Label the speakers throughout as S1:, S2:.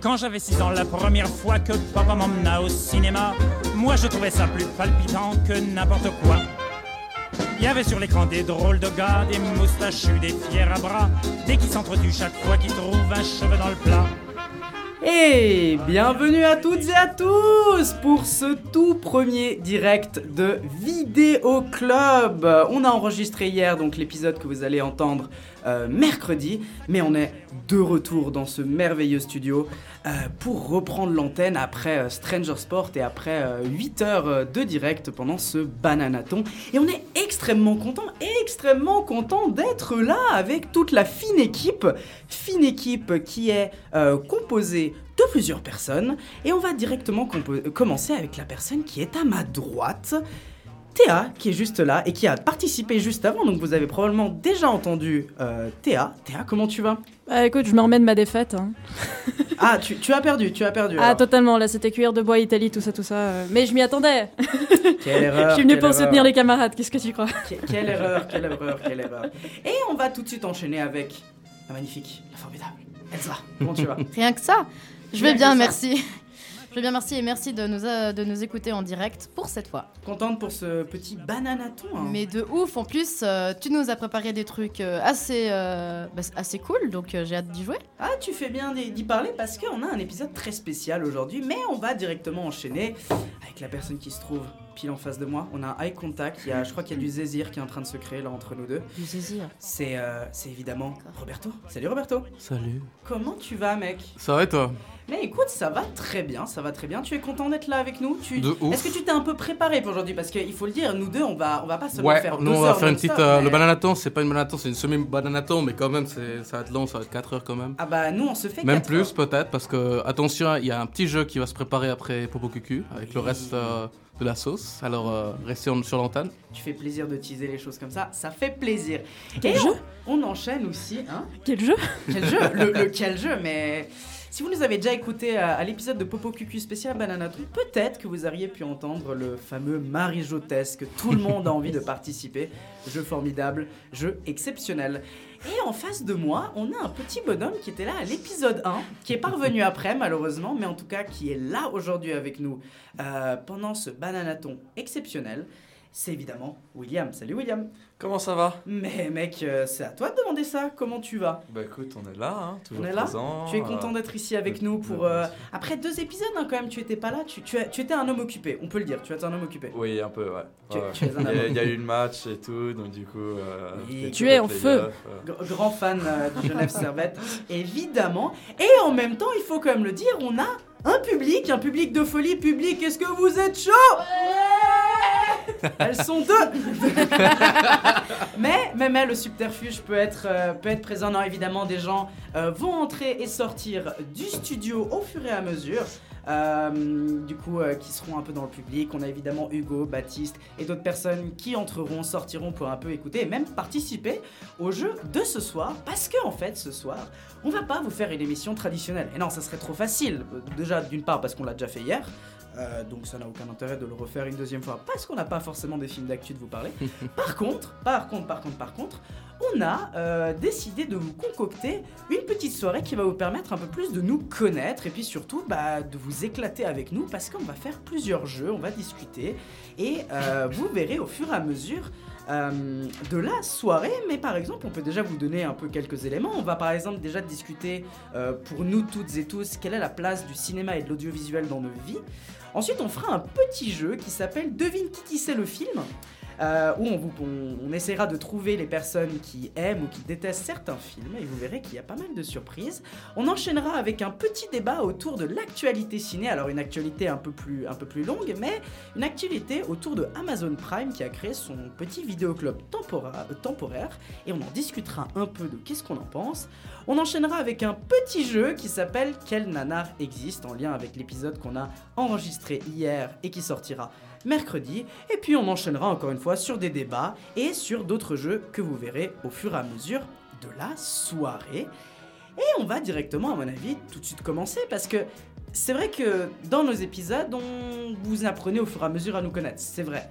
S1: Quand j'avais 6 ans, la première fois que papa m'emmena au cinéma, moi je trouvais ça plus palpitant que n'importe quoi. Il y avait sur l'écran des drôles de gars, des moustachus, des fiers à bras, dès qu'ils s'entretuent chaque fois qu'ils trouvent un cheveu dans le plat.
S2: Et bienvenue à toutes et à tous pour ce tout premier direct de Vidéo Club. On a enregistré hier donc l'épisode que vous allez entendre euh, mercredi, mais on est de retour dans ce merveilleux studio euh, pour reprendre l'antenne après euh, Stranger Sport et après 8 heures euh, de direct pendant ce bananaton. Et on est extrêmement content, extrêmement content d'être là avec toute la fine équipe, fine équipe qui est euh, composée de plusieurs personnes et on va directement compo- euh, commencer avec la personne qui est à ma droite. Théa, qui est juste là et qui a participé juste avant, donc vous avez probablement déjà entendu euh, Théa. Théa, comment tu vas
S3: Bah écoute, je me remets de ma défaite. hein.
S2: Ah, tu, tu as perdu, tu as perdu.
S3: Ah
S2: alors.
S3: totalement, là c'était cuir de bois, Italie, tout ça, tout ça. euh, Mais je m'y attendais.
S2: Quelle erreur.
S3: je suis venue
S2: quelle
S3: pour
S2: erreur.
S3: soutenir les camarades, qu'est-ce que tu crois
S2: Que- quelle erreur, quelle erreur, quelle erreur. Et on va tout de suite enchaîner avec la magnifique, la formidable Elsa. Comment tu vas
S4: Rien que ça. Je vais
S2: Rien que
S4: bien,
S2: ça.
S4: merci. Je vais bien, merci et merci de nous, euh, de nous écouter en direct pour cette fois.
S2: Contente pour ce petit bananaton hein
S4: Mais de ouf, en plus, euh, tu nous as préparé des trucs euh, assez, euh, bah, c'est assez cool, donc euh, j'ai hâte d'y jouer.
S2: Ah, tu fais bien d'y d'y parler parce qu'on a un épisode très spécial aujourd'hui, mais on va directement enchaîner avec la personne qui se trouve pile en face de moi. On a un eye contact, il y a, je crois qu'il y a du zésir qui est en train de se créer là entre nous deux.
S4: Du zésir.
S2: C'est euh, c'est évidemment Roberto. Salut Roberto.
S5: Salut.
S2: Comment tu vas, mec
S5: Ça va et toi
S2: Mais écoute, ça va très bien, ça va très bien. Tu es content d'être là avec nous Tu-
S5: De ouf.
S2: Est-ce que tu t'es un peu préparé pour aujourd'hui Parce qu'il faut le dire, nous deux, on va, on va pas seulement
S5: Ouais,
S2: faire
S5: nous
S2: deux
S5: on va
S2: heures
S5: faire une
S2: non-stop,
S5: petite. euh,
S2: mais-
S5: Le bananaton, c'est pas une bananaton, c'est une semi-bananaton, mais quand même, c'est- ça va être long, ça va être 4 heures quand même.
S2: Ah bah nous, on se fait
S5: Même
S2: quatre
S5: plus
S2: heures.
S5: peut-être, parce que attention, il y a un petit jeu qui va se préparer après Popo Cucu, avec le
S2: Oui.
S5: reste euh, de la sauce. Alors euh, restez en- sur l'antenne.
S2: Tu fais plaisir de teaser les choses comme ça, ça fait plaisir. Et on, on enchaîne aussi, hein
S3: Quel jeu
S2: Quel jeu le, le quel jeu, mais... Si vous nous avez déjà écouté euh, à, à l'épisode de Popo Cucu spécial Bananaton, peut-être que vous auriez pu entendre le fameux Marie-Jo test que tout le monde a envie de participer. Jeu formidable, jeu exceptionnel. Et en face de moi, on a un petit bonhomme qui était là à l'épisode 1, qui est parvenu après malheureusement, mais en tout cas qui est là aujourd'hui avec nous euh, pendant ce Bananaton exceptionnel. C'est évidemment William. Salut William.
S6: Comment ça va
S2: Mais mec, euh, c'est à toi de demander ça. Comment tu vas
S6: Bah écoute, on est là, hein, toujours
S2: On est là
S6: présent. euh,
S2: Tu es content d'être ici avec nous pour. euh, Après deux épisodes, hein, quand même, tu étais pas là. Tu, tu as- tu étais un homme occupé, on peut le dire. Tu étais un homme occupé.
S6: Oui, un peu, ouais.
S2: Tu-
S6: Ouais,
S2: tu es
S6: ouais.
S2: un
S6: Il y a-
S2: amant.
S6: il y, a eu le match et tout, donc du coup. euh,
S2: Oui.
S6: j'ai
S3: Tu
S6: fait
S3: es
S6: les
S3: en feu.
S6: playoffs, euh.
S2: Gr- Grand fan euh, du Genève Servette, évidemment. Et en même temps, il faut quand même le dire, on a un public, un public de folie. Public, est-ce que vous êtes chaud Elles sont deux Mais même elle, le subterfuge peut être, euh, peut être présent. Non, évidemment, des gens euh, vont entrer et sortir du studio au fur et à mesure. euh, du coup, euh, qui seront un peu dans le public. On a évidemment Hugo, Baptiste et d'autres personnes qui entreront, sortiront pour un peu écouter et même participer au jeu de ce soir parce que en fait ce soir on va pas vous faire une émission traditionnelle et non ça serait trop facile Euh, déjà d'une part parce qu'on l'a déjà fait hier euh, donc ça n'a aucun intérêt de le refaire une deuxième fois parce qu'on n'a pas forcément des films d'actu de vous parler par contre par contre par contre par contre on a euh, décidé de vous concocter une petite soirée qui va vous permettre un peu plus de nous connaître et puis surtout bah, de vous éclater avec nous parce qu'on va faire plusieurs jeux, on va discuter et euh, vous verrez au fur et à mesure euh, de la soirée, mais par exemple, on peut déjà vous donner un peu quelques éléments. On va par exemple déjà discuter euh, pour nous toutes et tous quelle est la place du cinéma et de l'audiovisuel dans nos vies. Ensuite, on fera un petit jeu qui s'appelle Devine qui qui c'est le film. euh, où on, vous- on- on essaiera de trouver les personnes qui aiment ou qui détestent certains films et vous verrez qu'il y a pas mal de surprises. On enchaînera avec un petit débat autour de l'actualité ciné, alors une actualité un peu plus, un peu plus longue, mais une activité autour de Amazon Prime qui a créé son petit vidéoclub tempora- euh, temporaire et on en discutera un peu de qu'est-ce qu'on en pense. On enchaînera avec un petit jeu qui s'appelle Quel nanar existe en lien avec l'épisode qu'on a enregistré hier et qui sortira mercredi et puis on enchaînera encore une fois sur des débats et sur d'autres jeux que vous verrez au fur et à mesure de la soirée. Et on va directement, à mon avis, tout de suite commencer parce que c'est vrai que dans nos épisodes, on vous apprenez au fur et à mesure à nous connaître, c'est vrai.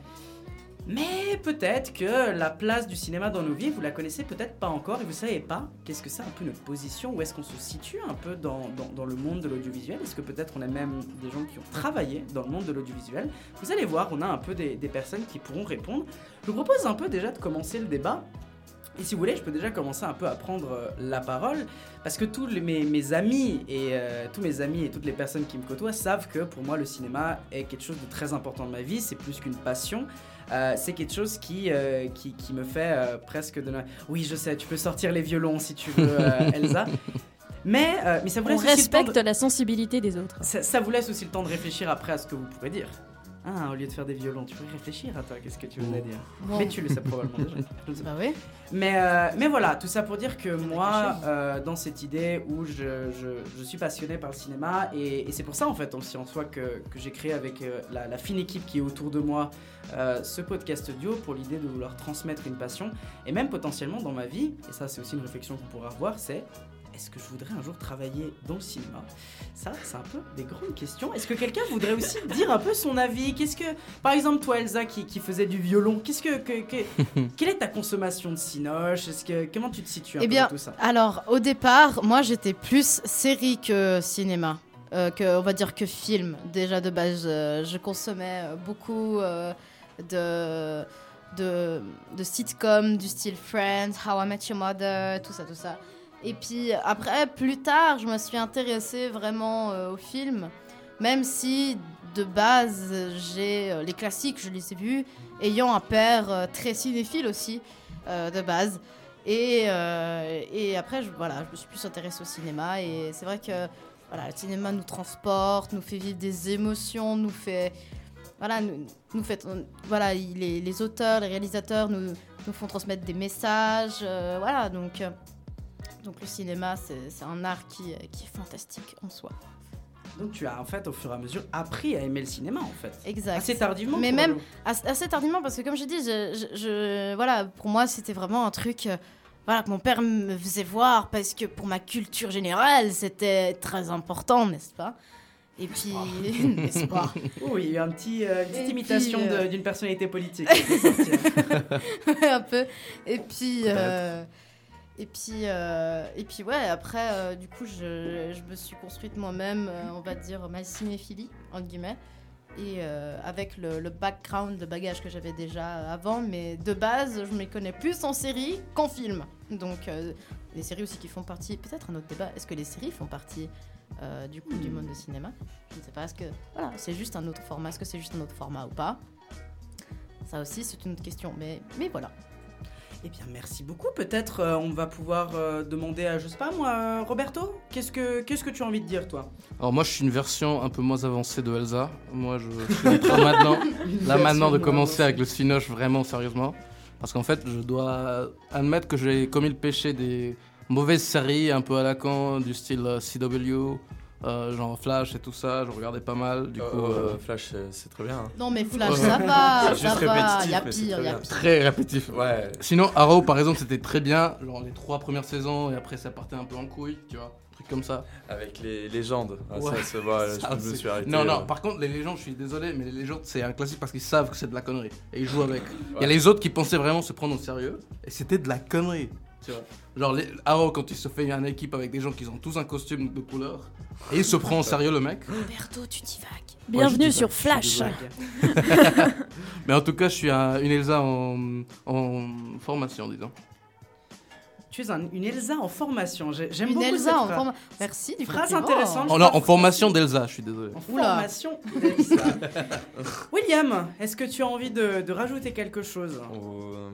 S2: Mais peut-être que la place du cinéma dans nos vies, vous la connaissez peut-être pas encore et vous savez pas qu'est-ce que c'est un peu notre position, où est-ce qu'on se situe un peu dans, dans- dans le monde de l'audiovisuel. Est-ce que peut-être on a même des gens qui ont travaillé dans le monde de l'audiovisuel Vous allez voir, on a un peu des, des personnes qui pourront répondre. Je vous propose un peu déjà de commencer le débat. Et si vous voulez, je peux déjà commencer un peu à prendre euh, la parole, parce que tous les- mes, mes amis et euh, tous mes amis et toutes les personnes qui me côtoient savent que pour moi le cinéma est quelque chose de très important de ma vie. C'est plus qu'une passion, euh, c'est quelque chose qui, euh, qui, qui me fait euh, presque donner. Oui, je sais, tu peux sortir les violons si tu veux, euh, Elsa. Mais, euh, mais ça vous
S3: On
S2: laisse aussi le temps de-
S3: respecte la sensibilité des autres.
S2: ça, ça vous laisse aussi le temps de réfléchir après à ce que vous pourrez dire. Ah, au lieu de faire des violons, tu pourrais réfléchir à toi, qu'est-ce que tu voulais dire
S4: Bon.
S2: Mais tu le sais probablement déjà. Je ne sais pas.
S4: Bah oui.
S2: Mais, euh, mais voilà, tout ça pour dire que moi, euh, dans cette idée où je, je, je suis passionné par le cinéma, et, et c'est pour ça en fait aussi en soi que, que j'ai créé avec euh, la, la fine équipe qui est autour de moi euh, ce podcast audio pour l'idée de vouloir transmettre une passion, et même potentiellement dans ma vie, et ça c'est aussi une réflexion qu'on pourra avoir, c'est est-ce que je voudrais un jour travailler dans le cinéma Ça, c'est un peu des grandes questions. Est-ce que quelqu'un voudrait aussi dire un peu son avis Qu'est-ce que, par exemple, toi, Elsa, qui, qui faisait du violon, qu'est-ce que, que- que- quelle est ta consommation de cinoche Est-ce que comment tu te situes un
S4: Eh
S2: peu
S4: bien,
S2: dans tout ça
S4: Alors, au départ, moi, j'étais plus série que cinéma. Euh, que, on va dire que film. Déjà, de base, euh, je consommais euh, beaucoup euh, de, de, de sitcoms du style Friends, How I Met Your Mother, tout ça, tout ça. Et puis, après, plus tard, je me suis intéressée vraiment euh, au film. Même si, de base, j'ai euh, les classiques, je les ai vus, ayant un père euh, très cinéphile aussi, euh, de base. Et, euh, et après, je, voilà, je me suis plus intéressée au cinéma. Et c'est vrai que voilà, le cinéma nous transporte, nous fait vivre des émotions, nous fait. Voilà, nous, nous fait, on- voilà il- les, les auteurs, les réalisateurs nous, nous font transmettre des messages. euh, voilà, donc, euh, donc le cinéma, c'est c'est un art qui, qui est fantastique en soi.
S2: Donc tu as en fait au fur et à mesure appris à aimer le cinéma en fait.
S4: Exact.
S2: Assez tardivement.
S4: Mais
S2: pour
S4: même-
S2: le-
S4: Ass- assez tardivement parce que comme j'ai dit je, je- je- voilà pour moi c'était vraiment un truc euh, voilà que mon père me faisait voir parce que pour ma culture générale c'était très important n'est-ce pas et puis n'est-ce pas
S2: Oh, il y a eu un petit, euh, une petite
S4: Et
S2: imitation
S4: puis, euh,
S2: de- d'une personnalité politique. qui est sortie.
S4: un peu et puis euh, et puis euh, et puis ouais après euh, du coup je, je me suis construite moi-même euh, on va dire ma cinéphilie entre guillemets et euh, avec le, le background, le bagage que j'avais déjà avant, mais de base, je me connais plus en série qu'en film. Donc, euh, les séries aussi qui font partie, peut-être un autre débat, est-ce que les séries font partie euh, du coup du monde du cinéma Je ne sais pas, est-ce que voilà, c'est juste un autre format, est-ce que c'est juste un autre format ou pas Ça aussi, c'est une autre question, mais, mais voilà.
S2: Eh bien, merci beaucoup. Peut-être euh, on va pouvoir euh, demander à, je sais pas moi, euh, Roberto, qu'est-ce que qu'est-ce que tu as envie de dire, toi
S5: Alors moi je suis une version un peu moins avancée de Elsa. Moi je, je suis en train maintenant, là maintenant de commencer avec le cinoche vraiment sérieusement. Parce qu'en fait je dois admettre que j'ai commis le péché des mauvaises séries un peu à la con du style euh, CW, euh, genre Flash et tout ça. Je regardais pas mal. Du
S6: Du coup,
S5: coup euh, Oh,
S6: euh, Flash, euh, c'est très bien. hein.
S4: Non, mais Flash,
S5: Ouais.
S4: ça va,
S6: C'est
S4: ça
S6: juste
S4: va, il y a
S6: répétitif, mais c'est
S4: pire,
S6: très
S4: il y a
S6: bien.
S4: pire.
S5: très répétitif.
S6: Ouais.
S5: Sinon, Arrow par exemple, c'était très bien, genre les trois premières saisons, et après ça partait un peu en couille, tu vois, un truc comme ça.
S6: Avec les légendes. Ah,
S5: Ouais.
S6: Ça se voit,
S5: Ça,
S6: je me
S5: c'est-
S6: suis arrêté.
S5: Non, non,
S6: euh,
S5: par contre, les légendes, je suis désolé, mais les légendes, c'est un classique parce qu'ils savent que c'est de la connerie. Et ils jouent avec. Il y
S6: Ouais.
S5: a les autres qui pensaient vraiment se prendre au sérieux, et c'était de la connerie. Tu vois. Genre, les... Arrow, quand il se fait une équipe avec des gens qui ont tous un costume de couleur, et il se prend au sérieux le mec.
S4: Roberto, tu divagues.
S5: Moi, je
S3: Oh, Bienvenue
S5: dis
S3: sur
S5: pas, je suis
S3: Flash.
S5: désolé. Mais en tout cas, je suis un- une Elsa en, en formation, disons.
S2: Tu es un- une Elsa en formation. J'ai- J'aime
S4: Une
S2: beaucoup
S4: Elsa
S2: cette
S4: en
S2: phrase.
S4: forme. Merci du
S2: Phrase
S4: compliment.
S2: intéressante.
S5: Oh non, en formation d'Elsa, je suis désolé.
S2: En
S4: Oula.
S2: formation d'Elsa. William, est-ce que tu as envie de, de rajouter quelque chose
S6: on- euh,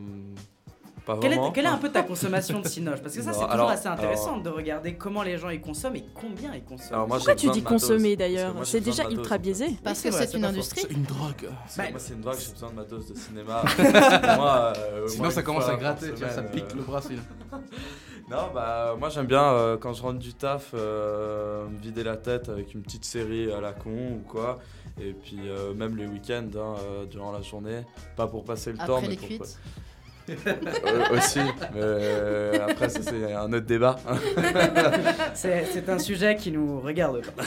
S6: Pas
S2: quelle est,
S6: vraiment. Ah.
S2: quelle est un peu ta consommation de Cinoche Parce que ça,
S6: Non,
S2: c'est toujours
S6: alors-
S2: assez intéressant
S6: alors-
S2: de regarder comment les gens y consomment et combien ils consomment.
S6: Alors, moi,
S2: Pourquoi-
S3: Pourquoi
S6: j'ai
S3: tu
S6: besoin
S3: dis
S6: de matos.
S3: consommer
S6: Parce que
S3: d'ailleurs
S6: moi, j'ai
S3: C'est
S6: besoin
S3: déjà
S6: de matos.
S3: ultra biaisé.
S4: Parce
S2: Oui,
S4: que
S2: c'est vrai,
S4: c'est
S2: c'est
S4: une
S2: pas faux.
S4: industrie.
S5: C'est une drogue.
S6: C'est-
S2: Bah,
S6: moi, c'est une drogue, j'ai besoin de ma dose de cinéma. moi, euh, au moins
S5: Sinon, ça
S6: une
S5: commence
S6: fois
S5: à
S6: par
S5: gratter, tu vois, ça
S6: semaine,
S5: pique
S6: euh,
S5: le bras, sinon.
S6: Non, bah, moi j'aime bien euh, quand je rentre du taf, euh, me vider la tête avec une petite série à la con ou quoi. Et puis euh, même les week-ends, hein, euh, durant la journée. Pas pour passer le temps,
S4: Après
S6: mais
S4: les
S6: pour.
S4: cuites.
S6: Euh, aussi, mais euh, après ça c'est un autre débat.
S2: C'est c'est un sujet qui nous regarde pas.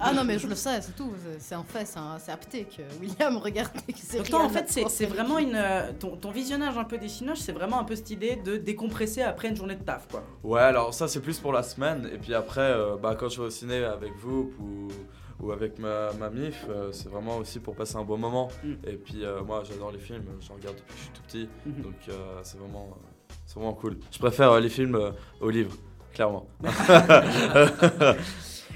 S4: Ah non, mais je le sais, c'est tout. C'est- C'est un fait, c'est un- c'est apté que William regarde des séries.
S2: Donc toi, en
S4: à la
S2: fait, c'est-
S4: fois.
S2: c'est vraiment une. euh, Ton, ton visionnage un peu des Cinoches, c'est vraiment un peu cette idée de décompresser après une journée de taf, quoi.
S6: Ouais, alors ça c'est plus pour la semaine. Et puis après, euh, bah, quand je vais au ciné avec vous ou, ou avec ma, ma mif, euh, c'est vraiment aussi pour passer un bon moment.
S2: Mm.
S6: Et puis euh, moi j'adore les films, j'en regarde depuis que je suis tout petit.
S2: Mhm.
S6: Donc euh, c'est vraiment, euh, c'est vraiment cool. Je préfère euh, les films euh, aux livres, clairement.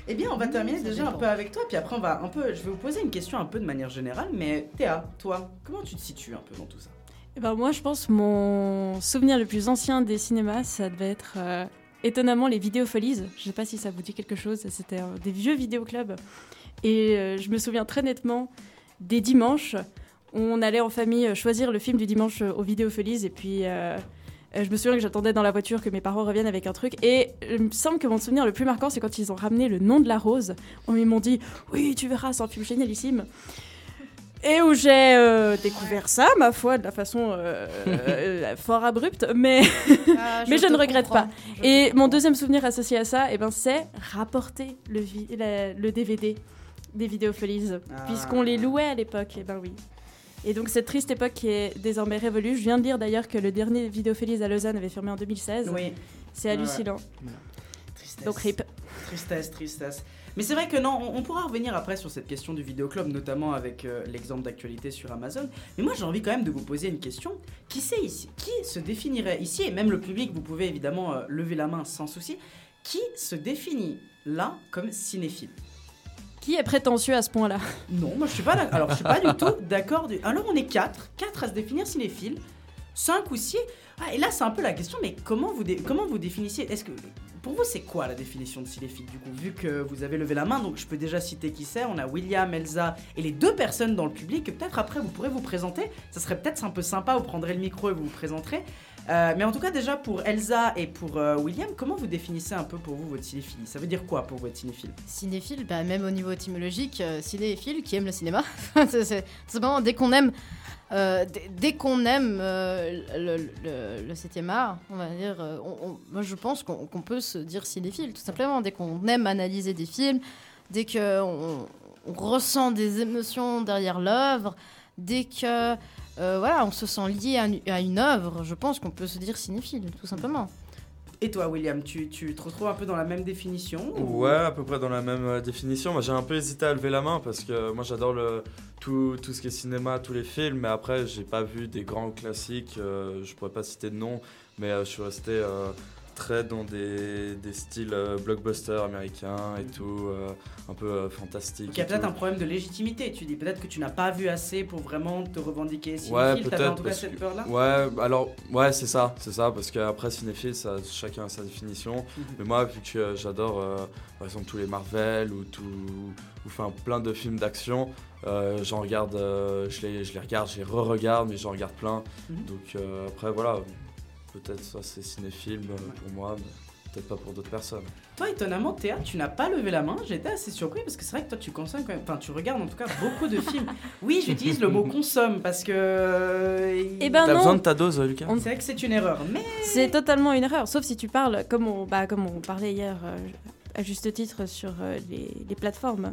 S2: Eh bien, on va
S4: Mmh,
S2: terminer
S4: ça
S2: déjà un
S4: dépend.
S2: peu avec toi, puis après, on va un peu. Je vais vous poser une question un peu de manière générale, mais Théa, toi, comment tu te situes un peu dans tout ça
S3: Eh ben, moi, je pense mon souvenir le plus ancien des cinémas, ça devait être euh, étonnamment les vidéopholies. Je sais pas si ça vous dit quelque chose. C'était euh, des vieux vidéoclubs. Et euh, je me souviens très nettement des dimanches. On allait en famille euh, choisir le film du dimanche euh, aux vidéopholies. Et puis, euh, euh, je me souviens que j'attendais dans la voiture que mes parents reviennent avec un truc. Et euh, il me semble que mon souvenir le plus marquant, c'est quand ils ont ramené le nom de la rose. On- Ils m'ont dit Oui, tu verras, c'est un film génialissime. Et où j'ai euh, découvert ça, ma foi, de la façon euh, euh, fort abrupte, mais,
S4: Ah,
S3: mais je
S4: te
S3: ne regrette
S4: comprends.
S3: pas.
S4: Je te
S3: Et mon
S4: comprends.
S3: deuxième souvenir associé à ça, eh ben, c'est rapporter le, vi- la- le DVD des vidéopholies,
S2: Ah.
S3: puisqu'on les louait à l'époque, et ben oui. Et donc cette triste époque qui est désormais révolue, je viens de lire d'ailleurs que le dernier vidéophilies à Lausanne avait fermé en 2016,
S2: Oui,
S3: c'est hallucinant,
S2: tristesse.
S3: donc rip.
S2: Tristesse, tristesse. Mais c'est vrai que non, on, on pourra revenir après sur cette question du vidéoclub, notamment avec euh, l'exemple d'actualité sur Amazon. Mais moi, j'ai envie quand même de vous poser une question. Qui c'est ici Qui se définirait ici Et même le public, vous pouvez évidemment euh, lever la main sans souci. Qui se définit là comme cinéphile
S3: Qui est prétentieux à ce point-là
S2: Non, moi je suis pas d'accord. Alors je suis pas du tout d'accord. du- Alors on est quatre, quatre à se définir cinéphile, cinq ou six. Ah, et là c'est un peu la question. Mais comment vous dé- comment vous définissez Est-ce que pour vous c'est quoi la définition de cinéphile du coup Vu que vous avez levé la main, donc je peux déjà citer qui c'est. On a William, Elsa et les deux personnes dans le public. que Peut-être après vous pourrez vous présenter. Ça serait peut-être un peu sympa. Vous prendrez le micro et vous vous présenterez. Euh, mais en tout cas déjà pour Elsa et pour euh, William, comment vous définissez un peu pour vous votre cinéphilie Ça veut dire quoi pour vous être cinéphile
S4: Cinéphile, bah, même au niveau étymologique, euh, cinéphile qui aime le cinéma. c'est c'est- c'est vraiment dès qu'on aime, euh, dès, dès qu'on aime euh, le, le, le septième art, on va dire. euh, on- on- moi, je pense qu'on qu'on peut se dire cinéphile, tout simplement. Dès qu'on aime analyser des films, dès que on, on ressent des émotions derrière l'œuvre, dès que euh, voilà, on se sent lié à, une- à une œuvre, je pense qu'on peut se dire cinéphile, tout simplement.
S2: Et toi, William, tu, tu te retrouves un peu dans la même définition ou-
S6: Ouais, à peu près dans la même euh, définition. Moi, j'ai un peu hésité à lever la main parce que euh, moi, j'adore le, tout, tout ce qui est cinéma, tous les films. Mais après, j'ai pas vu des grands classiques. euh, je pourrais pas citer de nom, mais euh, je suis resté euh, très dans des, des styles euh, blockbuster américains et tout, euh, un peu euh, fantastique.
S2: Donc il y a
S6: et
S2: peut-être
S6: tout.
S2: un problème de légitimité, tu dis. Peut-être que tu n'as pas vu assez pour vraiment te revendiquer
S6: Ouais,
S2: cinéphile. T'avais en
S6: peut-être.
S2: tout cas
S6: parce
S2: cette
S6: que-
S2: peur-là
S6: Ouais, alors, ouais, c'est ça, c'est ça, parce qu'après cinéphile, ça, chacun a sa définition.
S2: Mhm.
S6: Mais moi, vu que euh, j'adore, euh, par exemple, tous les Marvel ou tout, ou enfin plein de films d'action, euh, j'en regarde, euh, je les, je les regarde, je les re-regarde, mais j'en regarde plein.
S2: Mhm.
S6: Donc euh, après, voilà, peut-être ça c'est cinéphile euh, pour moi, mais peut-être pas pour d'autres personnes.
S2: Toi, étonnamment, Théa, tu n'as pas levé la main. J'étais assez surpris parce que c'est vrai que toi, tu consommes quand même. Enfin, tu regardes en tout cas beaucoup de films. Oui, j'utilise le mot consomme parce que.
S3: Eh ben
S6: T'as
S3: non,
S6: besoin de ta dose, euh, Lucas
S3: On-
S2: C'est vrai que c'est une erreur. Mais
S3: C'est totalement une erreur, sauf si tu parles, comme on, bah, comme on parlait hier euh, à juste titre sur euh, les, les plateformes.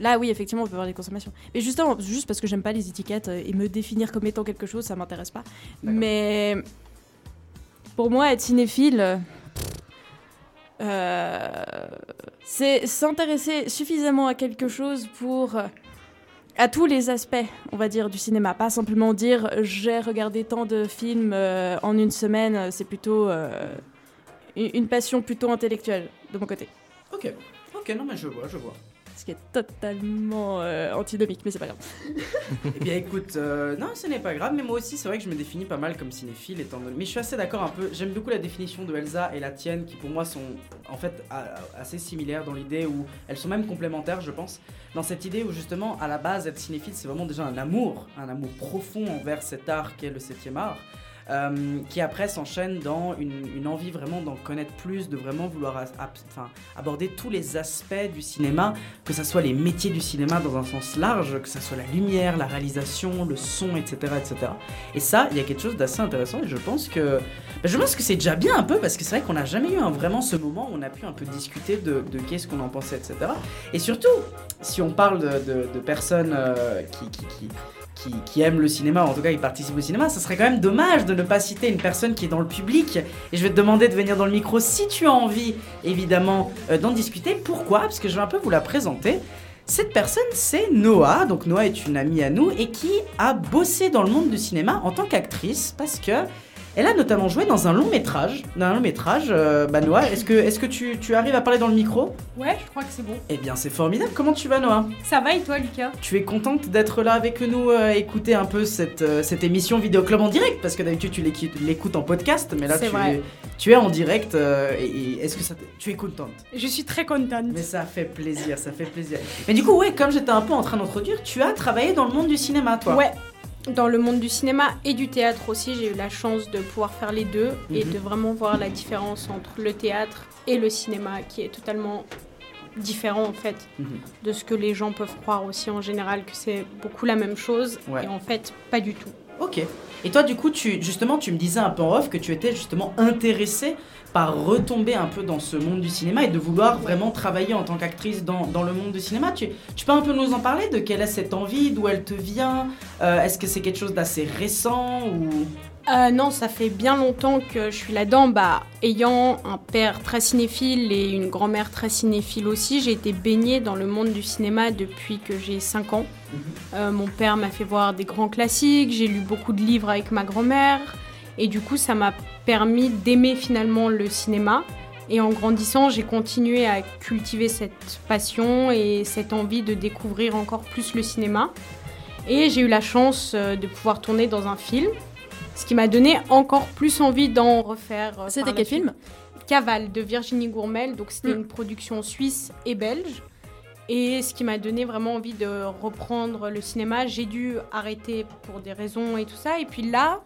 S3: Là, oui, effectivement, on peut voir des consommations. Mais justement, juste parce que j'aime pas les étiquettes euh, et me définir comme étant quelque chose, ça m'intéresse pas.
S2: D'accord.
S3: Mais pour moi, être cinéphile, euh, euh, c'est s'intéresser suffisamment à quelque chose pour euh, à tous les aspects, on va dire, du cinéma. Pas simplement dire j'ai regardé tant de films euh, en une semaine. C'est plutôt euh, une une passion plutôt intellectuelle de mon côté.
S2: ok, ok, non, mais je vois, je vois.
S3: Ce qui est totalement euh, antinomique, mais c'est pas grave.
S2: Eh bien écoute, euh, non, ce n'est pas grave, mais moi aussi, c'est vrai que je me définis pas mal comme cinéphile, étant donné... Mais je suis assez d'accord un peu, j'aime beaucoup la définition de Elsa et la tienne, qui pour moi sont en fait a- assez similaires dans l'idée où elles sont même complémentaires, je pense, dans cette idée où justement, à la base, être cinéphile, c'est vraiment déjà un amour, un amour profond envers cet art qu'est le septième art. euh, qui après s'enchaîne dans une, une envie vraiment d'en connaître plus, de vraiment vouloir as- ab- enfin, aborder tous les aspects du cinéma, que ce soit les métiers du cinéma dans un sens large, que ce soit la lumière, la réalisation, le son, etc. etc. Et ça, il y a quelque chose d'assez intéressant et je pense que ben, je pense que c'est déjà bien un peu parce que c'est vrai qu'on n'a jamais eu un- vraiment ce moment où on a pu un peu discuter de, de qu'est-ce qu'on en pensait, etc. Et surtout, si on parle de, de- de personnes euh, qui, qui, qui, qui- qui aiment le cinéma, ou en tout cas qui participent au cinéma, ça serait quand même dommage de ne pas citer une personne qui est dans le public. Et je vais te demander de venir dans le micro si tu as envie, évidemment, euh, d'en discuter. Pourquoi Parce que je vais un peu vous la présenter. Cette personne, c'est Noah. Donc Noah est une amie à nous et qui a bossé dans le monde du cinéma en tant qu'actrice parce que elle a notamment joué dans un long métrage. Dans un long métrage, euh, bah Noah, est-ce que, est-ce que tu, tu arrives à parler dans le micro
S7: Ouais, je crois que c'est bon.
S2: Eh bien, c'est formidable. Comment tu vas, Noah
S7: Ça va et toi, Lucas
S2: Tu es contente d'être là avec nous, euh, écouter un peu cette, euh, cette émission Vidéoclub en direct Parce que d'habitude, tu l'écoutes- l'écoutes en podcast, mais là, tu,
S7: C'est vrai.
S2: tu es en direct. euh, et, et est-ce que ça te- tu es contente
S7: Je suis très contente.
S2: Mais ça fait plaisir, ça fait plaisir. Mais du coup, ouais, comme j'étais un peu en train d'introduire, tu as travaillé dans le monde du cinéma, toi.
S8: Ouais, dans le monde du cinéma et du théâtre aussi, j'ai eu la chance de pouvoir faire les deux et
S2: Mhm.
S8: de vraiment voir la différence entre le théâtre et le cinéma qui est totalement différent en fait
S2: Mhm.
S8: de ce que les gens peuvent croire aussi en général que c'est beaucoup la même chose
S2: Ouais.
S8: et en fait pas du tout.
S2: Ok. Et toi, du coup, tu, justement, tu me disais un peu en off que tu étais justement intéressée par retomber un peu dans ce monde du cinéma et de vouloir vraiment travailler en tant qu'actrice dans, dans le monde du cinéma. Tu, tu peux un peu nous en parler de quelle est cette envie, d'où elle te vient Euh, Est-ce que c'est quelque chose d'assez récent ou...
S8: Euh, non, ça fait bien longtemps que je suis là-dedans. Bah, ayant un père très cinéphile et une grand-mère très cinéphile aussi, j'ai été baignée dans le monde du cinéma depuis que j'ai 5 ans.
S2: Mhm.
S8: Euh, mon père m'a fait voir des grands classiques, j'ai lu beaucoup de livres avec ma grand-mère. Et du coup, ça m'a permis d'aimer finalement le cinéma. Et en grandissant, j'ai continué à cultiver cette passion et cette envie de découvrir encore plus le cinéma. Et j'ai eu la chance euh, de pouvoir tourner dans un film, ce qui m'a donné encore plus envie d'en refaire. euh,
S3: C'était
S8: par la
S3: quel
S8: suite.
S3: film
S8: Cavale de Virginie Gourmel, donc c'était
S3: Mm.
S8: une production suisse et belge. Et ce qui m'a donné vraiment envie de reprendre le cinéma, j'ai dû arrêter pour des raisons et tout ça. Et puis là,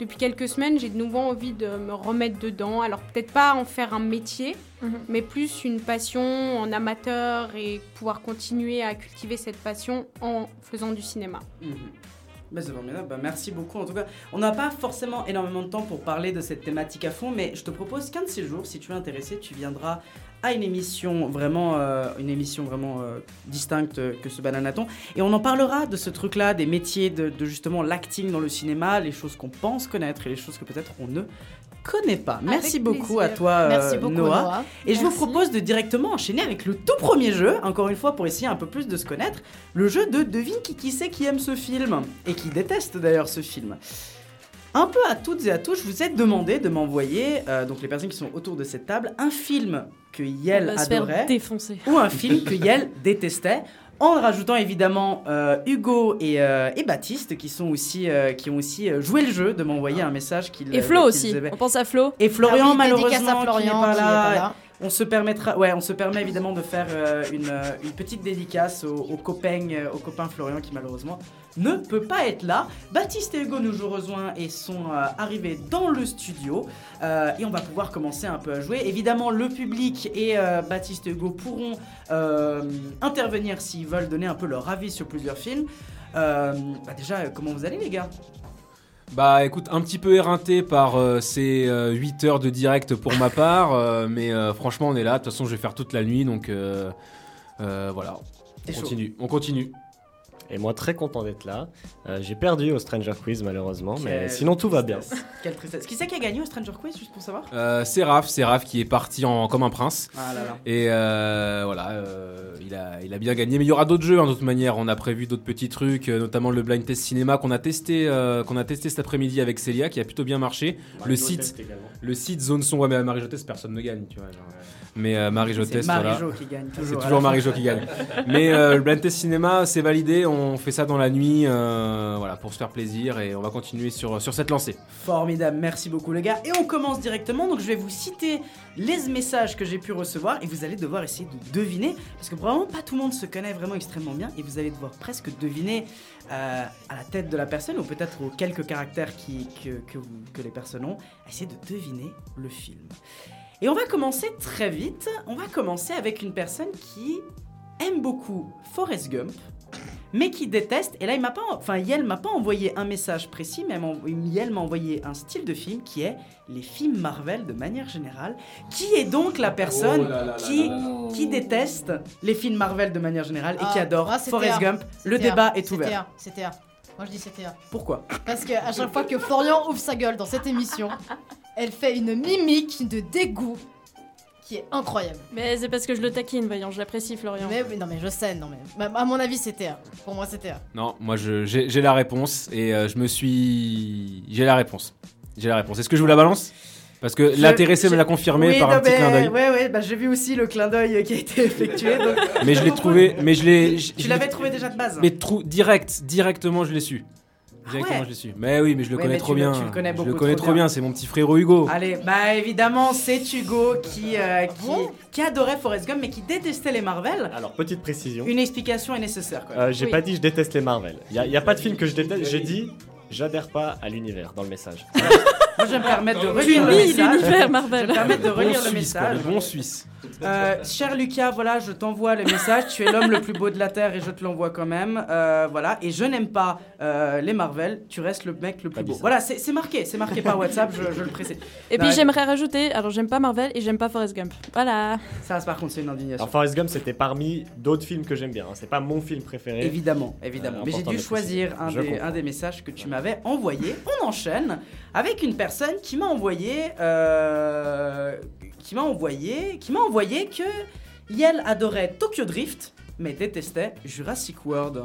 S8: depuis quelques semaines, j'ai de nouveau envie de me remettre dedans. Alors peut-être pas en faire un métier,
S7: Mm-hmm.
S3: Mhm.
S8: mais plus une passion en amateur et pouvoir continuer à cultiver cette passion en faisant du cinéma.
S2: Bah, c'est formidable. Bah, merci beaucoup en tout cas. On n'a pas forcément énormément de temps pour parler de cette thématique à fond, mais je te propose qu'un de ces jours, si tu es intéressé, tu viendras à une émission vraiment, euh, une émission vraiment euh, distincte que ce bananaton. Et on en parlera de ce truc-là, des métiers, de, de justement l'acting dans le cinéma, les choses qu'on pense connaître et les choses que peut-être on ne connaît pas. Merci beaucoup
S7: plaisir.
S2: à toi, euh,
S4: Merci beaucoup,
S2: Noah.
S4: Noah.
S2: Et je vous
S7: Merci.
S2: propose de directement enchaîner avec le tout premier jeu, encore une fois pour essayer un peu plus de se connaître, le jeu de devine qui qui c'est qui aime ce film et qui déteste d'ailleurs ce film. Un peu à toutes et à tous, je vous ai demandé de m'envoyer, euh, donc les personnes qui sont autour de cette table, un film que Yel
S3: On va se faire
S2: adorait
S3: défoncer.
S2: ou un film que Yel détestait. En rajoutant évidemment euh, Hugo et, euh, et Baptiste qui sont aussi euh, qui ont aussi euh, joué le jeu de m'envoyer un message euh, qu'ils
S3: Ah. Et Flo
S2: qu'ils
S3: aussi.
S2: aimaient.
S3: On pense à Flo.
S2: et Florian
S4: Ah oui, dédicace
S2: malheureusement
S4: à
S2: qui n'est
S4: Florian
S2: pas
S4: qui
S2: là,
S4: n'est pas là.
S2: on se permettra, ouais, on se permet évidemment de faire euh, une, euh, une petite dédicace au, au copain, euh, au copain Florian qui malheureusement ne peut pas être là. Baptiste et Hugo nous ont rejoints et sont euh, arrivés dans le studio Euh, et on va pouvoir commencer un peu à jouer. Évidemment, le public et euh, Baptiste et Hugo pourront euh, intervenir s'ils veulent donner un peu leur avis sur plusieurs films. Euh, bah déjà, euh, comment vous allez les gars
S9: Bah écoute, un petit peu éreinté par euh, ces 8 heures de direct pour ma part, euh, mais euh, franchement on est là, de toute façon je vais faire toute la nuit, donc euh, euh, voilà,
S2: T'es
S9: on
S2: chaud.
S9: continue, on continue.
S10: Et moi, très content d'être là. Euh, j'ai perdu au Stranger Quiz, malheureusement, mais
S2: Quelle
S10: sinon tout va bien.
S2: tristesse. Quelle tristesse. Qui c'est qui a gagné au Stranger Quiz, juste pour savoir
S9: Euh, c'est Raph, c'est Raph qui est parti en, comme un prince,
S2: Ah là là.
S9: et euh, voilà, euh, il, a, il a bien gagné, mais il y aura d'autres jeux hein, de toute manière, on a prévu d'autres petits trucs, euh, notamment le blind test cinéma qu'on a, testé, euh, qu'on a testé cet après-midi avec Célia, qui a plutôt bien marché, le site, le site Zone Son, ouais mais à Marie-Jotès personne ne gagne, tu vois, genre. mais euh, Marie-Jotès,
S2: C'est
S9: voilà.
S2: Marie-Jo qui gagne
S9: C'est
S2: toujours. à la
S9: toujours
S2: fin.
S9: Marie-Jo qui gagne. Mais euh, le blind test cinéma, c'est validé. On, on fait ça dans la nuit, euh, voilà, pour se faire plaisir et on va continuer sur, sur cette lancée.
S2: Formidable, merci beaucoup les gars. Et on commence directement, donc je vais vous citer les messages que j'ai pu recevoir et vous allez devoir essayer de deviner, parce que probablement pas tout le monde se connaît vraiment extrêmement bien et vous allez devoir presque deviner euh, à la tête de la personne ou peut-être aux quelques caractères qui, que, que vous- que les personnes ont, essayer de deviner le film. Et on va commencer très vite, on va commencer avec une personne qui aime beaucoup Forrest Gump, mais qui déteste. Et là, il m'a pas, enfin, Yel m'a pas envoyé un message précis, mais elle m'a envo- Yel m'a envoyé un style de film qui est les films Marvel de manière générale. Qui est donc la personne
S9: Oh là là là
S2: qui,
S9: là
S2: qui déteste les films Marvel de manière générale et qui
S4: Ah,
S2: adore
S4: ah, c'était
S2: Forrest
S4: un.
S2: Gump Le
S4: C'était
S2: débat
S4: un,
S2: est ouvert.
S4: C'était un, c'était un. Moi je dis c'était un.
S2: Pourquoi
S4: Parce que à chaque fois que Florian ouvre sa gueule dans cette émission, elle fait une mimique de dégoût qui est incroyable.
S3: Mais c'est parce que je le taquine, voyons, je l'apprécie, Florian.
S4: Mais, mais non mais je sais, non mais bah, à mon avis c'était un. Pour moi c'était un.
S9: Non, moi je- j'ai j'ai la réponse et euh, je me suis. J'ai la réponse. J'ai la réponse. Est-ce que je vous la balance Parce que
S2: Je-
S9: l'intéressé me
S2: je-
S9: l'a confirmé
S2: Oui,
S9: par
S2: non,
S9: un petit
S2: mais-
S9: clin d'œil.
S2: Ouais, ouais, bah, j'ai vu aussi le clin d'œil qui a été effectué. donc-
S9: Mais je l'ai trouvé. Mais je l'ai. je-
S2: Tu
S9: je
S2: l'avais
S9: l'ai-
S2: trouvé déjà de base. Ah
S9: Mais trou- direct, directement je l'ai su. Directement
S2: ouais.
S9: je l'ai su. Mais oui, mais je le
S2: Ouais, mais
S9: connais
S2: tu
S9: trop
S2: le-
S9: bien.
S2: tu le connais
S9: je
S2: beaucoup
S9: le connais
S2: trop
S9: trop bien,
S2: bien.
S9: c'est mon petit frère Hugo.
S2: Allez, bah évidemment, c'est Hugo qui, euh, qui, qui adorait Forrest Gump mais qui détestait les Marvel.
S10: Alors, petite précision.
S2: Une explication est nécessaire. Quoi.
S10: Euh, j'ai
S2: Oui.
S10: pas dit je déteste les Marvel. Il y, a pas de film que je déteste. J'ai dit j'adhère pas à l'univers dans le message.
S2: Ah, Moi, je vais me permettre de
S10: Tu
S2: relire le
S10: lis
S2: message.
S10: l'univers Marvel.
S2: Je vais me permettre de
S10: Le bon
S2: relire le
S10: Suisse,
S2: message.
S10: quoi, le bon Suisse.
S2: Euh, cher Lucas, voilà, je t'envoie le message. Tu es l'homme le plus beau de la terre et je te l'envoie quand même. Euh, voilà, et je n'aime pas euh, les Marvel. Tu restes le mec le plus beau. Voilà, c'est c'est marqué, c'est marqué par WhatsApp. Je, je le précise.
S3: Et puis
S2: Non,
S3: j'aimerais rajouter, alors j'aime pas Marvel et j'aime pas Forrest Gump. Voilà.
S2: Ça, par contre, c'est une indignation.
S10: Alors, Forrest Gump, c'était parmi d'autres films que j'aime bien. hein. C'est pas mon film préféré.
S2: Évidemment, évidemment.
S10: Euh,
S2: Mais j'ai
S10: important
S2: dû
S10: de préciser.
S2: choisir un
S10: Je
S2: des,
S10: comprends.
S2: un des messages que tu m'avais envoyé. On enchaîne avec une personne qui m'a envoyé, euh, qui m'a envoyé, qui m'a envoyé que Yel adorait Tokyo Drift mais détestait Jurassic World.
S4: Moi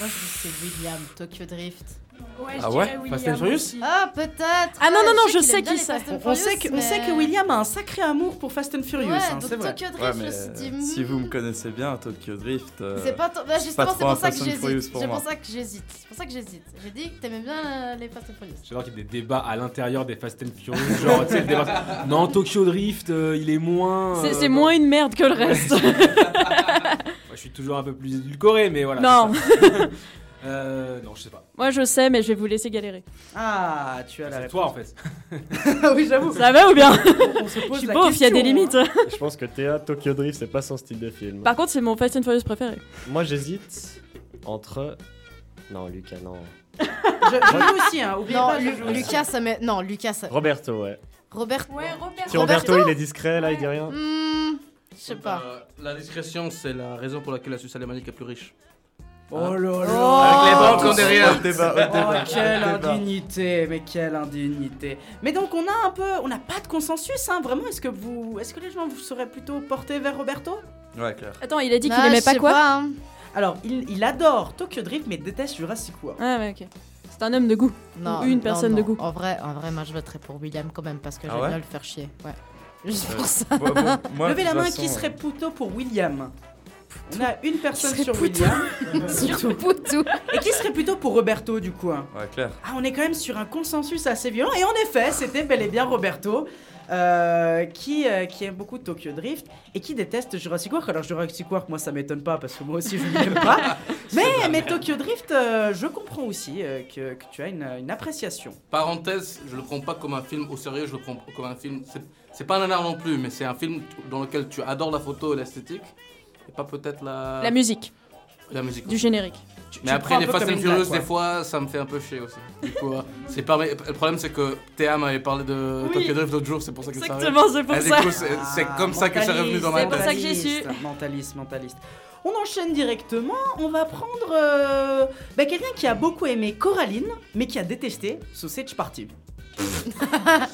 S4: je dis c'est William Tokyo Drift.
S7: Ouais,
S2: je Ah ouais dirais William Fast and Furious aussi.
S4: Ah peut-être.
S3: Ah non, non, non, je
S4: qu'il
S3: sais
S4: aime
S3: qui
S4: bien
S3: c'est.
S4: les Fast and
S2: On sait, que,
S4: Furious,
S2: on sait que
S4: mais-
S2: William a un sacré amour pour Fast and Furious,
S4: Ouais,
S2: hein,
S4: donc
S2: c'est vrai.
S4: Tokyo Drift, je me suis dit, hmm.
S6: si vous me connaissez bien, Tokyo Drift. euh,
S4: C'est pas, to- bah, justement,
S6: trop
S4: c'est
S6: un
S4: pour ça que
S6: Fast and Furious
S4: j'hésite.
S6: pour
S4: C'est
S6: moi.
S4: pour ça que j'hésite. C'est pour ça que j'hésite. J'ai dit que t'aimais bien euh, les Fast and Furious.
S9: J'adore qu'il y ait des débats à l'intérieur des Fast and Furious. genre, tu sais, le débat. Non, Tokyo Drift, euh, il est
S2: Oh,
S9: moins.
S3: C'est
S9: euh,
S3: c'est
S9: bon.
S3: moins une merde que le reste.
S9: Moi, je suis toujours un peu plus édulcoré, mais voilà.
S3: Non.
S9: c'est ça. euh, non, je sais pas.
S3: Moi je sais, mais je vais vous laisser galérer.
S2: Ah, tu as la
S9: Toi, en fait.
S2: oui, j'avoue.
S3: Ça va ou bien
S2: On se pose
S3: Je suis
S2: la
S3: beauf, il y a des
S2: question, hein.
S3: limites.
S10: Je pense que Théa, Tokyo Drift, c'est pas son style de film.
S3: Par contre, c'est mon Fast and Furious préféré.
S10: Moi, j'hésite entre. Non, Lucas, non.
S2: je joue aussi, hein. Oubliez
S4: non,
S2: pas, je
S4: Lu-
S2: joue aussi.
S4: Lucas, ça met. Non, Lucas, ça.
S10: Roberto, ouais.
S4: Robert.
S7: Ouais,
S10: Si Roberto, il est discret, là, il dit rien.
S4: Hmm, Je sais pas.
S5: la discrétion, c'est la raison pour laquelle la Suisse alémanique est plus riche. Hein
S2: Oh là là
S5: Avec les banques en
S2: Tout
S5: derrière.
S2: de suite. Oh, quelle indignité, mais quelle indignité. Mais donc on a un peu, on n'a pas de consensus, hein, vraiment. Est-ce que vous, est-ce que les gens vous seraient plutôt portés vers Roberto
S6: Ouais, clair.
S3: Attends, il a dit qu'il
S4: Ah,
S3: aimait
S4: je
S3: pas
S4: sais
S3: quoi
S4: pas, hein.
S2: Alors il, il adore Tokyo Drift mais déteste Jurassic World.
S3: Ah ouais, ok. C'est un homme de goût.
S4: Non,
S3: Ou une
S4: non,
S3: personne
S4: non.
S3: de goût.
S4: En vrai, en vrai, moi je voterais pour William quand même parce que
S6: Ah
S4: j'aime
S6: ouais
S4: bien le faire chier. Ouais. Juste
S6: Euh,
S4: pour ça.
S6: moi- moi- moi,
S2: Levez
S6: de
S2: la
S6: toute
S2: main
S6: façon,
S2: qui
S6: euh,
S2: serait plutôt pour William. On a une personne
S4: serait
S2: sur
S4: plutôt-
S2: William.
S4: Sur Poutou.
S2: Et qui serait plutôt pour Roberto du coup hein
S6: Ouais, clair.
S2: Ah, on est quand même sur un consensus assez violent. Et en effet, c'était bel et bien Roberto euh, qui, euh, qui aime beaucoup Tokyo Drift et qui déteste Jurassic World. Alors, Jurassic World, moi, ça m'étonne pas parce que moi aussi, je ne l'aime pas. Mais, mais Tokyo Drift, euh, je comprends aussi euh, que, que tu as une, une appréciation.
S5: Parenthèse, je le prends pas comme un film au sérieux, je le prends comme un film. c'est- C'est pas un nanar non plus, mais c'est un film t- dans lequel tu adores la photo et l'esthétique, et pas peut-être la.
S3: La musique.
S5: La musique.
S3: Du générique.
S5: Mais après, les Fast and Furious, des fois, ça me fait un peu chier aussi. Du coup, euh, c'est pas... Le problème, c'est que Théa m'avait parlé de
S3: Oui.
S5: Tokyo Drift l'autre jour, c'est pour ça que ça
S3: Exactement,
S5: arrive.
S3: c'est pour
S5: Et du
S3: ça.
S5: coup, c'est- C'est
S2: Ah,
S5: comme ça que c'est revenu dans ma
S2: mentaliste,
S5: tête.
S3: ça que j'ai su.
S2: mentaliste, Mentaliste, mentaliste. On enchaîne directement. On va prendre euh, bah, quelqu'un qui a beaucoup aimé Coraline, mais qui a détesté Sausage Party.
S4: Attends.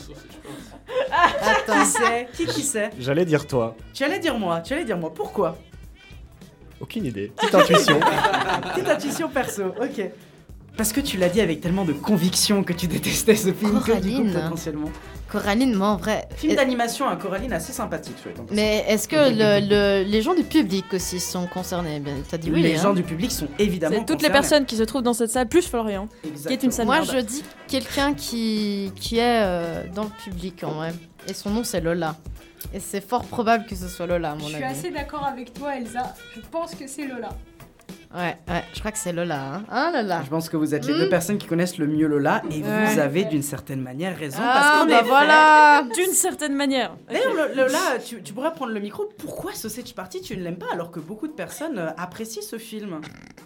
S2: Qui c'est Qui qui c'est
S10: J'allais dire toi.
S2: Tu allais dire moi, tu allais dire moi. Pourquoi
S10: Aucune idée. Petite intuition.
S2: Petite intuition perso, ok. Parce que tu l'as dit avec tellement de conviction que tu détestais ce film que du coup,
S4: Coraline.
S2: potentiellement.
S4: Coraline, moi en vrai.
S2: Film
S4: est-
S2: d'animation, un Coraline assez sympathique, je trouve.
S4: Mais est-ce que le- le- les gens du public aussi sont concernés Bien, T'as dit oui.
S2: les
S4: hein.
S2: gens du public sont évidemment.
S3: C'est toutes les
S2: concernés.
S3: personnes qui se trouvent dans cette salle, plus Florian, qui est une salle
S4: Moi,
S3: merde.
S4: je dis quelqu'un qui, qui est euh, dans le public en vrai. Et son nom, c'est Lola. Et c'est fort probable que ce soit Lola, à
S7: Je
S4: mon
S7: suis
S4: avis.
S7: assez d'accord avec toi, Elsa. Je pense que c'est Lola.
S4: Ouais, ouais, je crois que c'est Lola. Hein, Hein, Lola
S2: Je pense que vous êtes les
S4: Hmm.
S2: deux personnes qui connaissent le mieux Lola et vous
S4: Ouais.
S2: avez d'une certaine manière raison. parce
S4: Ah,
S2: que
S4: bah voilà
S3: D'une certaine manière.
S2: D'ailleurs,
S3: Ok.
S2: Lo- Lola, tu, tu pourrais prendre le micro. Pourquoi Sausage Party, tu ne l'aimes pas alors que beaucoup de personnes euh, apprécient ce film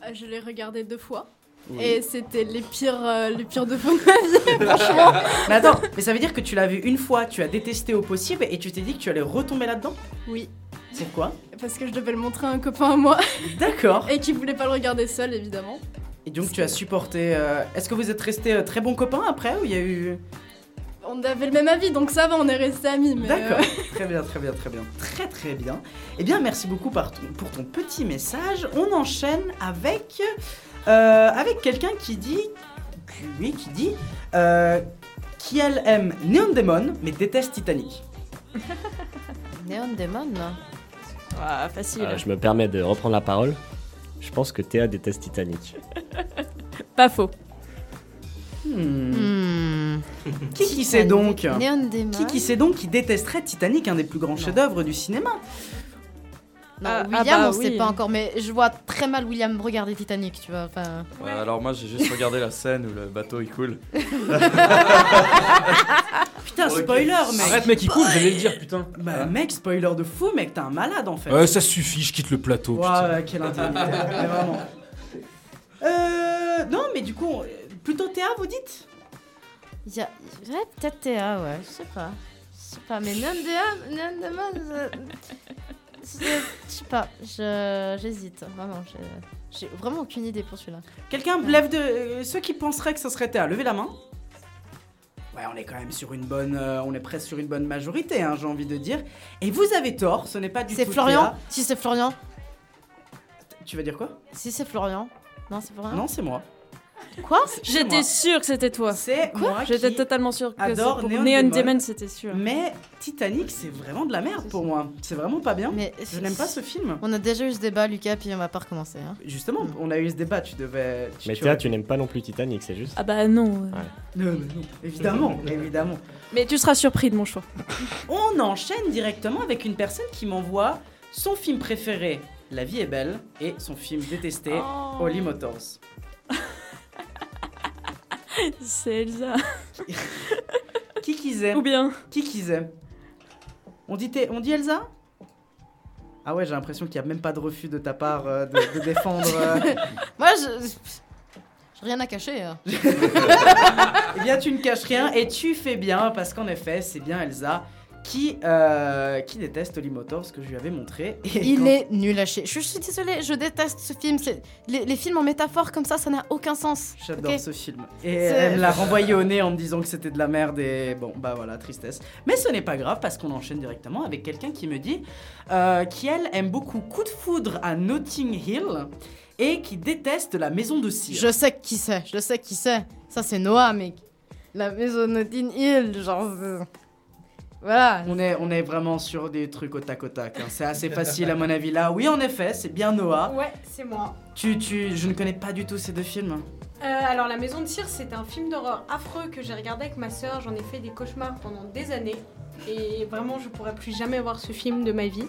S11: Euh, Je l'ai regardé deux fois.
S2: Oui.
S11: Et c'était les pires, euh, les pires de fois de ma vie, franchement.
S2: Mais attends, mais ça veut dire que tu l'as vu une fois, tu as détesté au possible et tu t'es dit que tu allais retomber là-dedans
S11: Oui,
S2: Pourquoi
S11: parce que je devais le montrer à un copain à moi
S2: D'accord.
S11: et qui voulait pas le regarder seul, évidemment.
S2: Et donc tu as supporté. euh, Est-ce que vous êtes resté très bon copain après ou il y a eu
S11: On avait le même avis, donc ça va, on est restés amis. mais,
S2: D'accord.
S11: euh,
S2: Très bien, très bien, très bien, très très bien. Eh bien, merci beaucoup par ton- pour ton petit message. On enchaîne avec euh, avec quelqu'un qui dit, oui, qui dit, euh, qu'elle aime Neon Demon mais déteste Titanic.
S4: Neon Demon
S3: Ah, facile.
S10: Euh, je me permets de reprendre la parole. Je pense que Théa déteste Titanic.
S3: Pas faux.
S2: Hmm.
S4: Hmm.
S2: Qui qui c'est donc
S4: Neon Demon
S2: Qui qui c'est donc qui détesterait Titanic, un des plus grands chefs-d'œuvre du cinéma
S4: Non,
S3: Ah,
S4: William,
S3: ah bah
S4: on sait
S3: oui.
S4: pas encore, mais je vois très mal William regarder Titanic, tu vois. Enfin,
S6: Ouais, Euh, alors moi j'ai juste regardé la scène où le bateau il coule.
S2: Putain, spoiler, mec.
S9: Arrête, mec, il coule, j'allais le dire, putain. Ah.
S2: Bah,
S6: Ah.
S2: mec, spoiler de fou, mec, t'es un malade en fait.
S9: Ouais, ça suffit, je quitte le plateau, putain.
S2: Ouah, quelle intimité, mais vraiment. Euh, non, mais du coup, on- plutôt Théa, vous dites
S4: il y a... ouais, peut-être Théa, ouais, je sais pas. Je sais pas, mais Neon Demon, Neon Demon, je- je je sais pas, je- j'hésite, vraiment. je- J'ai vraiment aucune idée pour celui-là.
S2: Quelqu'un me lève de. euh, ceux qui penseraient que ce serait Théa, levez la main. Ouais, on est quand même sur une bonne. euh, on est presque sur une bonne majorité, hein, j'ai envie de dire. Et vous avez tort, ce n'est pas du tout.
S4: C'est Florian
S2: Théa.
S4: Si c'est Florian
S2: Tu vas dire quoi
S4: Si c'est Florian Hein Non, c'est Florian
S2: Non, c'est moi.
S4: Quoi
S3: J'étais sûre que c'était toi.
S2: C'est moi.
S3: J'étais
S2: qui-
S3: totalement sûre que
S2: adore
S3: c'est pour
S2: Neon
S3: Neon,
S2: Demon.
S3: Demon, c'était sûr.
S2: Mais Titanic, c'est vraiment de la merde pour moi. C'est vraiment pas bien.
S4: Mais
S2: Je n'aime pas ce film.
S4: On a déjà eu ce débat, Lucas, puis on va pas recommencer. Hein.
S2: Justement, on a eu ce débat, tu devais. tu-
S10: Mais
S2: tu
S10: Théa,
S2: aurais-
S10: tu n'aimes pas non plus Titanic, c'est juste
S3: Ah bah non.
S2: Non, mais non. Évidemment, évidemment.
S3: Mais tu seras surpris de mon choix.
S2: On enchaîne directement avec une personne qui m'envoie son film préféré, La vie est belle, et son film détesté, Holy Motors.
S3: C'est Elsa.
S2: Qui qu'ils aiment
S3: Ou bien
S2: Qui qu'ils aiment on dit, Thé- on dit Elsa Ah ouais, j'ai l'impression qu'il n'y a même pas de refus de ta part euh, de, de défendre. euh.
S4: Moi, je. J'ai rien à cacher. hein.
S2: Eh bien, tu ne caches rien et tu fais bien, parce qu'en effet, c'est bien Elsa qui, euh, qui déteste Holy Motors que je lui avais montré. Et
S4: Il
S2: quand-
S4: est nul à chier. Je suis désolée, je déteste ce film. c'est- Les, les films en métaphore comme ça, ça n'a aucun sens.
S2: J'adore
S4: Ok
S2: ce film. Et
S4: C'est-
S2: elle me l'a renvoyé au nez en me disant que c'était de la merde et bon, bah voilà, tristesse. Mais ce n'est pas grave parce qu'on enchaîne directement avec quelqu'un qui me dit euh, qui elle aime beaucoup Coup de foudre à Notting Hill et qui déteste la maison de cire.
S4: Je sais qui c'est, je sais qui c'est. Ça, c'est Noah, mec. La maison Notting Hill, genre. euh, Voilà.
S2: On est, on est vraiment sur des trucs au tac au tac. hein. C'est assez facile à mon avis là. Oui, en effet, c'est bien Noah.
S7: Ouais, c'est moi.
S2: Tu, tu, je ne connais pas du tout ces deux films.
S7: Euh, alors, La Maison de Cire, c'est un film d'horreur affreux que j'ai regardé avec ma sœur. J'en ai fait des cauchemars pendant des années. Et vraiment, je pourrais plus jamais voir ce film de ma vie.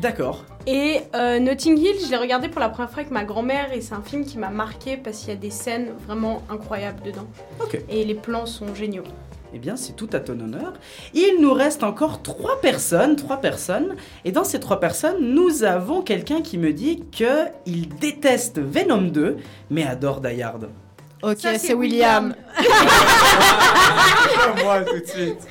S2: D'accord.
S7: Et euh, Notting Hill, je l'ai regardé pour la première fois avec ma grand-mère et c'est un film qui m'a marqué parce qu'il y a des scènes vraiment incroyables dedans.
S2: Ok.
S7: Et les plans sont géniaux.
S2: Eh bien, c'est tout à ton honneur. Il nous reste encore trois personnes, trois personnes. Et dans ces trois personnes, nous avons quelqu'un qui me dit que il déteste Venom 2, mais adore Die Hard.
S4: Ok,
S7: Ça,
S4: c'est William.
S6: moi tout de suite.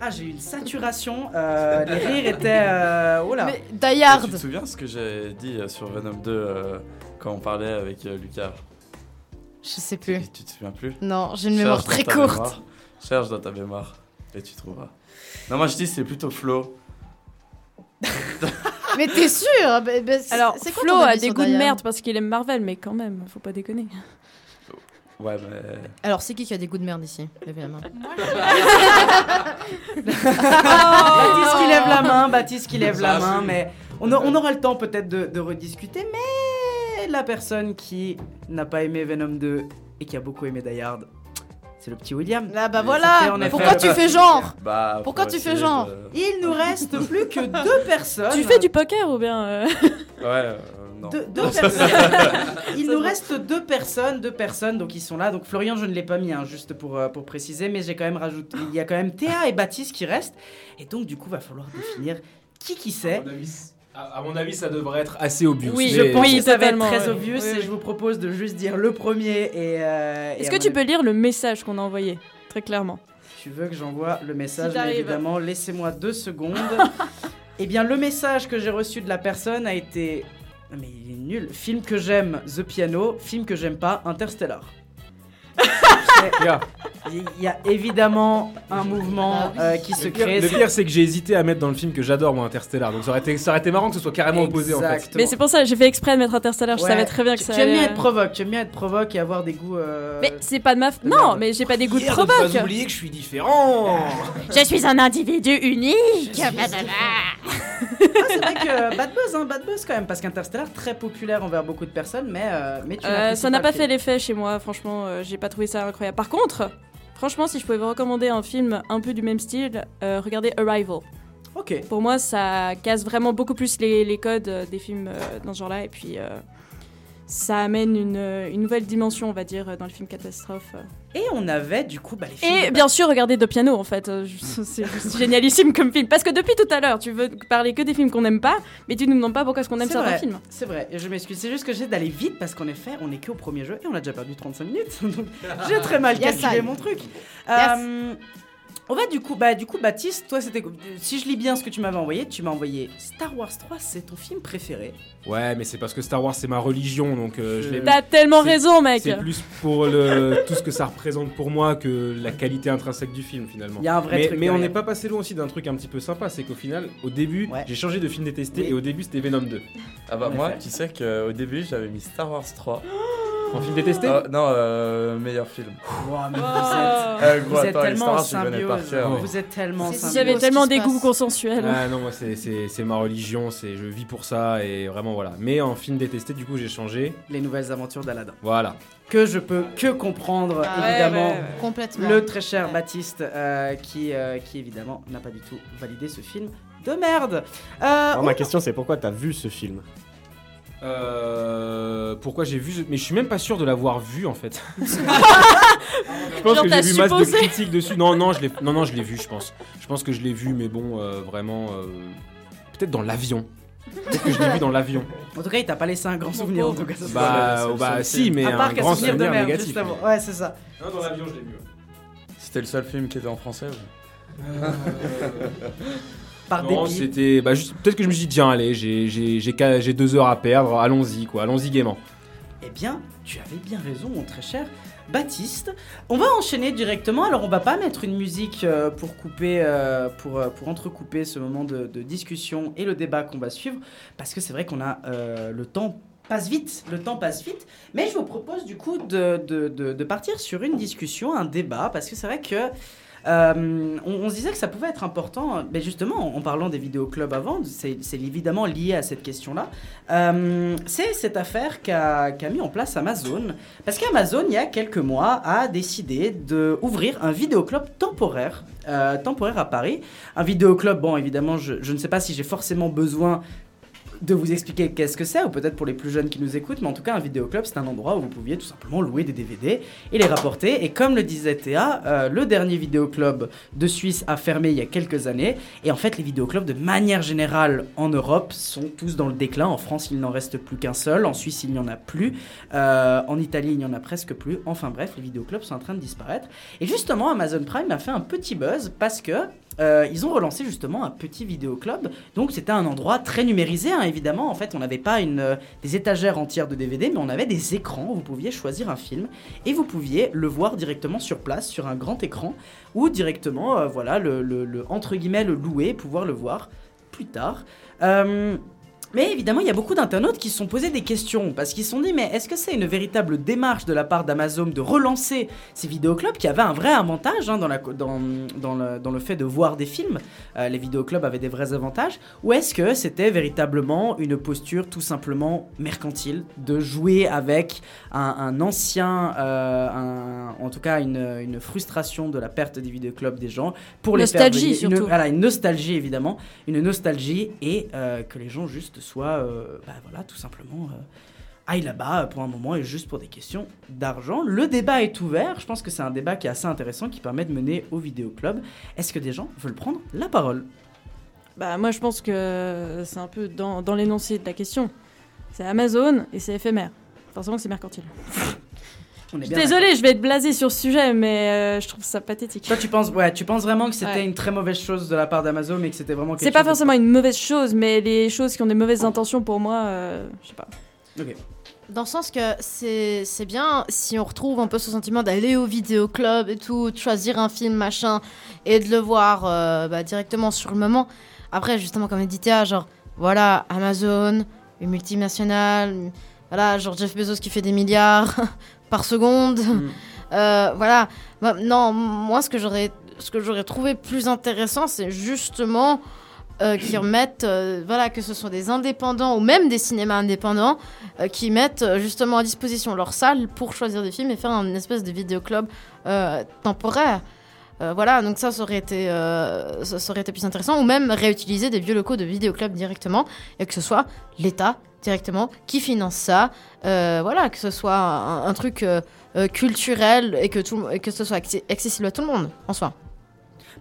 S2: Ah, j'ai eu une saturation. euh, les rires étaient... euh, oh là.
S4: Mais Die
S6: Tu te
S4: Hard.
S6: souviens ce que j'ai dit euh, sur Venom 2 euh, quand on parlait avec euh, Lucas
S4: Je sais plus.
S6: Tu te souviens plus
S4: Non, j'ai une
S6: Cherche
S4: mémoire
S6: dans
S4: très
S6: ta
S4: courte.
S6: mémoire. Cherche dans ta mémoire et tu trouveras. Non, moi je dis c'est plutôt Flo.
S4: Mais t'es sûr Bah, bah, c'est-
S3: Alors,
S4: c'est quoi
S3: Flo
S4: ton
S3: a
S4: avis
S3: des
S4: sur
S3: goûts de
S4: Die Hard
S3: merde parce qu'il aime Marvel, mais quand même, faut pas déconner.
S6: Ouais, mais.
S4: Alors, c'est qui qui a des goûts de merde ici, évidemment
S2: Baptiste qui lève la
S4: Oh.
S2: main, Baptiste qui lève la main, mais on, a- on aura le temps peut-être de, de rediscuter. Mais la personne qui n'a pas aimé Venom 2 et qui a beaucoup aimé Die Hard, c'est le petit William.
S4: Ah bah
S2: Et
S4: voilà,
S2: c'était en
S4: mais
S2: effet-
S4: pourquoi tu fais genre
S6: Bah,
S4: Pourquoi
S6: faut
S4: tu fais
S6: essayer
S4: genre
S6: de-
S2: Il nous reste plus que deux personnes.
S3: Tu fais du poker ou bien euh,
S6: Ouais, euh, non.
S2: Deux- deux personnes. Il nous reste deux personnes, deux personnes, donc ils sont là. Donc Florian, je ne l'ai pas mis, hein, juste pour, euh, pour préciser, mais j'ai quand même rajouté. Il y a quand même Théa et Baptiste qui restent. Et donc, du coup, va falloir définir qui qui c'est.
S9: À mon avis, ça devrait être assez obvious.
S3: Oui,
S2: Je
S9: mais-
S2: pense
S3: Oui,
S2: que ça va être
S3: totalement,
S2: très
S3: oui.
S2: obvious
S3: Oui,
S2: et
S3: oui.
S2: je vous propose de juste dire le premier. et, euh, et
S3: Est-ce
S2: à
S3: que
S2: mon
S3: tu
S2: avis-
S3: peux lire le message qu'on a envoyé Très clairement.
S2: Tu veux que j'envoie le message, mais
S11: t'arrives.
S2: évidemment, laissez-moi deux secondes. eh bien, le message que j'ai reçu de la personne a été. Non, Mais il est nul. Film que j'aime, The Piano. Film que j'aime pas, Interstellar.
S9: Yeah.
S2: Il y a évidemment un mouvement euh, qui se
S9: Le pire-
S2: crée.
S9: Le
S2: c'est-
S9: pire, c'est que j'ai hésité à mettre dans le film que j'adore, moi, Interstellar. Donc ça aurait été, ça aurait été marrant que ce soit carrément opposé, en fait.
S2: Exactement.
S3: Mais c'est pour ça, j'ai fait exprès de mettre Interstellar,
S2: Ouais.
S3: je savais très bien que
S2: Tu,
S3: ça
S2: tu aimes
S3: allait,
S2: bien
S3: euh,
S2: être provoque, tu aimes bien être provoque et avoir des goûts. euh,
S3: Mais c'est pas de ma faute.
S2: de
S3: Non,
S2: merde.
S3: mais j'ai pas des goûts de
S9: Hier, ne pas
S3: provoque.
S9: oublier que je suis différent.
S3: Je suis un individu unique.
S2: Ah, c'est vrai que Bad Buzz, hein, Bad Buzz quand même, parce qu'Interstellar très populaire envers beaucoup de personnes, mais euh, mais tu
S3: Euh,
S2: n'apprécies
S3: ça n'a pas
S2: le
S3: fait
S2: film.
S3: l'effet chez moi, franchement, euh, j'ai pas trouvé ça incroyable. Par contre, franchement, si je pouvais vous recommander un film un peu du même style, euh, regardez Arrival.
S2: Ok.
S3: Pour moi, ça casse vraiment beaucoup plus les, les codes euh, des films euh, dans ce genre-là, et puis euh, ça amène une, euh, une nouvelle dimension, on va dire, euh, dans le film catastrophe.
S2: Et on avait du coup bah, les films.
S3: Et bien sûr, regardez De Piano, en fait. Euh, je- C'est juste génialissime comme film. Parce que depuis tout à l'heure, tu veux parler que des films qu'on n'aime pas, mais tu nous demandes pas pourquoi est-ce qu'on aime
S2: C'est
S3: certains
S2: vrai,
S3: films.
S2: C'est vrai, et je m'excuse, c'est juste que j'ai d'aller vite parce qu'en effet, on est qu'au premier jeu et on a déjà perdu 35 minutes. Donc j'ai très mal
S4: Yes,
S2: calculé
S4: I.
S2: mon truc.
S4: Yes.
S2: Euh, on va du coup, bah, du coup, Baptiste, toi, c'était. Si je lis bien ce que tu m'avais envoyé, tu m'as envoyé Star Wars 3, c'est ton film préféré.
S9: Ouais, mais c'est parce que Star Wars, c'est ma religion, donc euh, je l'ai.
S3: T'as tellement
S9: C'est-
S3: raison, mec.
S9: C'est plus pour le, tout ce que ça représente pour moi que la qualité intrinsèque du film finalement.
S2: Il y a un vrai
S9: mais,
S2: truc
S9: mais on
S2: derrière.
S9: n'est pas passé loin aussi d'un truc un petit peu sympa, c'est qu'au final, au début,
S2: Ouais.
S9: j'ai changé de film détesté
S2: Oui.
S9: et au début c'était Venom 2.
S6: Ah bah,
S2: En
S6: moi,
S2: effet.
S6: tu sais qu'au début, j'avais mis Star Wars 3.
S9: Mon film détesté
S6: Ah, non, euh, meilleur film.
S2: Waouh, mais
S3: Oh.
S6: Euh,
S2: vous êtes,
S6: gros, attends,
S2: vous êtes
S6: les Star
S2: tellement
S6: Wars, je les connais par
S2: symbiose.
S6: cœur.
S2: Vous êtes tellement
S4: C'est-
S2: symbiose.
S4: J'avais
S3: J'avais
S4: Qu'est-ce tellement qui
S3: tellement
S4: se
S3: des
S4: des goûts
S3: goûts
S4: passe
S3: consensuels.
S9: Ah non, moi c'est- c'est c'est ma religion, c'est je vis pour ça et vraiment voilà. Mais en film détesté, du coup j'ai changé.
S2: Les nouvelles aventures d'Aladin.
S9: Voilà.
S2: Que je peux que comprendre,
S4: Ah ouais,
S2: évidemment.
S3: ouais, ouais.
S4: Complètement.
S2: Le très cher Baptiste, euh, qui, euh, qui évidemment n'a pas du tout validé ce film de merde. Euh,
S10: Alors, ma question, c'est pourquoi t'as vu ce film
S9: Euh, pourquoi j'ai vu ce- Mais je suis même pas sûr de l'avoir vu en fait. je pense
S3: Genre,
S9: que
S3: t'as
S9: j'ai vu masse de
S3: supposé
S9: critiques dessus. Non, non, je l'ai, non, non, je l'ai vu, je pense. Je pense que je l'ai vu, mais bon, euh, vraiment, euh, peut-être dans l'avion. Peut-être que je l'ai vu dans l'avion.
S2: En tout cas, il t'a pas laissé un grand souvenir. En tout cas, ça, c'est
S9: bah,
S6: c'est le
S9: euh, bah,
S6: seul
S9: si,
S6: film.
S9: mais
S2: sûr. à part
S9: un
S2: qu'un
S9: grand
S2: souvenir, de merde,
S9: négatif.
S2: juste avant. Ouais, c'est ça.
S9: Non, dans l'avion, je l'ai vu.
S6: C'était le seul film qui était en français. ouais.
S2: Euh, Par
S9: Non,
S2: dépit.
S9: c'était, bah, juste, peut-être que je me suis dit, tiens, allez, j'ai, j'ai, j'ai, qu'à- j'ai deux heures à perdre, allons-y, quoi, allons-y gaiement.
S2: Eh bien, tu avais bien raison, mon très cher Baptiste. On va enchaîner directement. Alors, on va pas mettre une musique euh, pour couper, euh, pour, euh, pour entrecouper ce moment de, de discussion et le débat qu'on va suivre, parce que c'est vrai qu'on a euh, le temps passe vite, le temps passe vite. Mais je vous propose du coup de, de- de- de partir sur une discussion, un débat, parce que c'est vrai que euh, on, on se disait que ça pouvait être important, mais justement, en parlant des vidéoclubs avant, c'est c'est évidemment lié à cette question-là. Euh, c'est cette affaire qu'a qu'a mis en place Amazon. Parce qu'Amazon, il y a quelques mois, a décidé d'ouvrir un vidéoclub temporaire, euh, temporaire à Paris. Un vidéoclub, bon, évidemment, je, je ne sais pas si j'ai forcément besoin de vous expliquer qu'est-ce que c'est, ou peut-être pour les plus jeunes qui nous écoutent, mais en tout cas, un vidéoclub, c'est un endroit où vous pouviez tout simplement louer des DVD et les rapporter. Et comme le disait Théa, euh, le dernier vidéoclub de Suisse a fermé il y a quelques années. Et en fait, les vidéoclubs, de manière générale, en Europe, sont tous dans le déclin. En France, il n'en reste plus qu'un seul. En Suisse, il n'y en a plus. Euh, en Italie, il n'y en a presque plus. Enfin bref, les vidéoclubs sont en train de disparaître. Et justement, Amazon Prime a fait un petit buzz parce que euh, ils ont relancé justement un petit vidéoclub. Donc c'était un endroit très numérisé, hein, évidemment. En fait, on n'avait pas une, euh, des étagères entières de DVD, mais on avait des écrans où vous pouviez choisir un film et vous pouviez le voir directement sur place, sur un grand écran, ou directement, euh, voilà, le, le- le- entre guillemets, le louer, pouvoir le voir plus tard. Euh, Mais évidemment, il y a beaucoup d'internautes qui se sont posés des questions parce qu'ils se sont dit mais est-ce que c'est une véritable démarche de la part d'Amazon de relancer ces vidéoclubs qui avaient un vrai avantage hein, dans, la co- dans- dans le, dans le fait de voir des films Euh, Les vidéoclubs avaient des vrais avantages Ou est-ce que c'était véritablement une posture tout simplement mercantile de jouer avec un, un ancien, euh, un- en tout cas une, une frustration de la perte des vidéoclubs des gens pour les faire
S3: Nostalgie,
S2: venir- une-
S3: surtout.
S2: voilà, une nostalgie évidemment, une nostalgie et euh, que les gens juste soient, euh, bah voilà, tout simplement. euh, aillent là-bas euh, pour un moment et juste pour des questions d'argent. Le débat est ouvert, je pense que c'est un débat qui est assez intéressant, qui permet de mener au vidéoclub. Est-ce que des gens veulent prendre la parole
S3: Bah, moi, je pense que c'est un peu dans, dans l'énoncé de la question. C'est Amazon et c'est éphémère. Forcément que c'est mercantile.
S2: On est bien
S3: Désolée, je vais être blasée sur ce sujet, mais euh, je trouve ça pathétique.
S2: Toi, tu penses, ouais, tu penses vraiment que c'était
S3: Ouais.
S2: une très mauvaise chose de la part d'Amazon et que c'était vraiment quelque
S3: C'est pas
S2: chose de-
S3: forcément une mauvaise chose, mais les choses qui ont des mauvaises intentions pour moi, euh, je sais pas.
S2: Ok.
S4: Dans le sens que c'est c'est bien si on retrouve un peu ce sentiment d'aller au vidéoclub et tout, de choisir un film, machin, et de le voir euh, bah, directement sur le moment. Après, justement, comme elle dit Théa, genre, voilà, Amazon, une multinationale, une- voilà, genre Jeff Bezos qui fait des milliards par seconde. Euh, voilà. Bah, non, moi, ce que j'aurais ce que j'aurais trouvé plus intéressant, c'est justement euh, qui remettent, euh, voilà, que ce soit des indépendants ou même des cinémas indépendants, euh, qui mettent euh, justement à disposition leur salle pour choisir des films et faire un espèce de vidéoclub euh, temporaire. Euh, voilà, donc ça, ça aurait, été, euh, ça, ça aurait été plus intéressant. Ou même réutiliser des vieux locaux de vidéoclub directement et que ce soit l'État directement qui finance ça. Euh, voilà, que ce soit un, un truc euh, euh, culturel et que, tout, le mo- et que ce soit acci- accessible à tout le monde en soi.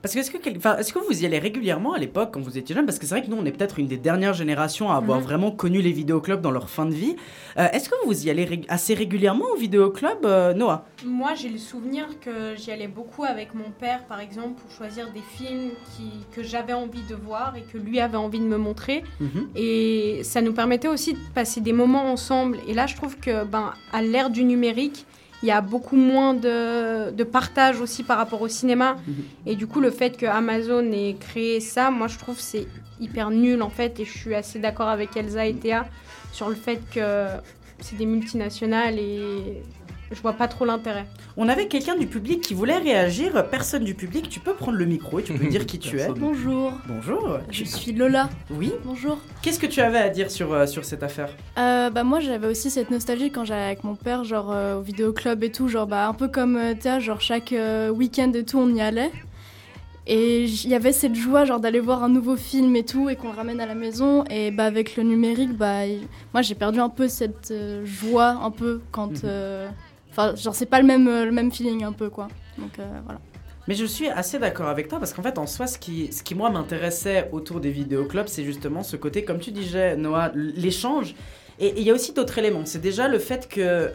S2: Parce que est-ce que, quel- enfin, est-ce que vous y allez régulièrement à l'époque quand vous étiez jeune Parce que c'est vrai que nous, on est peut-être une des dernières générations à avoir
S4: Mhm.
S2: vraiment connu les vidéoclubs dans leur fin de vie. Euh, est-ce que vous y allez rég- assez régulièrement aux vidéoclubs, euh, Noah
S7: Moi, j'ai le souvenir que j'y allais beaucoup avec mon père, par exemple, pour choisir des films qui- que j'avais envie de voir et que lui avait envie de me montrer.
S2: Mhm.
S7: Et ça nous permettait aussi de passer des moments ensemble. Et là, je trouve que, ben, à l'ère du numérique, il y a beaucoup moins de, de partage aussi par rapport au cinéma.
S4: Mhm.
S7: Et du coup, le fait que Amazon ait créé ça, moi, je trouve que c'est hyper nul en fait. Et je suis assez d'accord avec Elsa et Théa sur le fait que c'est des multinationales et je vois pas trop l'intérêt.
S2: On avait quelqu'un du public qui voulait réagir. Personne du public, tu peux prendre le micro et tu peux dire qui tu es.
S11: Bonjour,
S2: Bonjour.
S11: je suis Lola.
S2: Oui.
S11: Bonjour.
S2: Qu'est-ce que tu avais à dire sur, euh, sur cette affaire
S11: Euh, bah moi j'avais aussi cette nostalgie quand j'allais avec mon père genre euh, au vidéoclub et tout genre bah un peu comme euh, Théa genre chaque euh, week-end et tout on y allait et j- il y avait cette joie genre d'aller voir un nouveau film et tout et qu'on le ramène à la maison et bah avec le numérique bah il- moi j'ai perdu un peu cette euh, joie un peu quand euh, enfin genre c'est pas le même euh, le même feeling un peu quoi donc euh, voilà
S2: Mais je suis assez d'accord avec toi parce qu'en fait, en soi, ce qui, ce qui moi m'intéressait autour des vidéoclubs, c'est justement ce côté, comme tu disais, Noah, l- l'échange. Et et il y a aussi d'autres éléments. C'est déjà le fait que.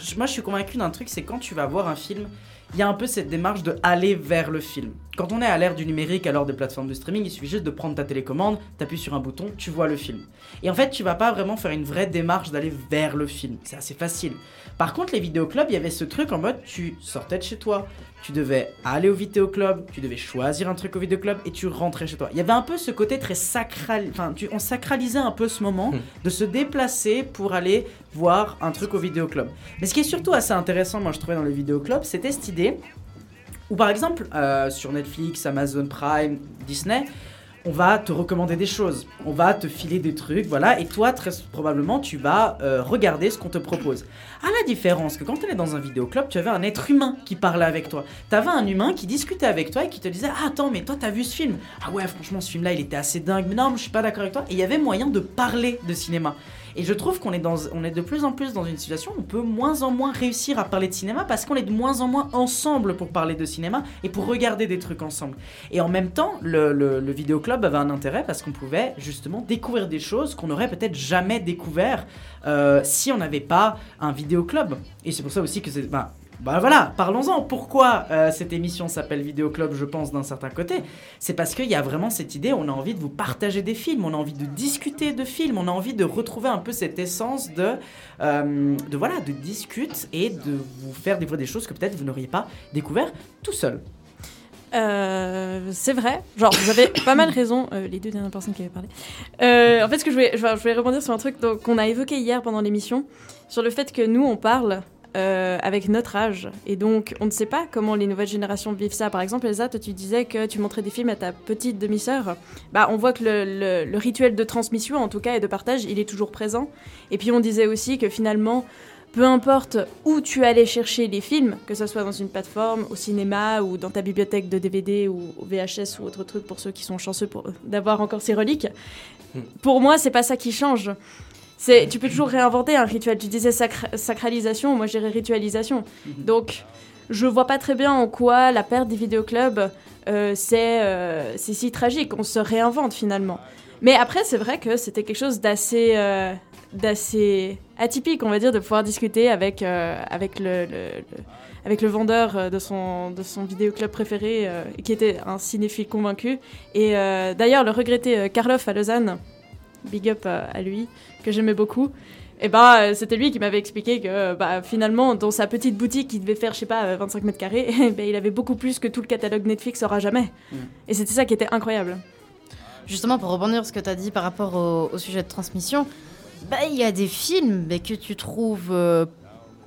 S2: je- Moi, je suis convaincu d'un truc, c'est quand tu vas voir un film, il y a un peu cette démarche de aller vers le film. Quand on est à l'ère du numérique, à l'ère des plateformes de streaming, il suffit juste de prendre ta télécommande, t'appuies sur un bouton, tu vois le film. Et en fait, tu vas pas vraiment faire une vraie démarche d'aller vers le film. C'est assez facile. Par contre, les vidéoclubs, il y avait ce truc en mode tu sortais de chez toi, tu devais aller au vidéoclub, tu devais choisir un truc au vidéoclub et tu rentrais chez toi. Il y avait un peu ce côté très sacral. Enfin, tu- on sacralisait un peu ce moment de se déplacer pour aller voir un truc au vidéoclub. Mais ce qui est surtout assez intéressant, moi je trouvais dans le vidéoclub, c'était cette idée ou par exemple, euh, sur Netflix, Amazon Prime, Disney, on va te recommander des choses, on va te filer des trucs, voilà, et toi, très probablement, tu vas euh, regarder ce qu'on te propose. À la différence que quand tu allais dans un vidéoclub, tu avais un être humain qui parlait avec toi. Tu avais un humain qui discutait avec toi et qui te disait Ah, attends, mais toi, t'as vu ce film Ah, ouais, franchement, ce film-là, il était assez dingue, mais non, mais je suis pas d'accord avec toi. Et il y avait moyen de parler de cinéma. Et je trouve qu'on est, dans, on est de plus en plus dans une situation où on peut moins en moins réussir à parler de cinéma parce qu'on est de moins en moins ensemble pour parler de cinéma et pour regarder des trucs ensemble. Et en même temps, le, le, le vidéoclub avait un intérêt parce qu'on pouvait justement découvrir des choses qu'on n'aurait peut-être jamais découvert euh, si on n'avait pas un vidéoclub. Et c'est pour ça aussi que c'est... ben, bah voilà, parlons-en. Pourquoi euh, cette émission s'appelle Vidéoclub, je pense, d'un certain côté C'est parce qu'il y a vraiment cette idée, on a envie de vous partager des films, on a envie de discuter de films, on a envie de retrouver un peu cette essence de, euh, de voilà, de discute et de vous faire découvrir des choses que peut-être vous n'auriez pas découvert tout seul.
S3: Euh, c'est vrai, genre vous avez pas mal raison, euh, les deux dernières personnes qui avaient parlé. Euh, en fait, ce que je voulais, je voulais- je voulais rebondir sur un truc donc, qu'on a évoqué hier pendant l'émission, sur le fait que nous on parle euh, avec notre âge, et donc on ne sait pas comment les nouvelles générations vivent ça. Par exemple, Elsa, toi tu disais que tu montrais des films à ta petite demi-sœur. Bah, on voit que le, le- le rituel de transmission, en tout cas, et de partage, il est toujours présent. Et puis on disait aussi que finalement, peu importe où tu allais chercher les films, que ce soit dans une plateforme, au cinéma ou dans ta bibliothèque de DVD ou au VHS ou autre truc pour ceux qui sont chanceux pour- euh, d'avoir encore ces reliques, pour moi, c'est pas ça qui change. C'est, tu peux toujours réinventer un rituel. Tu disais sacra- sacralisation, moi je dirais ritualisation. Donc, je vois pas très bien en quoi la perte des vidéoclubs, euh, c'est, euh, c'est si tragique. On se réinvente finalement. Mais après, c'est vrai que c'était quelque chose d'assez, euh, d'assez atypique, on va dire, de pouvoir discuter avec, euh, avec, le, le- le- avec le vendeur euh, de son, de son vidéoclub préféré, euh, qui était un cinéphile convaincu. Et euh, d'ailleurs, le regretté euh, Karloff à Lausanne, big up euh, à lui, que j'aimais beaucoup. Et bah, euh, c'était lui qui m'avait expliqué que euh, bah, finalement, dans sa petite boutique qui devait faire, je sais pas, euh, 25 mètres carrés, eh ben, il avait beaucoup plus que tout le catalogue Netflix aura jamais. Et c'était ça qui était incroyable.
S4: Justement, pour rebondir sur ce que tu as dit par rapport au, au sujet de transmission, bah, il y a des films mais que tu trouves euh,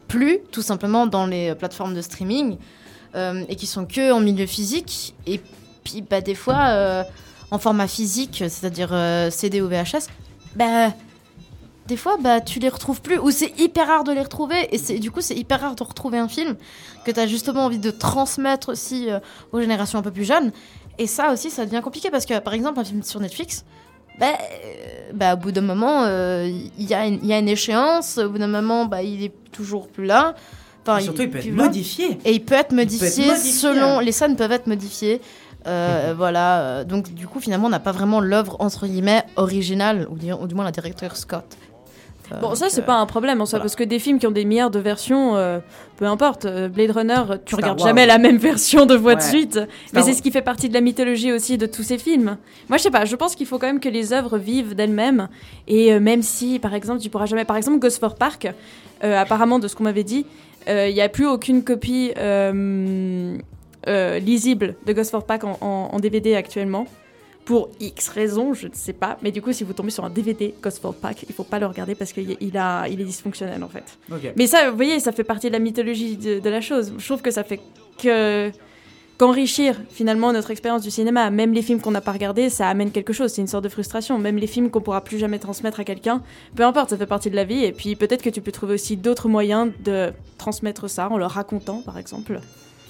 S4: plus, tout simplement, dans les euh, plateformes de streaming, euh, et qui sont que en milieu physique, et puis bah, des fois euh, en format physique, c'est-à-dire euh, CD ou VHS, bah, des fois bah, tu les retrouves plus, ou c'est hyper rare de les retrouver, et c'est- du coup c'est hyper rare de retrouver un film que tu as justement envie de transmettre aussi euh, aux générations un peu plus jeunes. Et ça aussi, ça devient compliqué parce que, par exemple, un film sur Netflix, bah, euh, bah, au bout d'un moment, euh, il y, a une- il y a une échéance, au bout d'un moment, bah, il est toujours plus là. Enfin,
S2: Et surtout, il peut être
S4: plus là.
S2: modifié.
S4: Et il peut être
S2: peut être hein.
S4: modifié
S2: modifié.
S4: selon. Les scènes peuvent être modifiées. Euh, voilà. euh, Donc, du coup, finalement, on n'a pas vraiment l'œuvre, entre guillemets, originale, ou, du- ou du moins la directeur Scott. Euh,
S3: Bon, ça,
S4: donc,
S3: c'est
S4: euh,
S3: pas un problème en soi, parce que des films qui ont des milliards de versions, euh, peu importe. euh, Blade Runner, tu
S4: Star
S3: regardes
S4: Wars.
S3: jamais la même version deux fois de
S4: Ouais.
S3: suite. mais c'est
S4: Wars.
S3: ce qui fait partie de la mythologie aussi de tous ces films. Moi, je sais pas, je pense qu'il faut quand même que les œuvres vivent d'elles-mêmes. Et euh, même si, par exemple, tu pourras jamais. Par exemple, Gosford Park, euh, apparemment, de ce qu'on m'avait dit, euh, il n'y a plus aucune copie euh, euh, lisible de Gosford Park en, en- en DVD actuellement. Pour X raisons, je ne sais pas. Mais du coup, si vous tombez sur un DVD Gosford Park, il faut pas le regarder parce qu'il est- il a, il est dysfonctionnel en fait.
S2: Ok.
S3: Mais ça, vous voyez, ça fait partie de la mythologie de, de la chose. Je trouve que ça fait que qu'enrichir finalement notre expérience du cinéma. Même les films qu'on n'a pas regardés, ça amène quelque chose. C'est une sorte de frustration. Même les films qu'on pourra plus jamais transmettre à quelqu'un, peu importe, ça fait partie de la vie. Et puis peut-être que tu peux trouver aussi d'autres moyens de transmettre ça en leur racontant, par exemple.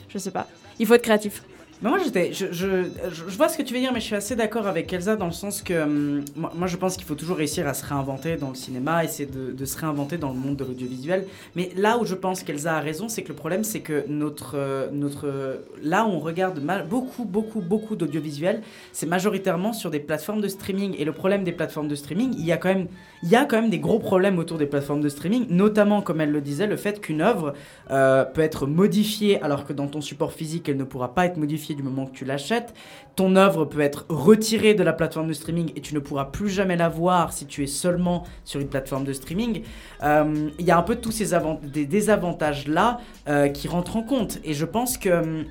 S3: Je sais pas. Il faut être créatif.
S2: Mais moi, j'étais, je, je, je- je vois ce que tu veux dire, mais je suis assez d'accord avec Elsa dans le sens que hum, moi, moi, je pense qu'il faut toujours réussir à se réinventer dans le cinéma, essayer de, de se réinventer dans le monde de l'audiovisuel. Mais là où je pense qu'Elsa a raison, c'est que le problème, c'est que notre, euh, notre, euh, là où on regarde ma- beaucoup, beaucoup, beaucoup d'audiovisuel, c'est majoritairement sur des plateformes de streaming. Et le problème des plateformes de streaming, il y a quand même, il y a quand même des gros problèmes autour des plateformes de streaming, notamment, comme elle le disait, le fait qu'une œuvre euh, peut être modifiée alors que dans ton support physique, elle ne pourra pas être modifiée du moment que tu l'achètes. Ton œuvre peut être retirée de la plateforme de streaming et tu ne pourras plus jamais la voir si tu es seulement sur une plateforme de streaming. Euh, Il y a un peu tous ces avan- des désavantages-là euh, qui rentrent en compte. Et je pense que... hum,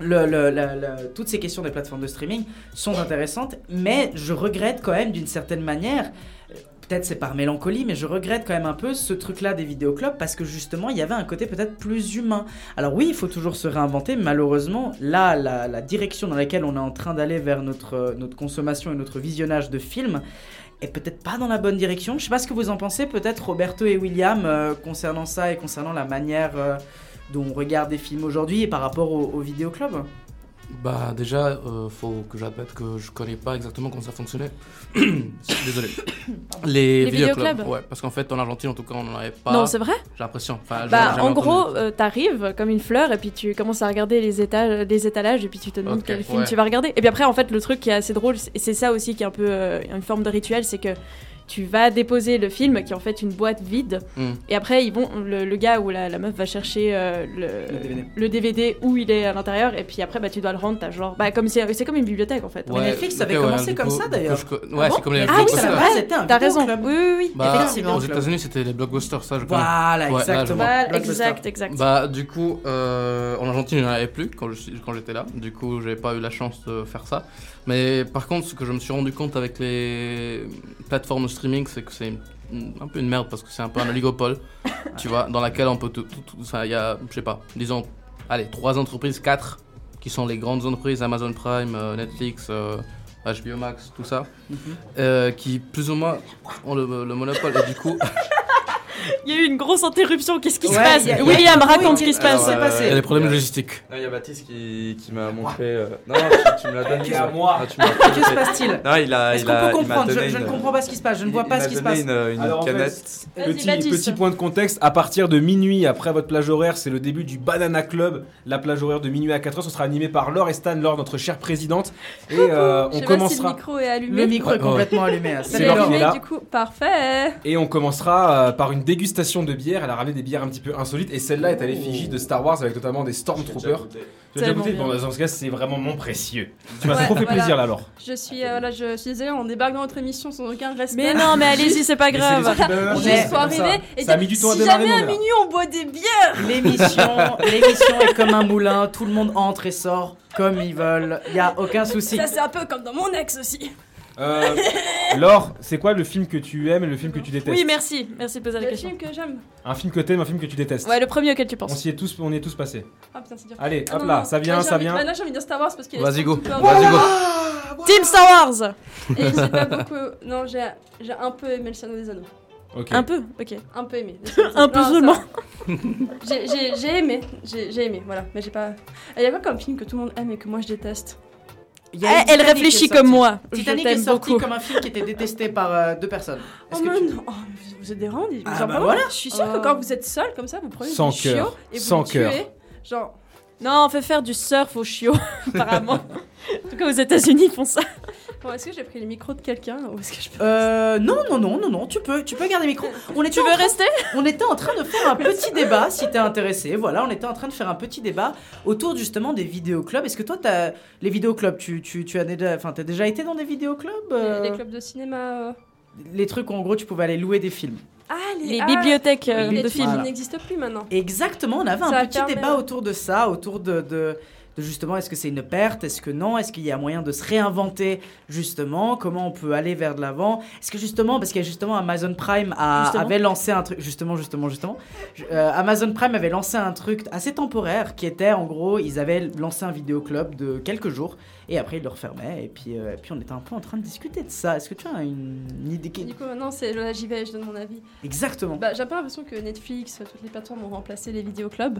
S2: le- le- la- la- toutes ces questions des plateformes de streaming sont intéressantes, mais je regrette quand même d'une certaine manière, euh, peut-être c'est par mélancolie, mais je regrette quand même un peu ce truc-là des vidéoclubs parce que justement il y avait un côté peut-être plus humain. Alors oui, il faut toujours se réinventer, malheureusement, là, la, la direction dans laquelle on est en train d'aller vers notre, euh, notre consommation et notre visionnage de films est peut-être pas dans la bonne direction. Je sais pas ce que vous en pensez, peut-être Roberto et William, euh, concernant ça et concernant la manière. euh, dont on regarde des films aujourd'hui et par rapport aux, aux vidéoclubs.
S5: Bah déjà, euh, faut que j'admette que je connais pas exactement comment ça fonctionnait. Désolé. Les,
S3: Les vidéoclubs
S5: Ouais, parce qu'en fait, en Argentine, en tout cas, on n'en avait pas.
S3: Non, c'est vrai
S5: J'ai l'impression. Enfin, j'en ai
S3: Bah,
S5: jamais
S3: en
S5: entendu.
S3: gros, euh, t'arrives comme une fleur et puis tu commences à regarder les, étages, les étalages et puis tu te demandes
S5: Ok,
S3: quel film
S5: ouais.
S3: tu vas regarder. Et puis après, en fait, le truc qui est assez drôle, et c'est ça aussi qui est un peu euh, une forme de rituel, c'est que tu vas déposer le film, qui est en fait une boîte vide.
S5: Hmm.
S3: Et après, ils vont, le, le gars ou la, la meuf va chercher euh, le,
S2: Le DVD.
S3: le DVD où il est à l'intérieur. Et puis après, bah, tu dois le rendre. t'as genre, bah, comme c'est c'est comme une bibliothèque en fait.
S2: Mais Netflix avait
S5: ok, ouais,
S2: commencé
S5: du
S2: comme
S5: coup-
S2: ça,
S5: du coup,
S2: d'ailleurs.
S5: je co-
S2: Ah
S5: Ouais,
S2: bon
S5: c'est comme les
S3: Ah oui,
S5: blockbusters.
S3: ça
S2: la base était un
S3: T'as
S2: vidéo
S3: raison.
S2: club.
S3: Oui, oui, oui.
S5: Bah,
S2: Effectivement.
S5: Aux États-Unis, c'était les blockbusters, ça je connais.
S2: Voilà,
S5: Ouais, là, je
S2: exactement.
S5: vois.
S3: Voilà,
S2: Blockbuster.
S3: exact, exact.
S5: Bah, du coup, euh, en Argentine, il n'y en avait plus quand, je suis- quand j'étais là. Du coup, j'avais pas eu la chance de faire ça. Mais par contre, ce que je me suis rendu compte avec les plateformes de streaming, c'est que c'est une- un peu une merde parce que c'est un peu un oligopole, tu vois, dans laquelle on peut tout. tout- tout- Enfin, il y a, je sais pas, disons, allez, trois entreprises, quatre, qui sont les grandes entreprises Amazon Prime, euh, Netflix, euh, HBO Max, tout ça, euh, qui plus ou moins ont le, le monopole. Et du coup.
S3: Il y a eu une grosse interruption. Qu'est-ce qui se
S2: Ouais,
S3: passe
S2: il y a-
S3: William,
S2: oui,
S3: raconte
S2: oui,
S3: ce qui se
S2: alors,
S3: passe.
S2: euh, passé.
S5: Il y a des problèmes
S6: Il y a-
S5: logistiques.
S6: Non, il y a Baptiste qui, qui m'a montré. euh, Non, non, tu, tu me l'as donné.
S9: Ok,
S6: ça.
S9: à moi.
S6: Ah, tu me l'as
S2: Que se
S6: montré.
S2: passe-t-il
S6: Non, il a.
S2: Est-ce
S6: il
S2: qu'on
S6: a-
S2: peut
S6: il m'a
S2: comprendre
S6: donné
S2: je, je ne
S6: une-
S2: comprends pas ce qui se passe, je ne vois
S6: il-
S2: pas
S6: il
S2: ce
S6: m'a
S2: qui se
S6: donné
S2: passe.
S6: Une, une
S9: Alors, en fait,
S6: canette.
S3: Vas-y,
S9: Petit,
S3: Baptiste.
S9: petit point de contexte, à partir de minuit, après votre plage horaire, c'est le début du Banana Club. La plage horaire de minuit à 4h, ce sera animé par Laure et Stan, Laure, notre chère présidente. Et euh, on
S12: Je sais pas si le
S9: commencera,
S12: micro est allumé.
S2: Le micro
S9: Ouais,
S2: est complètement allumé. hein,
S9: C'est
S12: Il est
S2: l'heure.
S9: Laure qui est
S12: allumé,
S9: là.
S12: du coup, parfait.
S9: et on commencera euh, par une dégustation de bières. Elle a ramené des bières un petit peu insolites et celle-là est à l'effigie de Star Wars avec notamment des Stormtroopers. Tu l'as déjà
S3: Tellement
S9: goûté
S3: bien.
S9: Bon, dans ce cas, c'est vraiment mon précieux. Tu m'as
S12: Ouais,
S9: trop fait
S12: Bah, voilà.
S9: plaisir là, Laure.
S12: Je suis, euh, voilà, je suis désolée, on débarque dans notre émission sans aucun respect.
S3: Mais non, mais allez-y, c'est pas
S9: Mais c'est les
S3: grave.
S9: sorties Banana
S2: On
S9: Club,
S2: est-
S9: c'est
S12: Soit
S9: comme ça.
S12: arrivé et
S9: Ça a
S12: dire,
S9: mis du temps à
S12: si jamais
S9: démarrer. mais
S12: à
S9: on est là.
S12: minuit on boit des bières.
S2: L'émission, l'émission est comme un moulin, tout le monde entre et sort comme ils veulent, il y a aucun souci.
S12: Ça c'est un peu comme dans mon ex aussi.
S9: Euh, Laure, c'est quoi le film que tu aimes et le film que tu détestes
S3: Oui, merci. Merci de poser la
S12: Le
S3: question.
S12: film que j'aime.
S9: Un film que t'aimes, un film que tu détestes.
S3: Ouais, le premier auquel tu
S9: on
S3: penses.
S9: s'y est tous, on y est tous passés.
S12: Ah putain c'est dur.
S9: Allez,
S12: Ah,
S9: hop
S12: non,
S9: là,
S12: non.
S9: ça
S12: Là,
S9: vient,
S12: j'ai
S9: ça
S12: envie-
S9: vient.
S12: Maintenant j'ai envie de dire Star Wars parce qu'il
S5: Vas-y, go.
S12: Vas-y
S5: go.
S3: Team Star Wars
S12: Et j'ai pas beaucoup. Non j'ai j'ai un peu aimé le Seigneur des Anneaux.
S9: Ok.
S3: Un peu, ok.
S12: Un peu aimé. Le Seigneur des
S3: Un peu
S12: Anneaux.
S3: seulement.
S12: ça va. J'ai j'ai- j'ai aimé. J'ai j'ai aimé. Voilà. Mais j'ai pas. Il y a quoi comme film que tout le monde aime et que moi je déteste
S2: Il y a
S3: Eh, Elle,
S2: une
S3: elle
S2: Titanic
S3: réfléchit
S2: qui est
S3: comme
S2: sortie.
S3: moi. Je
S2: Titanic est
S3: t'aime
S2: sorti
S3: beaucoup.
S2: comme un film qui était détesté par euh, deux personnes.
S12: Oh
S2: Est-ce que
S12: mais
S2: tu-
S12: non. Oh, vous- vous êtes des rendez
S2: Ah,
S12: vous en
S2: bah
S12: parlez
S2: voilà.
S12: Je suis sûre
S3: Oh.
S12: que quand vous êtes seul comme ça vous prenez
S9: Sans
S12: du chiot
S9: cœur.
S12: et vous
S9: Sans
S12: le tuez.
S9: cœur.
S12: Genre.
S3: Non, on fait faire du surf aux chiots, apparemment. en tout cas, aux États-Unis, ils font ça.
S12: Bon, est-ce que j'ai pris le micro de quelqu'un ou est-ce que je peux
S2: Euh, non, non, non, non, non, tu peux, tu peux garder le micro. On était,
S3: Tu
S2: en
S3: veux
S2: train,
S3: rester
S2: on était en train de faire un petit débat, si t'es intéressé. Voilà, on était en train de faire un petit débat autour justement des vidéoclubs. Est-ce que toi, t'as les vidéoclubs, tu, tu, tu as déjà, enfin, t'as déjà été dans des vidéoclubs euh,
S12: Les, les clubs de cinéma. euh,
S2: les trucs où en gros tu pouvais aller louer des films.
S12: Ah, les,
S3: Les
S12: ah,
S3: bibliothèques euh,
S12: les
S3: de
S12: trucs qui
S3: films.
S2: Voilà.
S12: n'existent plus maintenant.
S2: Exactement, on avait
S12: Ça
S2: un petit
S12: permet,
S2: débat
S12: ouais.
S2: autour de ça, autour de, de, de justement est-ce que c'est une perte, est-ce que non, est-ce qu'il y a moyen de se réinventer justement, comment on peut aller vers de l'avant, est-ce que justement, parce qu'il y a justement Amazon Prime a-
S3: Justement.
S2: avait lancé un truc, justement, justement, justement, Je- euh, Amazon Prime avait lancé un truc assez temporaire qui était en gros, ils avaient lancé un vidéoclub de quelques jours et après ils le refermaient et puis, euh, et puis on était un peu en train de discuter de ça. Est-ce que tu as une, une idée
S12: Et
S2: qui-
S12: Du coup, maintenant, c'est là, j'y vais, je donne mon avis.
S2: Exactement.
S12: Bah, j'ai un peu l'impression que Netflix, toutes les plateformes ont remplacé les vidéoclubs.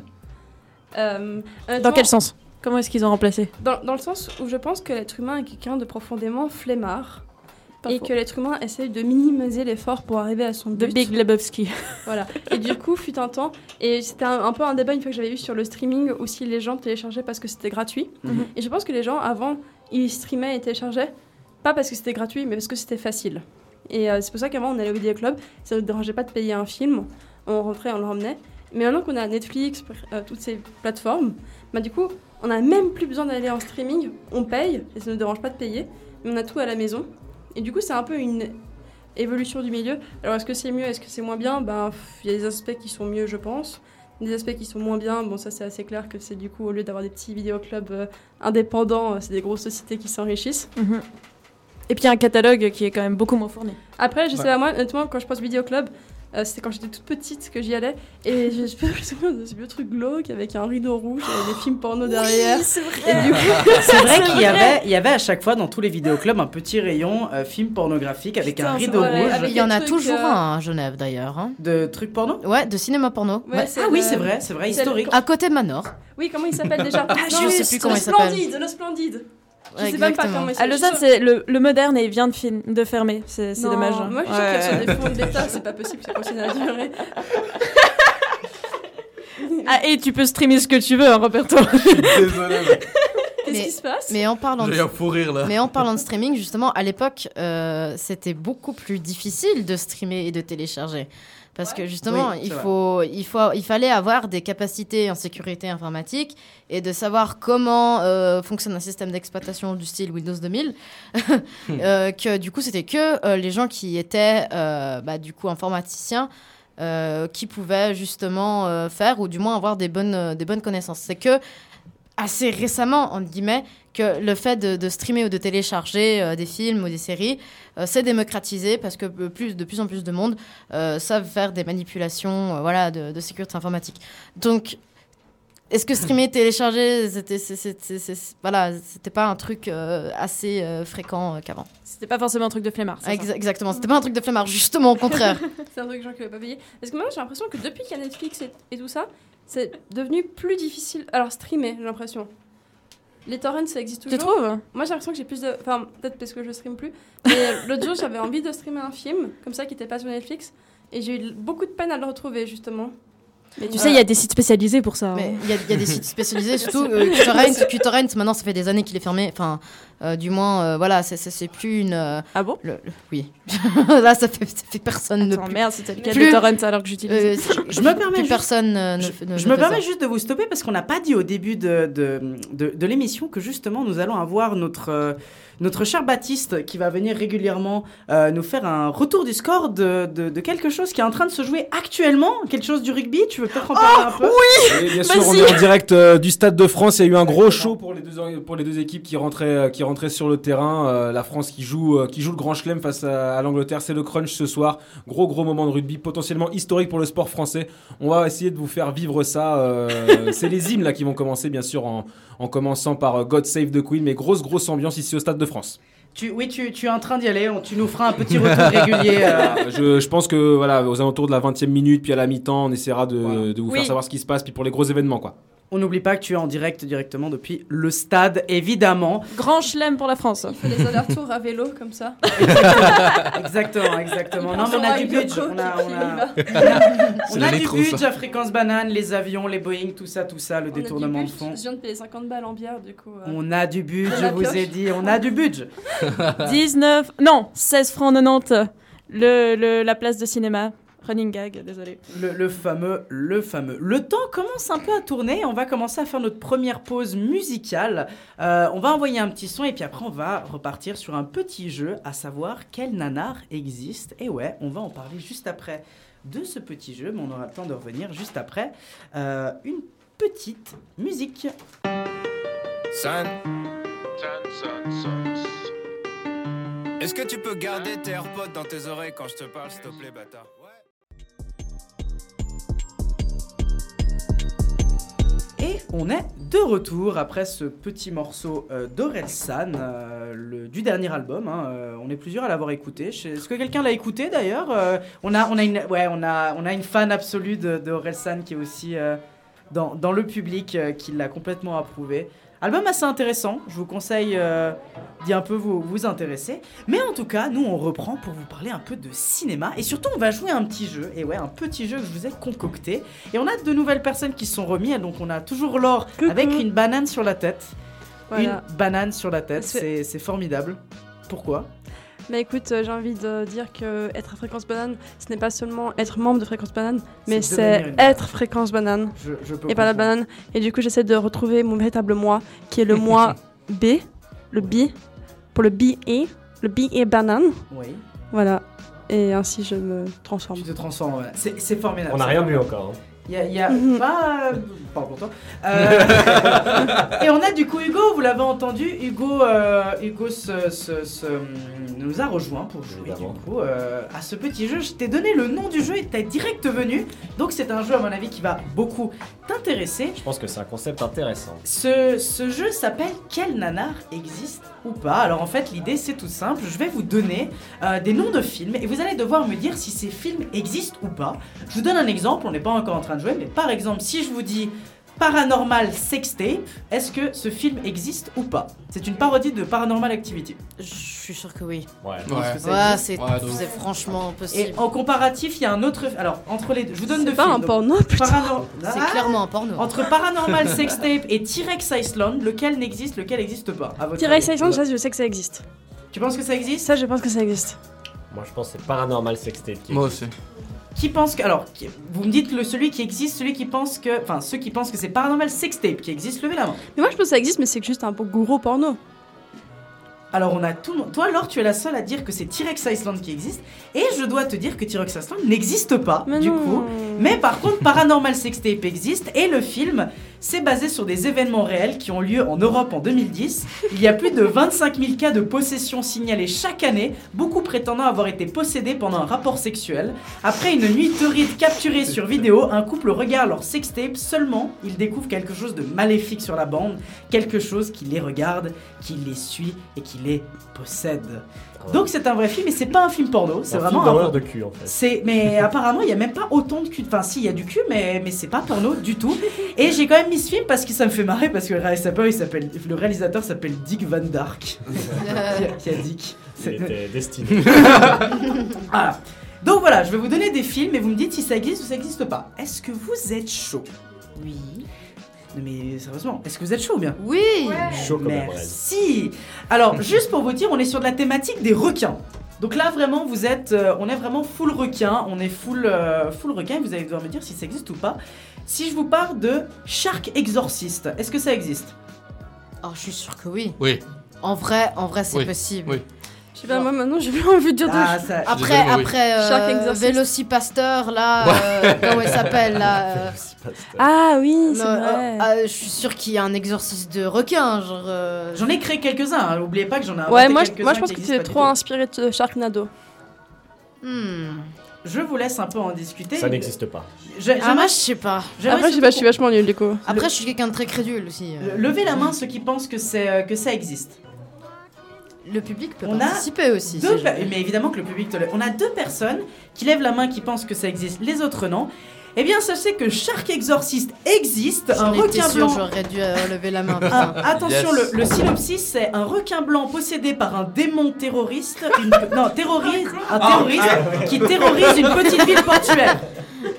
S12: Euh,
S3: Dans
S12: honnêtement,
S3: quel sens Comment est-ce qu'ils ont remplacé
S12: dans, dans le sens où je pense que l'être humain est quelqu'un de profondément flemmard
S3: Pas
S12: et
S3: faux.
S12: que l'être humain essaye de minimiser l'effort pour arriver à son
S3: The
S12: but.
S3: Big Lebowski.
S12: Voilà. Et du coup, fut un temps, et c'était un, un peu un débat une fois que j'avais eu sur le streaming où si les gens téléchargeaient parce que c'était gratuit.
S2: Mhm.
S12: Et je pense que les gens avant, ils streamaient et téléchargeaient pas parce que c'était gratuit, mais parce que c'était facile. Et euh, c'est pour ça qu'avant on allait au vidéoclub, ça ne dérangeait pas de payer un film, on rentrait, on le ramenait. Mais maintenant qu'on a Netflix, euh, toutes ces plateformes, bah du coup, on n'a même plus besoin d'aller en streaming, on paye et ça ne dérange pas de payer, mais on a tout à la maison. Et du coup, c'est un peu une évolution du milieu. Alors, est-ce que c'est mieux, est-ce que c'est moins bien Ben, pff, il y a des aspects qui sont mieux, je pense. Des aspects qui sont moins bien, bon, ça c'est assez clair que c'est du coup, au lieu d'avoir des petits vidéoclubs euh, indépendants, euh, c'est des grosses sociétés qui s'enrichissent.
S3: Et puis un catalogue qui est quand même beaucoup moins fourni.
S12: Après, je sais pas, moi, honnêtement, quand je pense vidéoclub, euh, c'était quand j'étais toute petite que j'y allais. Et je je me souviens de ce vieux truc glauque avec un rideau rouge et des films porno derrière. Et du coup,
S2: C'est vrai qu'il y
S12: vrai.
S2: avait, il y avait à chaque fois dans tous les vidéoclubs un petit rayon euh, film pornographique avec
S12: Putain,
S2: un
S12: c'est
S2: rideau
S12: vrai.
S2: rouge
S12: Avec
S4: Il y en
S12: des
S4: a
S12: trucs,
S4: toujours
S12: euh,
S4: un à Genève d'ailleurs. hein.
S2: de trucs porno.
S4: Ouais, de cinéma porno.
S12: ouais,
S4: Ouais.
S12: c'est
S2: Ah oui,
S12: le-
S2: c'est vrai, c'est vrai,
S12: c'est le-
S2: historique.
S4: À côté de Manor.
S12: Oui, comment il s'appelle déjà
S4: Ah, je
S12: Non,
S4: sais
S12: le-
S4: plus comment
S12: le
S4: il s'appelle.
S12: Splendide, le Splendide. Je
S4: Ouais,
S12: sais même pas
S4: exactement.
S12: comment
S3: À
S12: il s'appelle.
S3: Ah, Lausanne, c'est le, le moderne et il vient de, fin- de fermer. C'est c'est
S12: Non,
S3: dommage. hein.
S12: Moi, je suis
S3: Ouais.
S12: sûre qu'il y a des fonds de l'État, c'est pas possible, ça continue à durer.
S3: Ah, et tu peux streamer ce que tu veux, hein, Roberto.
S5: Désolé.
S3: Qu'est-ce
S4: Mais-
S3: qui se passe
S4: Mais en parlant de...
S5: J'ai un fou rire là.
S4: Mais en parlant de streaming, justement, à l'époque, euh, c'était beaucoup plus difficile de streamer et de télécharger. Parce que justement,
S2: Oui, c'est
S4: il,
S2: vrai.
S4: faut, il, faut, il fallait avoir des capacités en sécurité informatique et de savoir comment euh, fonctionne un système d'exploitation du style Windows 2000. Euh, que du coup, c'était que euh, les gens qui étaient euh, bah, du coup informaticiens euh, qui pouvaient justement euh, faire ou du moins avoir des bonnes, euh, des bonnes connaissances. C'est que assez récemment, entre guillemets, que le fait de, de streamer ou de télécharger euh, des films ou des séries euh, s'est démocratisé parce que euh, plus, de plus en plus de monde euh, savent faire des manipulations euh, voilà, de, de sécurité informatique. Donc, est-ce que streamer, télécharger, c'était c'est- c'est- c'est- c'est- voilà, c'était pas un truc euh, assez euh, fréquent euh, qu'avant
S3: C'était pas forcément un truc de flemmard. c'est ça
S4: Exa- Exactement, c'était pas un truc de flemmard, justement au contraire.
S12: C'est un truc genre qui va pas payer. Parce que moi j'ai l'impression que depuis qu'il y a Netflix et, et tout ça, c'est devenu plus difficile. Alors streamer, j'ai l'impression. Les torrents ça existe
S3: Tu
S12: toujours.
S3: trouves
S12: Moi j'ai l'impression que j'ai plus de. Enfin, peut-être parce que je stream plus. Mais l'autre jour j'avais envie de streamer un film comme ça qui était pas sur Netflix et j'ai eu l- beaucoup de peine à le retrouver justement. Euh, Mais
S3: Tu sais, il y a des sites spécialisés pour ça.
S4: Mais
S3: hein.
S4: il y, a- il y a des sites spécialisés, surtout euh, QTorrent. QTorrent, maintenant, ça fait des années qu'il est fermé. Enfin, euh, du moins, euh, voilà, c'est- c'est c'est plus une. euh,
S3: Ah bon
S4: le- le- Oui. Là, ça fait, ça fait personne ne
S3: Attends,
S4: plus.
S3: merde, c'était le cas
S4: Plus-
S3: de torrent alors que j'utilise.
S4: euh,
S2: Je me permets
S4: plus
S2: juste-
S4: personne euh, ne,
S2: Je,
S4: f- ne-
S2: je
S4: ne
S2: me
S4: fait
S2: permets
S4: ça.
S2: juste de vous stopper parce qu'on n'a pas dit au début de, de, de- de l'émission que justement nous allons avoir notre, euh, notre cher Baptiste qui va venir régulièrement euh, nous faire un retour du score de, de- de quelque chose qui est en train de se jouer actuellement, quelque chose du rugby. Tu veux peut-être en parler un peu
S9: Et bien sûr, on est en direct euh, du Stade de France. Il y a eu un gros show pour les deux, pour les deux équipes qui rentraient, euh, qui rentraient sur le terrain. Euh, la France qui joue, euh, qui joue le grand chelem face à, à l'Angleterre. C'est le crunch ce soir. Gros, gros moment de rugby potentiellement historique pour le sport français. On va essayer de vous faire vivre ça. euh, C'est les hymnes là qui vont commencer, bien sûr, en, en commençant par euh, God Save the Queen. Mais grosse, grosse ambiance ici au Stade de France.
S2: tu, Oui, tu, tu es en train d'y aller. on- tu nous feras un petit retour régulier. euh,
S9: je, je pense que voilà, aux alentours de la 20e minute, puis à la mi-temps, on essaiera de, de vous
S3: Oui.
S9: faire savoir ce qui se passe. Puis pour les gros événements, quoi.
S2: On n'oublie pas que tu es en direct directement depuis le stade, évidemment.
S3: Grand chelem pour la France.
S12: Il fait les allers-retours à vélo comme ça.
S2: Exactement, exactement.
S12: Il
S2: Non, mais
S12: prend
S2: on a
S12: son
S2: du
S12: rail de
S2: budget.
S12: coke
S2: On a,
S12: et
S2: on
S12: puis
S2: a-
S12: il va.
S2: on a du
S5: l'électro, ça.
S2: budget, fréquence banane, les avions, les Boeing, tout ça, tout ça, le
S12: On a du
S2: détournement de
S12: but,
S2: fonds.
S12: Je viens de payer 50 balles en bière du coup. euh.
S2: On a du budget,
S12: On
S2: je
S12: a
S2: vous ai
S12: pioche.
S2: dit, on a du budget.
S3: 19, non, 16 francs 90. Le, le- la place de cinéma. Running gag, désolé.
S2: Le, le fameux, le fameux. Le temps commence un peu à tourner. On va commencer à faire notre première pause musicale. Euh, on va envoyer un petit son et puis après on va repartir sur un petit jeu, à savoir quel nanar existe. Et ouais, on va en parler juste après de ce petit jeu, mais on aura le temps de revenir juste après. Euh, une petite musique.
S13: Son. Est-ce que tu peux garder tes AirPods dans tes oreilles quand je te parle, s'il te plaît, bâtard
S2: Et on est de retour après ce petit morceau euh, d'Orelsan, euh, le- du dernier album. hein, euh, on est plusieurs à l'avoir écouté. Je sais- Est-ce que quelqu'un l'a écouté d'ailleurs Euh, on, a, on, a une- ouais, on, a, on a une fan absolue de- d'Orelsan qui est aussi euh, dans, dans le public, euh, qui l'a complètement approuvé. Album assez intéressant, je vous conseille euh, d'y un peu vous, vous intéresser. Mais en tout cas, nous on reprend pour vous parler un peu de cinéma et surtout on va jouer à un petit jeu. Et ouais, un petit jeu que je vous ai concocté. Et on a de nouvelles personnes qui se sont remises, donc on a toujours Laure avec une banane sur la tête.
S12: Voilà.
S2: Une banane sur la tête,
S12: C'est-
S2: c'est c'est formidable. Pourquoi
S12: Mais écoute, euh, j'ai envie de dire que être à Fréquence Banane, ce n'est pas seulement être membre de Fréquence Banane, mais
S2: C'est
S12: c'est
S2: devenir une-
S12: être Fréquence Banane
S2: je, je peux
S12: et pas la
S2: comprendre.
S12: banane. Et du coup, j'essaie de retrouver mon véritable moi, qui est le moi B, le B, pour le B et, le B et banane.
S2: Oui,
S12: Voilà. Et ainsi, je me transforme.
S2: tu te transformes. voilà. C'est c'est formidable.
S10: On n'a
S2: c'est
S10: rien
S2: formidable.
S10: vu encore. hein.
S2: Il y a, il y a-
S12: Mhm.
S2: pas, euh, pas pour toi. Euh, et on a du coup Hugo, vous l'avez entendu, Hugo, euh, Hugo se- se- se, hum, nous a rejoint pour jouer
S10: Évidemment.
S2: du coup euh, à ce petit jeu. Je t'ai donné le nom du jeu et t'es direct venu. Donc c'est un jeu à mon avis qui va beaucoup t'intéresser.
S10: Je pense que c'est un concept intéressant.
S2: Ce, ce jeu s'appelle Quel nanar existe ou pas Alors en fait l'idée c'est tout simple, je vais vous donner euh, des noms de films et vous allez devoir me dire si ces films existent ou pas. Je vous donne un exemple, on n'est pas encore en train de jouer, mais par exemple si je vous dis Paranormal Sextape. Est-ce que ce film existe ou pas C'est une parodie de Paranormal Activity.
S4: Je suis sûr que oui.
S10: Ouais.
S4: Je pense que ça Ouais, existe. c'est- Ouais, de c'est ouf. franchement possible.
S2: Et en comparatif, il y a un autre. Alors, entre les deux, je vous donne
S4: C'est
S2: deux
S4: pas
S2: films.
S4: un
S2: Donc,
S4: porno, putain.
S2: Parano-
S4: C'est
S2: Ah
S4: clairement un porno.
S2: Entre Paranormal Sextape et T-Rex Iceland, lequel n'existe, lequel n'existe pas à votre
S3: T-Rex
S2: avis
S3: Island, ça, je sais que ça existe.
S2: Tu penses que ça existe
S3: Ça, je pense que ça existe.
S10: Moi, je pense que c'est Paranormal Sextape. Qui
S5: Moi
S10: existe.
S2: Qui pense que. Alors, qui- vous me dites le, celui qui existe, celui qui pense que. Enfin, ceux qui pensent que c'est Paranormal Sextape qui existe, levez la main.
S12: Mais moi je pense que ça existe, mais c'est juste un peu gros porno.
S2: Alors, on a tout le monde. Toi, Laure, tu es la seule à dire que c'est T-Rex Iceland qui existe. Et je dois te dire que T-Rex Iceland n'existe pas, du coup. Mais par contre, Paranormal Sextape existe. Et le film, c'est basé sur des événements réels qui ont lieu en Europe en 2010. Il y a plus de 25 000 cas de possession signalés chaque année, beaucoup prétendant avoir été possédés pendant un rapport sexuel. Après une nuit torride capturée sur vidéo, un couple regarde leur sextape. Seulement, ils découvrent quelque chose de maléfique sur la bande, quelque chose qui les regarde, qui les suit et qui les possède. Donc c'est un vrai film, mais c'est pas un film porno, c'est
S10: Un
S2: vraiment
S10: film d'horreur
S2: un
S10: de cul, en fait.
S2: C'est mais apparemment il y a même pas autant de cul. Enfin si il y a du cul, mais mais c'est pas porno du tout. Et j'ai quand même mis ce film parce que ça me fait marrer parce que le réalisateur il s'appelle le réalisateur s'appelle Dick Van Dark. qui, a, qui a Dick.
S10: Il était destiné.
S2: voilà. Donc voilà, je vais vous donner des films et vous me dites si ça existe ou ça existe pas. Est-ce que vous êtes chaud Oui. Mais sérieusement, est-ce que vous êtes chaud ou bien
S4: Oui
S10: Chaud comme la
S2: Merci Alors, juste pour vous dire, on est sur de la thématique des requins. Donc là, vraiment, vous êtes, euh, on est vraiment full requin, on est full, euh, full requin, et vous allez devoir me dire si ça existe ou pas. Si je vous parle de Shark Exorciste, est-ce que ça existe
S4: Alors, Oh, je suis sûr que oui.
S5: Oui.
S4: En vrai, en vrai, c'est
S5: Oui,
S4: possible.
S5: oui.
S12: Je sais pas, moi maintenant j'ai plus envie de dire
S2: Ah,
S12: de
S2: ça-
S12: Ah,
S4: Après,
S5: Désolé, oui.
S4: après
S12: Chaque
S4: euh,
S12: exorciste.
S4: Vélocipasteur, là, euh, comment il s'appelle là euh,
S3: Ah oui,
S4: non,
S3: c'est
S4: euh,
S3: vrai.
S4: ah, Je suis sûr qu'il y a un exorciste de requin, genre. euh,
S2: J'en ai créé quelques-uns, hein, n'oubliez pas que j'en ai
S12: Ouais,
S2: inventé
S12: moi, je-
S2: quelques-uns
S12: moi je
S2: qui
S12: pense que tu
S2: existent
S12: es
S2: pas du
S12: trop
S2: tout.
S12: inspiré de Sharknado.
S2: Hmm. Je vous laisse un peu en discuter.
S10: Ça n'existe pas.
S2: Je-
S4: Ah, moi,
S2: j'aimerais-
S4: je sais pas.
S2: j'aimerais
S12: Après, je sais
S2: surtout
S12: pas, je suis vachement nulle du coup.
S4: Après, je suis quelqu'un de très crédule aussi. euh.
S2: qu'on- Levez la main ceux qui pensent que, c'est, euh, que ça existe.
S4: Le public peut
S2: On a
S4: participer aussi.
S2: Deux
S4: si
S2: pe-
S4: jamais.
S2: Mais évidemment que le public te lève. On a deux personnes qui lèvent la main qui pensent que ça existe, les autres non. Eh bien, sachez que Shark Exorciste existe, un
S4: J'en étais
S2: requin
S4: sûre,
S2: blanc.
S4: j'aurais dû euh, lever la main.
S2: Un-
S4: putain.
S2: Ah, attention,
S5: Ah, Yes.
S2: le, le synopsis c'est un requin blanc possédé par un démon terroriste, une, non terroriste, un
S5: Ah,
S2: terroriste qui terrorise une petite ville portuaire.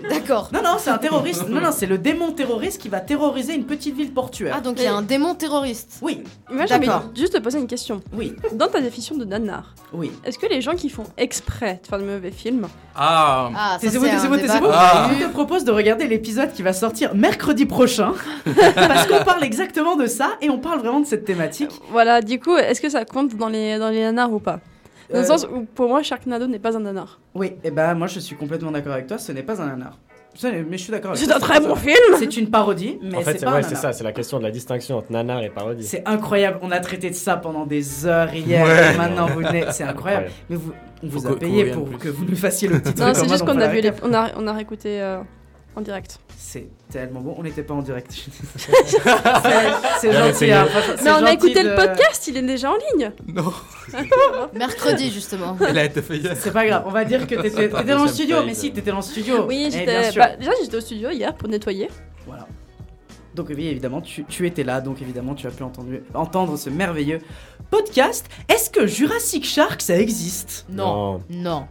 S4: D'accord.
S2: Non non, c'est un terroriste. Non non, c'est le démon terroriste qui va terroriser une petite ville portuaire.
S4: Ah, donc il y a un démon terroriste.
S2: Oui,
S12: Moi, j'avais
S4: D'accord.
S12: juste te poser une question.
S2: oui,
S12: Dans ta définition de nanar,
S2: oui.
S12: est-ce que les gens qui font exprès de faire de mauvais films,
S5: Ah,
S4: Ah, ça, c'est
S2: Taisez-vous, taisez-vous,
S4: un
S2: taisez-vous.
S4: débat.
S5: Ah.
S2: Je te propose de regarder l'épisode qui va sortir mercredi prochain. parce qu'on parle exactement de ça et on parle vraiment de cette thématique.
S12: voilà, du coup, est-ce que ça compte dans les, dans les nanars ou pas Dans
S2: Euh,
S12: le sens où, pour moi, Sharknado n'est pas un nanar.
S2: Oui, et ben moi je suis complètement d'accord avec toi, ce n'est pas un nanar. Ce n'est- Mais je suis d'accord avec
S12: C'est
S2: toi,
S12: un très
S2: pas
S12: bon
S2: ça.
S12: film
S2: C'est une parodie, mais
S10: en fait,
S2: c'est
S10: c'est
S2: pas
S10: ouais,
S2: un
S10: c'est
S2: nanar.
S10: ça, c'est la question de la distinction entre nanar et parodie.
S2: C'est incroyable, on a traité de ça pendant des heures hier.
S5: Ouais.
S2: Maintenant, vous venez, c'est incroyable.
S10: Incroyable.
S2: Mais vous, on vous
S5: Faut
S2: a
S5: que- qu'on
S2: payé
S5: revienne
S2: pour
S5: plus.
S2: que vous nous fassiez le petit truc.
S12: Non, c'est
S2: en
S12: juste
S2: mode,
S12: qu'on
S2: on
S12: a,
S2: va
S12: vu les,
S2: récap-
S12: on a, on a réécouté euh, en direct.
S2: C'est tellement bon, on n'était pas en direct. c'est c'est
S10: Bien
S2: gentil.
S10: essayé.
S2: hein, franchement, c'est
S12: Mais on a
S2: gentil
S12: écouté
S2: de-
S12: le podcast, il est déjà en ligne
S5: non,
S4: Mercredi, justement.
S5: il a été fait hier.
S2: C'est pas grave, on va dire que t'étais t'étais dans le studio. Mais si, t'étais dans le studio.
S12: Oui,
S2: Eh,
S12: j'étais
S2: bien sûr.
S12: bah, déjà j'étais au studio hier pour nettoyer.
S2: Voilà. Donc oui, évidemment, tu, tu étais là, donc évidemment, tu as pu entendre, entendre ce merveilleux podcast. Est-ce que Jurassic Shark, ça existe
S4: Non.
S10: Non.
S4: Non.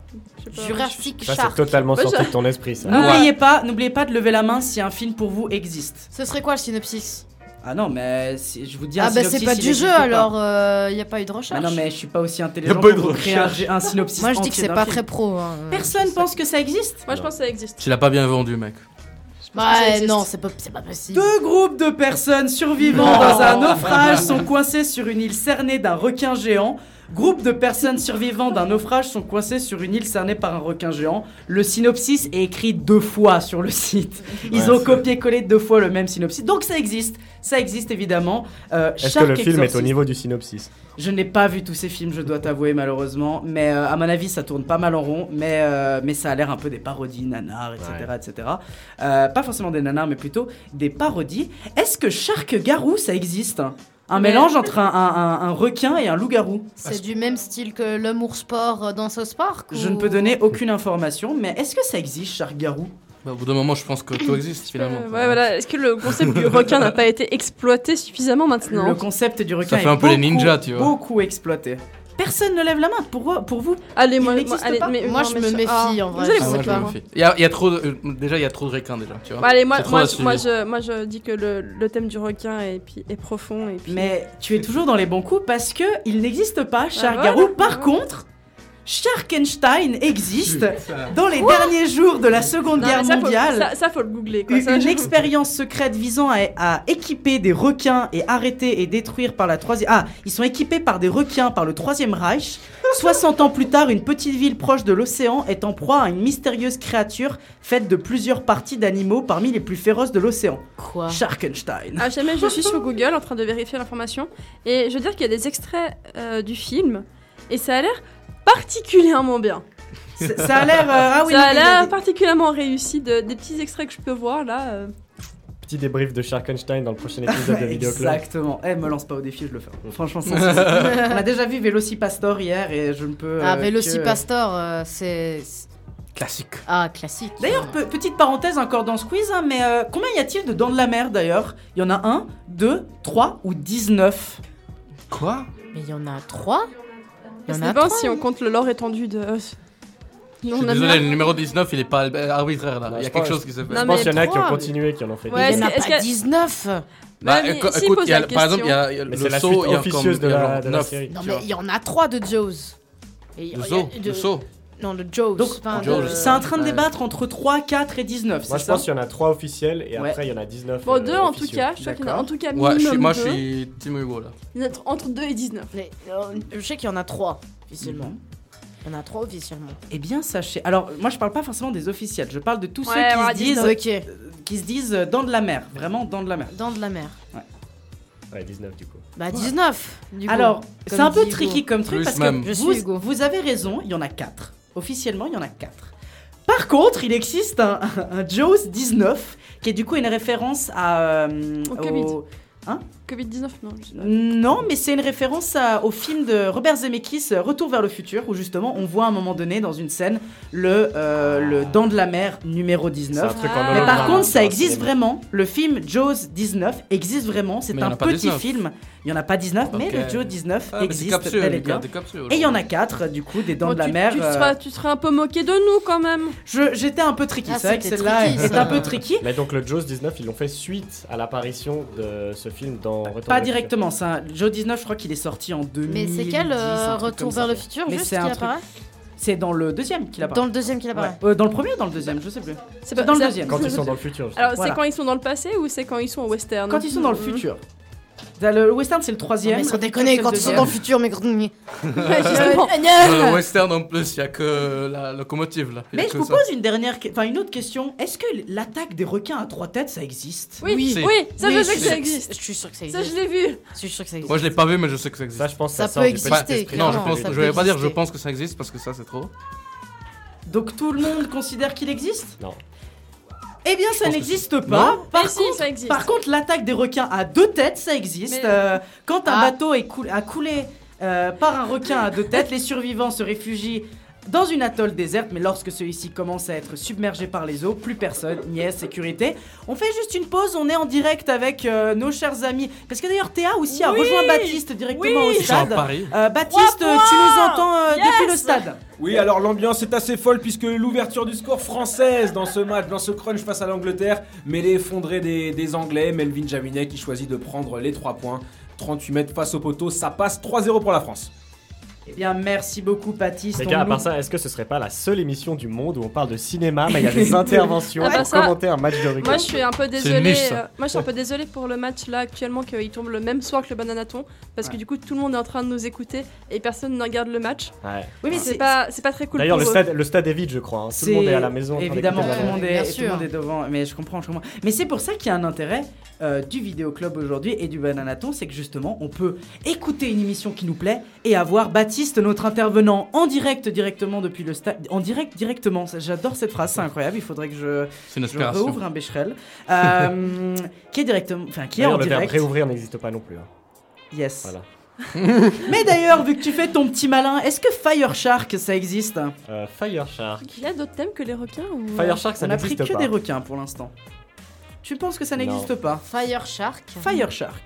S12: Je sais pas.
S4: Jurassic
S10: Ça,
S4: Shark.
S10: c'est totalement
S12: Moi,
S10: sorti de ton esprit, ça.
S5: Non.
S2: N'oubliez pas, Ah, n'oubliez pas de lever la main si un film pour vous existe.
S4: Ce serait quoi le synopsis
S2: Ah non, mais si- je vous dis un
S4: Ah, bah c'est
S2: synopsis,
S4: pas
S2: il
S4: du
S2: existe
S4: jeu
S2: ou pas.
S4: alors, il n'y a pas eu de recherche.
S2: Ah non, mais je suis pas aussi intelligent
S5: Y a pas eu
S2: pour
S5: de
S2: vous créer un,
S5: recherche.
S2: un synopsis.
S4: Moi je dis
S2: entier
S4: que c'est
S2: d'un
S4: pas
S2: film.
S4: très pro. hein.
S2: Personne pense que ça existe.
S12: Moi je pense que ça existe.
S5: Tu l'as pas bien vendu, mec.
S12: Je pense que ça
S4: Ouais,
S12: existe.
S4: non, c'est pas, c'est pas possible.
S2: Deux groupes de personnes survivant
S4: Non.
S2: dans un naufrage sont coincés sur une île cernée d'un requin géant. Groupe de personnes survivant d'un naufrage sont coincés sur une île cernée par un requin géant. Le synopsis est écrit deux fois sur le site. Ils
S10: Ouais,
S2: ont
S10: c'est-
S2: copié-collé deux fois le même synopsis. Donc ça existe, ça existe évidemment. Euh,
S10: Est-ce que
S2: Shark
S10: le film est au
S2: Exorcist-
S10: niveau du synopsis
S2: Je n'ai pas vu tous ces films, je dois t'avouer malheureusement, mais euh, à mon avis ça tourne pas mal en rond, mais, euh, mais ça a l'air un peu des parodies, nanars, etc. etc. Euh, pas forcément des nanars, mais plutôt des parodies. Est-ce que Shark Garou ça existe hein Un
S12: Mais-
S2: mélange entre un, un- un- un requin et un loup-garou
S4: C'est du même style que l'homme ours sport euh, dans South Park
S2: Je
S4: ou-
S2: ne peux donner aucune information, mais est-ce que ça existe Shark Garou
S5: Bah, au bout d'un moment, je pense que tout existe finalement.
S12: Ouais, voilà. Est-ce que le concept du requin n'a pas été exploité suffisamment maintenant
S2: Le concept du requin
S5: Ça fait
S2: est
S5: un peu les
S2: beaucoup,
S5: ninjas, tu vois.
S2: Beaucoup exploité.
S5: Ah,
S2: Personne ne lève la main pour, vous- pour vous.
S12: Allez,
S2: moi,
S12: allez, mais- moi, je me méfie, en vrai. Vous allez
S5: Ah,
S12: vous
S5: moi, je me
S12: voir.
S5: méfie. Il y a, il y a trop de, euh, déjà, il y a trop de requins déjà. Tu vois.
S12: Bah, allez, moi,
S5: C'est trop
S12: moi,
S5: à
S12: je,
S5: suivre.
S12: moi, je, moi, je dis que le, le thème du requin est, puis, est profond. Et puis... Ah
S2: Mais tu es toujours dans les bons coups parce que il n'existe pas,
S12: voilà,
S2: Chargarou. Par contre, Sharkenstein existe dans les
S12: Quoi
S2: derniers jours de la Seconde
S12: Non, mais
S2: Guerre
S12: ça, faut-
S2: mondiale.
S12: ça- ça, faut le googler. Quoi.
S2: Une,
S12: Ça,
S2: une
S12: je-
S2: expérience secrète visant à, à équiper des requins et arrêter et détruire par la troisième. Ah, ils sont équipés par des requins par le Troisième Reich. 60 ans plus tard, une petite ville proche de l'océan est en proie à une mystérieuse créature faite de plusieurs parties d'animaux parmi les plus féroces de l'océan.
S4: Quoi
S2: Sharkenstein.
S12: Ah, jamais je suis sur Google en train de vérifier l'information. Et je veux dire qu'il y a des extraits euh, du film. Et ça a l'air particulièrement bien.
S2: Ça- ça a l'air, euh, ah oui,
S12: ça
S2: non,
S12: a
S2: mais il y a
S12: l'air
S2: des-
S12: particulièrement réussi. de- des petits extraits que je peux voir là. euh.
S10: Petit débrief de Sharkenstein dans le prochain épisode de Vidéoclub.
S2: Exactement. Eh, me lance pas au défi, je le
S10: Mm.
S2: ferai. Franchement, sans souci. On a déjà vu Vélocipastor hier et je ne peux.
S4: Ah,
S2: euh, que-
S4: Vélocipastor, euh, c'est.
S5: Classique.
S4: Ah, classique.
S2: D'ailleurs, pe- petite parenthèse encore dans Squeeze, hein, mais euh, combien y a-t-il de dents de la mer d'ailleurs Il y en a 1, 2, 3 ou 19
S5: Quoi
S4: Mais il y en a 3
S12: Ça dépend si on compte le lore étendu de.
S5: Je
S12: Non,
S5: suis désolé, le numéro 19, il est pas euh, arbitraire là. Il y a
S10: Bah, je
S5: quelque
S10: pense-
S5: chose qui se
S10: je
S5: fait.
S10: Non, pense mais qu'il y en a qui ont trois. continué, qui en ont fait
S12: Ouais,
S4: Il y en a
S12: est-ce
S4: pas
S12: que-
S4: 19
S5: Bah,
S12: mais
S5: éco-
S12: s'il
S5: écoute,
S12: pose
S5: il y a-
S12: la
S5: par exemple, il y a,
S12: question.
S5: il y a
S10: Mais
S5: le
S10: c'est la
S5: saut,
S10: suite
S5: il y a
S10: officieuse de
S5: comme, il y a
S10: la-
S5: genre
S10: de la
S5: neuf,
S10: série.
S5: tu
S4: Non,
S5: vois.
S4: mais il y en a 3 de Jaws.
S5: Le
S4: Et- et-
S5: zoo,
S4: de-
S5: le zoo.
S4: Non, le Jaws.
S2: Donc,
S4: enfin,
S5: Jaws.
S4: de-
S2: C'est en train de
S4: Ouais.
S2: débattre entre 3, 4 et
S12: Ah,
S2: 19,
S10: Moi,
S2: c'est
S10: je
S2: ça
S10: pense qu'il y en a 3 officiels et
S2: Ouais.
S10: après, il y en a 19.
S12: Bon,
S10: euh,
S12: deux en tout
S10: officieux.
S12: cas. Je crois qu'il y en a en tout cas
S5: Ouais,
S12: minimum.
S5: je suis- moi je
S12: deux.
S5: suis Tim Hugo là.
S12: Il y en a Entre 2 et 19.
S4: Mais, euh, Je sais qu'il y en a 3 officiellement.
S2: Mhm.
S4: Il y en a 3 officiellement.
S2: Eh bien, sachez. Alors, moi, je parle pas forcément des officiels, je parle de tous
S4: Ouais,
S2: ceux qui
S4: ouais,
S2: se disent.
S4: 19, ok.
S2: euh, Qui se disent euh, dents de la mer, vraiment dents de la mer.
S4: Dents de la mer.
S10: Ouais, 19 du coup.
S4: Bah, 19 du coup,
S2: Alors,
S4: comme
S2: c'est un peu
S4: dit Hugo.
S2: tricky comme truc
S5: Plus
S2: parce
S5: même.
S2: que
S4: Je
S2: vous,
S4: suis Hugo.
S2: vous avez raison, il y en a 4. Officiellement, il y en a 4. Par contre, il existe un, un, un Jaws 19 qui est du coup une référence à. euh,
S12: Au Covid.
S2: Hein
S12: Covid-19, non. je sais pas.
S2: Non, mais c'est une référence à- au film de Robert Zemeckis, euh, Retour vers le futur, où justement on voit à un moment donné dans une scène le, euh, le dent de la mer numéro 19.
S10: C'est un truc
S12: Ah.
S10: en
S2: Mais par
S10: hologramme,
S2: contre,
S10: c'est
S2: ça
S10: un
S2: existe
S10: cinéma.
S2: vraiment. Le film Jaws 19 existe vraiment. C'est
S5: Mais il y en
S2: un
S5: a pas
S2: petit
S5: 19.
S2: film. Il n'y en a pas 19, mais
S5: Ok.
S2: le Jaws 19
S5: Ah, mais des
S2: existe.
S5: capsules,
S2: bel et
S5: les
S2: bien.
S5: gars, des capsules.
S2: Et il y en a 4, du coup, des dents
S12: Bon,
S2: de la
S12: tu,
S2: mer.
S12: Tu
S2: euh,
S12: seras, tu seras un peu moqué de nous quand même.
S2: je- J'étais un peu tricky,
S4: Ah,
S2: c'est vrai que
S4: c'était
S2: celle-là
S4: tricky,
S2: est
S4: ça.
S2: un peu tricky.
S10: Mais donc, le Jaws 19, ils l'ont fait suite à l'apparition de ce film dans Retour
S2: Pas
S10: vers le
S2: directement, c'est un- Jaws 19, je crois qu'il est sorti en 2000.
S4: Mais c'est quel euh, Retour vers le futur
S2: Mais
S4: juste qui
S2: c'est un truc-
S4: apparaît
S2: C'est dans le deuxième qu'il apparaît.
S4: Dans le deuxième qui apparaît.
S2: Ouais. Euh, dans le premier ou dans le deuxième Je sais plus.
S12: C'est
S2: dans le
S12: c'est-
S2: deuxième.
S10: futur. Quand ils sont dans le futur.
S12: Alors,
S2: Voilà.
S12: c'est quand ils sont dans le passé ou c'est quand ils sont au western
S2: Quand ils sont dans le
S12: Mhm.
S2: futur. Dans Le le western, c'est le troisième.
S4: Mais sans
S2: le futur,
S4: déconner,
S2: c'est
S4: quand
S2: le
S4: ils sont dans le
S2: deuxième.
S4: futur, mais.
S12: Justement.
S5: Dans le western en plus, il y a que la locomotive là. Il y a
S2: Mais je
S5: que
S2: vous
S5: ça.
S2: pose une dernière, que- enfin une autre question. Est-ce que l'attaque des requins à trois têtes, ça existe
S12: Oui, oui,
S5: Si.
S12: ça je
S4: Oui,
S12: sais que
S4: suis-
S12: ça existe.
S4: Je suis sûr que ça
S12: Ça je
S4: existe.
S12: l'ai vu.
S4: Je suis sûr que ça existe.
S5: Moi je l'ai pas vu, mais je sais que ça existe.
S10: Ça, je pense que
S4: Ça
S10: ça,
S4: peut
S10: sort du
S4: exister,
S10: petit esprit.
S5: non, je
S4: clairement,
S5: pense,
S4: ça
S5: je
S4: peut
S5: vais pas dire je
S4: exister.
S5: pense que ça existe parce que ça c'est trop.
S2: Donc tout le monde considère qu'il existe
S10: Non.
S2: Eh bien, ça
S5: pense que
S2: n'existe pas.
S12: Mais
S2: Par
S12: si,
S2: contre,
S12: ça existe.
S2: par contre, l'attaque des requins à deux têtes, ça existe.
S12: Mais-
S2: Euh, quand un
S4: Ah.
S2: bateau est coul- a coulé euh, par un requin à deux têtes, les survivants se réfugient dans une atoll déserte, mais lorsque celui-ci commence à être submergé par les eaux, plus personne n'y est, sécurité. On fait juste une pause, on est en direct avec euh, nos chers amis. Parce que d'ailleurs, Théa aussi a
S12: Oui.
S2: rejoint Baptiste directement
S12: Oui.
S2: au stade.
S5: Genre Paris.
S2: Euh, Baptiste, tu
S12: Trois
S2: nous
S12: points.
S2: entends euh,
S12: Yes.
S2: depuis le stade
S14: Oui, alors l'ambiance est assez folle puisque l'ouverture du score française dans ce match, dans ce crunch face à l'Angleterre, mêlée effondrée des, des Anglais, Melvin Jaminet qui choisit de prendre les 3 points. 38 mètres face au poteau, ça passe 3-0 pour la France.
S2: Eh bien, merci beaucoup, Baptiste.
S10: Les
S2: On
S10: gars, à
S2: nous-
S10: part ça, est-ce que ce serait pas la seule émission du monde où on parle de cinéma, mais il y a des interventions
S12: Ah bah
S10: pour
S12: ça,
S10: commenter un match de rugby
S12: Moi je suis un peu
S5: une
S12: désolée.
S5: niche, ça.
S12: euh, moi je suis un peu désolée pour le match là actuellement qu'il tombe le même soir que le Bananaton parce que du coup tout le monde est en train de nous écouter et personne ne regarde le match.
S10: Ouais.
S2: Oui, mais
S12: C'est
S2: c'est
S12: pas c'est pas très cool.
S10: D'ailleurs, le
S12: pour eux.
S10: stade, le stade est vide, je crois. hein. Tout
S2: C'est-
S10: le monde est à la maison. en train
S2: Évidemment, tout
S10: d'écouter
S2: le
S10: la-
S2: monde
S4: bien
S2: est, tout le
S4: sûr.
S2: monde est devant. Mais je comprends, je comprends. Mais c'est pour ça qu'il y a un intérêt euh, du vidéoclub aujourd'hui et du bananaton, c'est que justement, on peut écouter une émission qui nous plaît et avoir Baptiste, notre intervenant, en direct directement depuis le stade, en direct directement. Ça, J'adore cette phrase, c'est incroyable. Il faudrait que je,
S5: C'est une
S2: je
S5: aspiration.
S2: réouvre un bécherel euh, qui est directement, enfin qui est en
S10: D'ailleurs, le verbe
S2: direct.
S10: réouvrir n'existe pas non plus. hein.
S2: Yes.
S10: Voilà.
S2: Mais d'ailleurs, vu que tu fais ton petit malin, est-ce que Fire Shark ça existe
S10: Euh, Fire Shark.
S12: Il y a d'autres thèmes que les requins ou...
S10: Fire Shark, ça
S2: On a pris
S10: n'existe
S2: que
S10: pas.
S2: des requins pour l'instant. Tu penses que ça
S10: Non.
S2: n'existe pas
S4: Fire Shark.
S2: Fire Shark.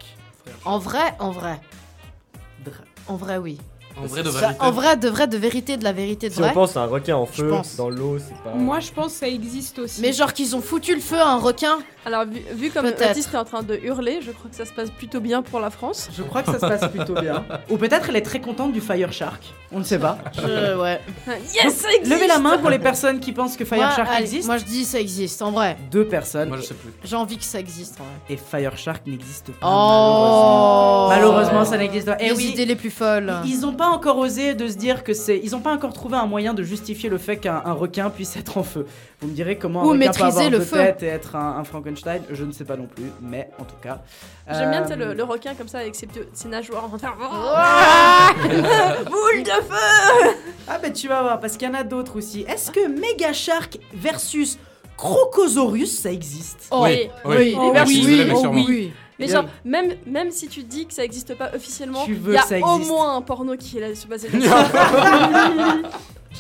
S4: En vrai, en vrai. En vrai, oui.
S5: En vrai, de
S4: Ça-
S5: vérité.
S4: En vrai, de vrai, de vérité, de la vérité, de
S10: Si
S4: vrai.
S10: on pense à un requin en
S4: Je
S10: feu,
S4: pense.
S10: dans l'eau, c'est pas.
S4: je pense que ça existe aussi. Mais genre qu'ils ont foutu le feu à un requin.
S12: Alors, vu, vu comme
S4: Peut-être.
S12: Baptiste est en train de hurler, je crois que ça se passe plutôt bien pour la France.
S2: Je crois que ça se passe plutôt bien. Ou peut-être elle est très contente du Fire Shark. On ne sait pas.
S4: Je- ouais.
S12: Yes, ça existe
S2: Levez la main pour les personnes qui pensent que Fire
S4: Moi,
S2: Shark
S4: allez,
S2: existe.
S4: Moi, je dis ça existe, en vrai.
S2: Deux personnes.
S5: Moi, je sais plus.
S4: J'ai envie que ça existe, en vrai.
S2: Et Fire Shark n'existe pas.
S4: Oh
S2: Ah, Malheureusement, ça n'existe pas. Eh
S4: Les
S2: oui.
S4: idées les plus folles.
S2: Ils n'ont pas encore osé de se dire que c'est. Ils n'ont pas encore trouvé un moyen de justifier le fait qu'un un requin puisse être en feu. Vous me direz comment un
S4: Ou
S2: requin peut
S4: maîtriser
S2: avoir
S4: le
S2: deux
S4: feu.
S2: têtes et être un, un Frankenstein. Je ne sais pas non plus, mais en tout cas.
S12: J'aime bien
S2: euh,
S12: tu sais, le, le requin comme ça avec ses, petits- ses nageoires en train
S2: Ah Boule de feu Ah ben tu vas voir, parce qu'il y en a d'autres aussi. Est-ce que Mega Shark versus Crocosaurus, ça existe
S12: Oh, Oui. oui. Oui. Oh,
S2: Merci,
S12: oui.
S2: vous l'avez
S12: Oh, oui.
S2: sûrement.
S12: Oui. Mais
S2: Bien.
S12: genre, même, même si tu dis que ça n'existe pas officiellement,
S2: Tu veux
S12: il y
S2: que ça
S12: a au
S2: existe.
S12: moins un porno qui est là sur basé là-dessus.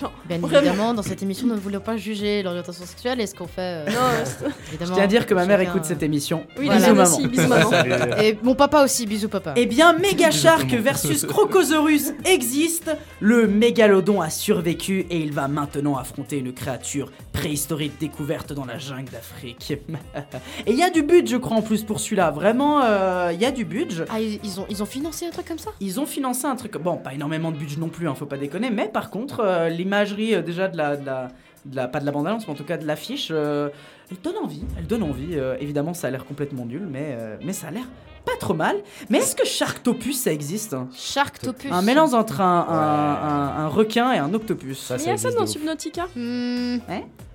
S12: Genre,
S4: Bien
S12: vraiment.
S4: évidemment, dans cette émission, nous ne voulons pas juger l'orientation sexuelle et ce qu'on fait. euh,
S12: Non,
S4: évidemment.
S2: Je tiens à dire que ma mère
S4: Chacun,
S2: écoute
S4: euh,
S2: cette émission.
S4: Oui,
S2: Voilà.
S4: la mienne aussi, bisous, maman. Et mon papa aussi, bisous papa.
S2: Eh bien, Mega Shark versus Crocosaurus existe. Le mégalodon a survécu et il va maintenant affronter une créature préhistorique découverte dans la jungle d'Afrique. et il y a du budget, je crois, en plus pour celui-là. Vraiment, euh, il y a du budget.
S4: Ah, ils ils ont, ils ont financé un truc comme ça
S2: Ils ont financé un truc, bon, pas énormément de budget non plus, hein, faut pas déconner, mais par contre, euh, l'imagerie euh, déjà de la, de la- de la- pas de la bande-annonce, mais en tout cas de l'affiche, euh, elle donne envie, elle donne envie. euh, évidemment, ça a l'air complètement nul, mais, euh, mais ça a l'air pas trop mal. Mais est-ce que Sharktopus, ça existe hein
S4: Sharktopus.
S2: Un mélange entre un, un- un- un requin et un octopus.
S12: Mais il y a ça dans Subnautica
S4: Hmm.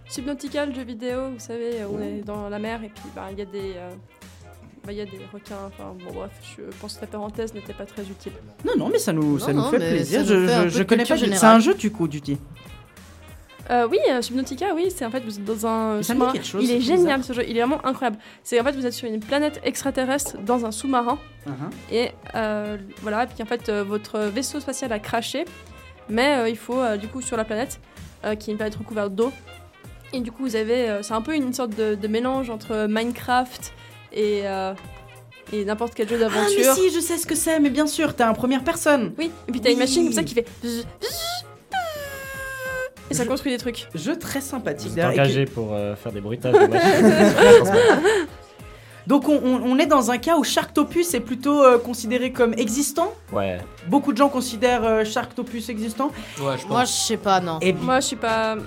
S12: Subnautica, le jeu vidéo, vous savez, euh, on est dans la mer et puis bah, il y a des. euh, bah, il y a des requins, enfin bon bref, je pense que la parenthèse n'était pas très utile.
S2: Non, non, mais ça nous, ça
S4: Non,
S2: nous
S4: non,
S2: fait
S4: mais
S2: plaisir.
S4: ça
S2: je
S4: nous fait un
S2: je-
S4: peu
S2: je
S4: de
S2: connais pas.
S4: culture
S2: du- C'est
S4: générale.
S2: un jeu, du coup, du titre.
S12: Euh, oui, euh, Subnautica, oui, c'est en fait vous êtes dans un
S2: Ça me dit
S12: sous-marin.
S2: quelque chose,
S12: Il est
S2: c'est
S12: génial ce jeu, il est vraiment incroyable. C'est en fait vous êtes sur une planète extraterrestre dans un sous-marin
S2: Uh-huh.
S12: et euh, voilà, et puis en fait euh, votre vaisseau spatial a craché, mais euh, il faut euh, du coup sur la planète euh, qui est une planète recouverte d'eau. Et du coup vous avez, euh, c'est un peu une sorte de, de mélange entre Minecraft et euh, et n'importe quel jeu
S2: Ah, mais
S12: d'aventure.
S2: si, je sais ce que c'est, mais bien sûr, t'es en première personne.
S12: Oui, et puis t'as une machine comme ça qui fait. zzz, zzz, Et ça construit des trucs.
S2: Jeu très sympathique
S10: Vous êtes
S2: d'ailleurs, et
S10: engagé pour euh, faire des bruitages de machines.
S2: Donc on, on- on est dans un cas où Sharktopus est plutôt euh, considéré comme existant.
S10: ouais.
S2: Beaucoup de gens considèrent euh, Sharktopus existant.
S5: Ouais, je
S4: Moi, je sais pas, non.
S2: Et
S12: Moi, je suis pas.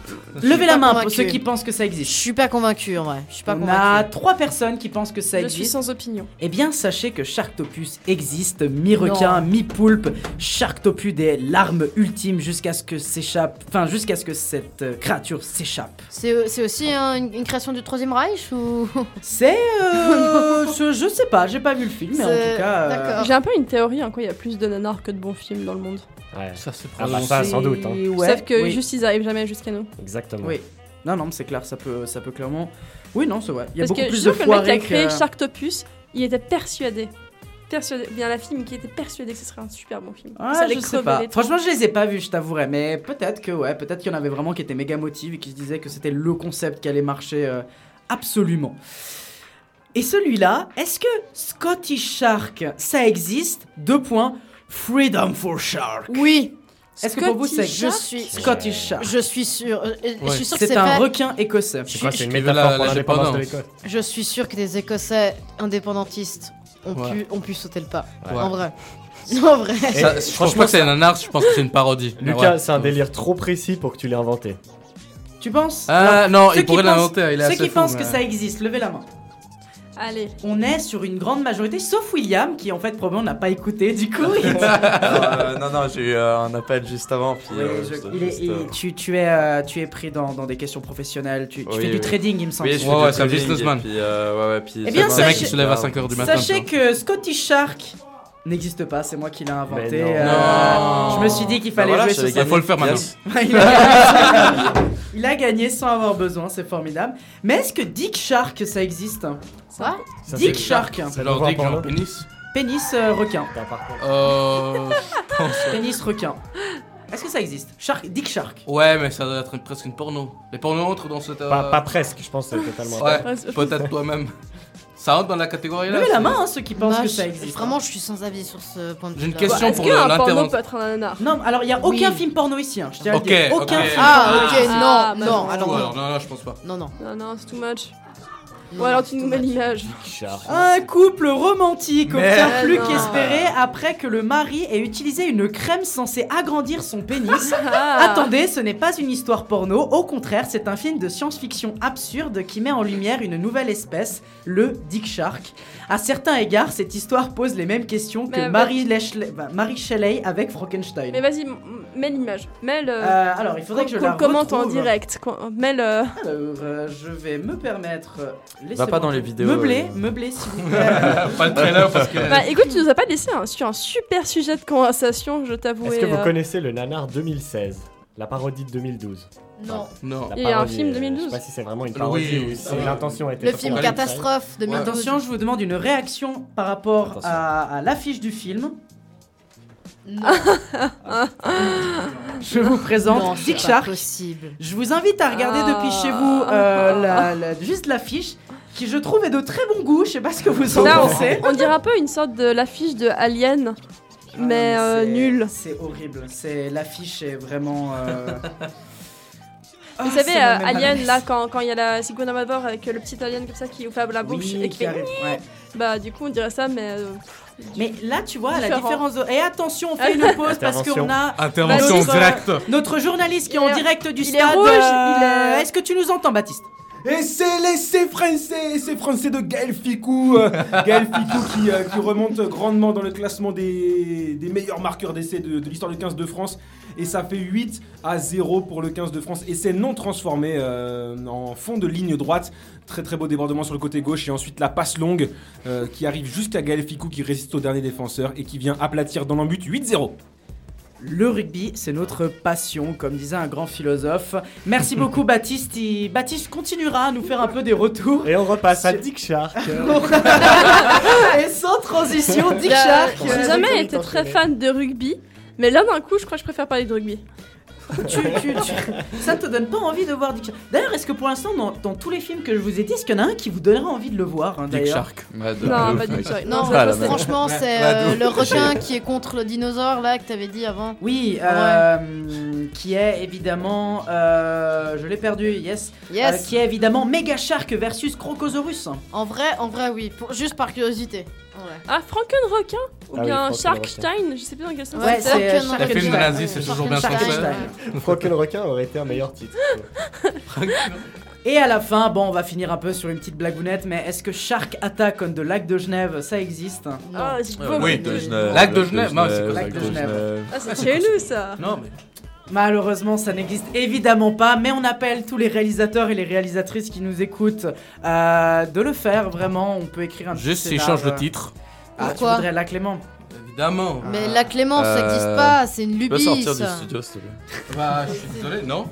S2: levez la main pour
S4: convaincue.
S2: ceux qui pensent que ça existe.
S4: Je suis pas convaincu en vrai. Je suis pas
S2: on a
S4: convaincu.
S2: trois personnes qui pensent que ça
S12: je suis
S2: existe.
S12: sans opinion.
S2: Eh bien, sachez que Sharktopus existe, mi-requin, mi-poulpe. Sharktopus est l'arme ultime jusqu'à ce que s'échappe, enfin jusqu'à ce que cette euh, créature s'échappe.
S4: C'est c'est aussi hein, une, une création du Troisième Reich ou.
S2: C'est, euh, je, je sais pas, j'ai pas vu le film, mais en
S4: C'est-
S2: tout cas, euh,
S4: d'accord.
S12: J'ai un peu une théorie en quoi il y a plus de nanars que de bons films dans le monde.
S10: ouais.
S5: Ça, c'est
S10: Ah bah ça, sans doute. hein.
S2: Et ouais,
S12: Sauf que
S2: oui.
S12: juste ils arrivent jamais jusqu'à nous.
S10: Exactement.
S2: Oui. Non, non, mais c'est clair, ça peut, ça peut clairement. Oui, non, c'est vrai. Il y a
S12: Parce
S2: beaucoup
S12: que
S2: plus
S12: je
S2: de
S12: trouve que le mec qui a
S2: foirés
S12: créé
S2: que.
S12: Sharktopus, il était persuadé. Persuadé. Bien la film qui était persuadée que ce serait un super bon film.
S2: Ah,
S12: ça allait
S2: je sais
S12: crever
S2: pas.
S12: les trous.
S2: Franchement, je les ai pas vus, je t'avouerai. Mais peut-être que, ouais, peut-être qu'il y en avait vraiment qui étaient méga motivés et qui se disaient que c'était le concept qui allait marcher euh, absolument. Et celui-là, est-ce que Scottish Shark, ça existe Deux points. Freedom for Shark.
S4: Oui.
S2: Est-ce que pour vous, c'est
S4: Je suis.
S2: Scottish Shark
S4: Je suis sûr. Euh, Je suis sûr que
S2: C'est
S4: c'est
S2: un
S4: fait-
S2: requin écossais.
S10: C'est quoi, c'est une
S5: Tu veux la-
S10: métaphore pour
S5: la
S10: l'indépendance de
S5: dépendance.
S10: l'Écosse
S4: Je suis sûr que les Écossais indépendantistes ont,
S5: Ouais.
S4: pu, ont pu sauter le pas.
S5: Ouais.
S4: En vrai. En vrai.
S5: Ça, je pense pas que c'est un nanar, je pense que c'est une parodie. Mais
S10: Lucas,
S5: ouais.
S10: c'est un délire trop précis pour que tu l'aies inventé.
S2: Tu penses
S5: Ah,
S2: Alors,
S5: non,
S2: ceux
S5: il
S2: qui
S5: pourrait
S2: pensent-
S5: l'inventer, il est
S2: Ceux
S5: assez
S2: qui
S5: fou,
S2: pensent
S5: mais-
S2: que ça existe, levez la main.
S12: Allez.
S2: On est sur une grande majorité, sauf William, qui en fait probablement n'a pas écouté du coup. Il,
S6: Euh, non, non, j'ai eu euh, un appel juste avant. Puis,
S2: Oui,
S6: euh,
S2: je-
S6: juste-
S2: il est-
S6: juste,
S2: il-
S6: euh,
S2: tu, tu es, euh, tu es pris dans, dans des questions professionnelles, tu, tu
S6: oui,
S2: fais du
S6: oui.
S2: trading, il me semble.
S6: Oui, je fais
S5: Ouais, ouais,
S6: du
S5: c'est un
S6: trading,
S5: businessman.
S6: Et puis, euh, ouais, ouais, puis
S2: Eh bien,
S5: C'est le mec
S2: sachez-
S5: qui se lève à 5h du matin.
S2: Sachez
S5: tu
S2: que Scottish Shark n'existe pas, c'est moi qui l'ai inventé. Euh,
S10: Mais non.
S5: Non.
S2: Je me suis dit qu'il
S6: Bah
S2: fallait
S6: voilà,
S2: jouer
S5: vois.
S6: j'avais
S2: sur ça.
S5: Il faut le faire maintenant.
S2: il, a gagné, Il a gagné sans avoir besoin, c'est formidable. Mais est-ce que Dick Shark, ça existe
S4: Quoi
S10: Ça,
S2: Dick
S10: c'est-
S2: Shark
S5: C'est
S10: doit
S5: leur
S4: hein.
S10: avoir
S5: dick, hein.
S10: par
S5: genre
S10: là.
S5: pénis.
S2: Pénis euh, requin.
S5: Euh, je pense, ouais.
S2: Pénis requin. Est-ce que ça existe Shark, Dick Shark.
S5: Ouais, mais ça doit être une- presque une porno. Les pornos entrent dans cette. euh,
S10: Pas- pas presque, je pense que c'est totalement-
S5: Ouais,
S10: Ouais, c'est-
S5: peut-être toi-même. Ça rentre dans la catégorie là
S4: Levez la
S5: c'est-
S4: main, hein,
S2: ceux qui
S4: pensent que ça existe. Vraiment, je suis sans avis sur ce point de vue.
S5: J'ai une question Est-ce pour qu'un le- porno l'intervention. peut
S2: être un Non, alors il n'y a aucun film porno ici, hein, je tiens à
S5: Ok,
S2: le dire. Aucun
S5: ok.
S2: film
S4: Ah,
S2: porno.
S4: ok,
S12: Ah,
S4: non,
S12: bah
S4: non,
S12: non.
S4: alors
S5: Ou
S4: non.
S5: alors, non, non, je pense pas.
S4: Non, non.
S12: Non, non, c'est too much. Ou alors tu nous mets l'image.
S2: Un couple romantique
S12: Mais-
S2: obtient
S12: Mais
S2: plus
S12: non.
S2: qu'espéré après que le mari ait utilisé une crème censée agrandir son pénis.
S12: Ah.
S2: Attendez, ce n'est pas une histoire porno, au contraire, c'est un film de science-fiction absurde qui met en lumière une nouvelle espèce, le Dick Shark. À certains égards, cette histoire pose les mêmes questions que
S12: Mais-
S2: Marie, Leshle- bah, Marie Shelley avec Frankenstein.
S12: Mais bah- vas-y, m- mets l'image. Mets le.
S2: Euh, alors, il faudrait que je
S12: qu'on
S2: la
S12: le commente en
S2: retrouve.
S12: direct. qu'on- Mets le.
S2: Alors, euh, je vais me permettre. euh,
S6: Va pas dans
S2: laissez-moi-
S6: les vidéos.
S2: Meubler,
S6: euh.
S2: meubler s'il vous plaît.
S5: Pas le trailer parce que.
S12: Bah écoute, tu nous as pas laissé un, sur un super sujet de conversation, je t'avoue.
S10: Est-ce que
S12: et,
S10: vous
S12: euh,
S10: connaissez le nanar 2016 La parodie de 2012
S4: Non.
S5: Ah, Non.
S10: La
S12: Il y a un
S10: parodie,
S12: film
S10: euh, Je
S12: 2012.
S10: sais pas si c'est vraiment une parodie ou si l'intention était.
S4: film catastrophe de Ouais. 2012.
S2: Attention, je vous demande une réaction par rapport
S10: Attention.
S2: à, à l'affiche du film. Je
S4: Je
S2: vous présente
S4: non,
S2: Dick
S4: c'est pas
S2: Shark.
S4: possible.
S2: Je vous invite à regarder
S4: Ah.
S2: depuis chez vous euh, la- la- juste l'affiche, qui je trouve est de très bon goût. Je sais pas ce que vous en
S12: Là, on-
S2: pensez. Ah
S12: on, dirait un peu une sorte de l'affiche de Alien, mais euh, nul.
S2: C'est horrible. C'est l'affiche est vraiment. euh,
S12: Vous
S2: Ah,
S12: savez,
S2: ça me
S12: euh,
S2: met mal à
S12: Alien,
S2: l'aise.
S12: là, quand quand il y a la Sigourney Weaver avec euh, le petit alien comme ça qui ouvre la bouche
S2: Oui,
S12: et qui
S2: qui
S12: fait.
S2: arrive, ouais.
S12: Bah, du coup, on dirait ça, mais. euh,
S2: Mais là, tu vois, la
S12: Différent.
S2: différence. de- Et attention, on fait une pause parce
S12: Intervention.
S2: qu'on a.
S5: Intervention
S2: notre,
S5: directe.
S2: Notre journaliste qui est
S12: Il
S2: en
S12: est-
S2: direct du
S12: il est
S2: stade.
S12: rouge,
S2: euh,
S12: il est-
S2: Est-ce que tu nous entends, Baptiste
S14: Et c'est l'essai français, essai français de Gaël Ficou. euh, Gaël Ficou qui, euh, qui remonte grandement dans le classement des, des meilleurs marqueurs d'essai de, de l'histoire du 15 de France. Et ça fait 8 à 0 pour le 15 de France. Essai non transformé euh, en fond de ligne droite. Très très beau débordement sur le côté gauche. Et ensuite la passe longue euh, qui arrive jusqu'à Gaël Ficou qui résiste au dernier défenseur et qui vient aplatir dans l'embut 8-0.
S2: Le rugby, c'est notre passion, comme disait un grand philosophe. Merci beaucoup, Baptiste. Il- Baptiste continuera à nous faire un peu des retours.
S10: Et on repasse à Dick Shark.
S2: Et sans transition, Dick
S12: Bah,
S2: Shark.
S12: J'ai jamais été très fan de rugby, mais là, d'un coup, je crois que je préfère parler de rugby.
S2: Tu- tu- tu- Ça te donne pas envie de voir Dick Shark. D'ailleurs, est-ce que pour l'instant, dans, dans tous les films que je vous ai dit, est-ce qu'il y en a un qui vous donnera envie de le voir hein,
S5: Dick
S2: d'ailleurs
S5: Shark. Ouais, de- de
S12: Non, pas
S5: ouf,
S12: Dick
S5: mec.
S12: Shark.
S4: Non,
S2: Ah,
S5: Ouais, la merde.
S4: franchement,
S5: Ouais.
S4: c'est
S5: Ouais, de
S4: euh,
S5: ouf.
S4: le requin qui est contre le dinosaure là que t'avais dit avant.
S2: Oui, euh, qui est évidemment. euh, je l'ai perdu, yes.
S4: Yes.
S2: Euh, qui est évidemment Mega Shark versus Crocosaurus.
S4: En vrai, en vrai, oui. Pour- juste par curiosité.
S12: Ah, Frankenrequin
S2: Ah
S12: Ou
S2: oui,
S12: bien
S2: Frankenrequin.
S12: Sharkstein Je sais plus dans quel sens
S4: Ouais, c'est, euh,
S5: Les films de nazis, c'est toujours bien censé.
S10: Frankel requin aurait été un meilleur titre.
S2: Et à la fin, bon, on va finir un peu sur une petite blagounette, mais est-ce que Shark Attack on the Lac de Genève, ça existe
S12: Ah, c'est beau. Euh, oui, de
S6: Genève,
S5: Lac de Genève, non, c'est quoi
S2: Lac de Genève.
S12: Ah, c'est chez nous, ça
S5: Non, mais.
S2: Malheureusement, ça n'existe évidemment pas, mais on appelle tous les réalisateurs et les réalisatrices qui nous écoutent euh, de le faire, vraiment. On peut écrire un petit
S5: Juste s'ils
S2: scénar,
S5: changent le
S2: euh.
S5: titre.
S2: Ah, tu
S4: Pourquoi
S2: voudrais Ah. la Clément
S5: Évidemment.
S4: Mais la
S5: Euh,
S4: Clémence, ça existe pas, c'est une lubie. ça.
S6: s'il te
S5: plaît. Bah, je suis désolé, non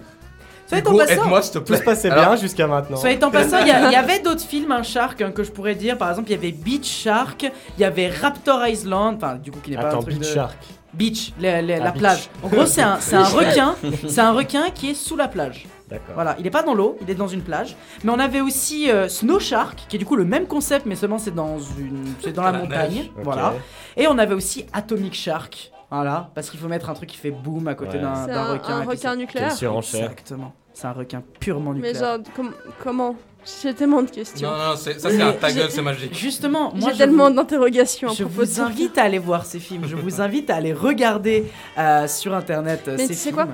S2: Soit
S5: Hugo,
S2: en passant-
S5: aide-moi, s'il te
S10: Tout
S5: plaît.
S10: se passait
S5: Alors-
S10: bien jusqu'à maintenant.
S2: Soit en passant, il y, a- il y avait d'autres films, un shark hein, que je pourrais dire. Par exemple, il y avait Beach Shark, il y avait Raptor Island, enfin, du coup, qui n'est pas
S10: Attends,
S2: un truc
S10: Beach
S2: de-
S10: Shark.
S2: Beach, la, la-
S10: Ah,
S2: la
S10: beach.
S2: plage. En gros, c'est un, c'est un
S10: Beach.
S2: requin. C'est un requin qui est sous la plage.
S10: D'accord.
S2: Voilà, il n'est pas dans l'eau, il est dans une plage. Mais on avait aussi euh, Snow Shark, qui est du coup le même concept, mais seulement c'est dans une, c'est dans la
S5: Dans la
S2: montagne.
S5: neige. Ok.
S2: Voilà. Et on avait aussi Atomic Shark. Voilà, parce qu'il faut mettre un truc qui fait boum à côté
S10: Ouais.
S2: d'un
S12: C'est
S2: d'un
S12: un-
S2: requin.
S12: un
S2: et tout
S12: requin
S2: ça.
S12: nucléaire. Quelle
S10: surenchère.
S2: Exactement. C'est un requin purement
S12: Mais
S2: nucléaire.
S12: genre, com- comment J'ai tellement de questions.
S5: Non, non, c'est- ça, c'est un ta gueule, c'est magique.
S2: Justement, moi
S12: J'ai
S2: je
S12: tellement
S2: vous-
S12: d'interrogations à
S2: Je
S12: propos de
S2: vous
S12: ça.
S2: invite à aller voir ces films. Je vous invite à aller regarder euh, sur internet euh,
S12: Mais
S2: ces
S12: tu sais
S2: films.
S12: quoi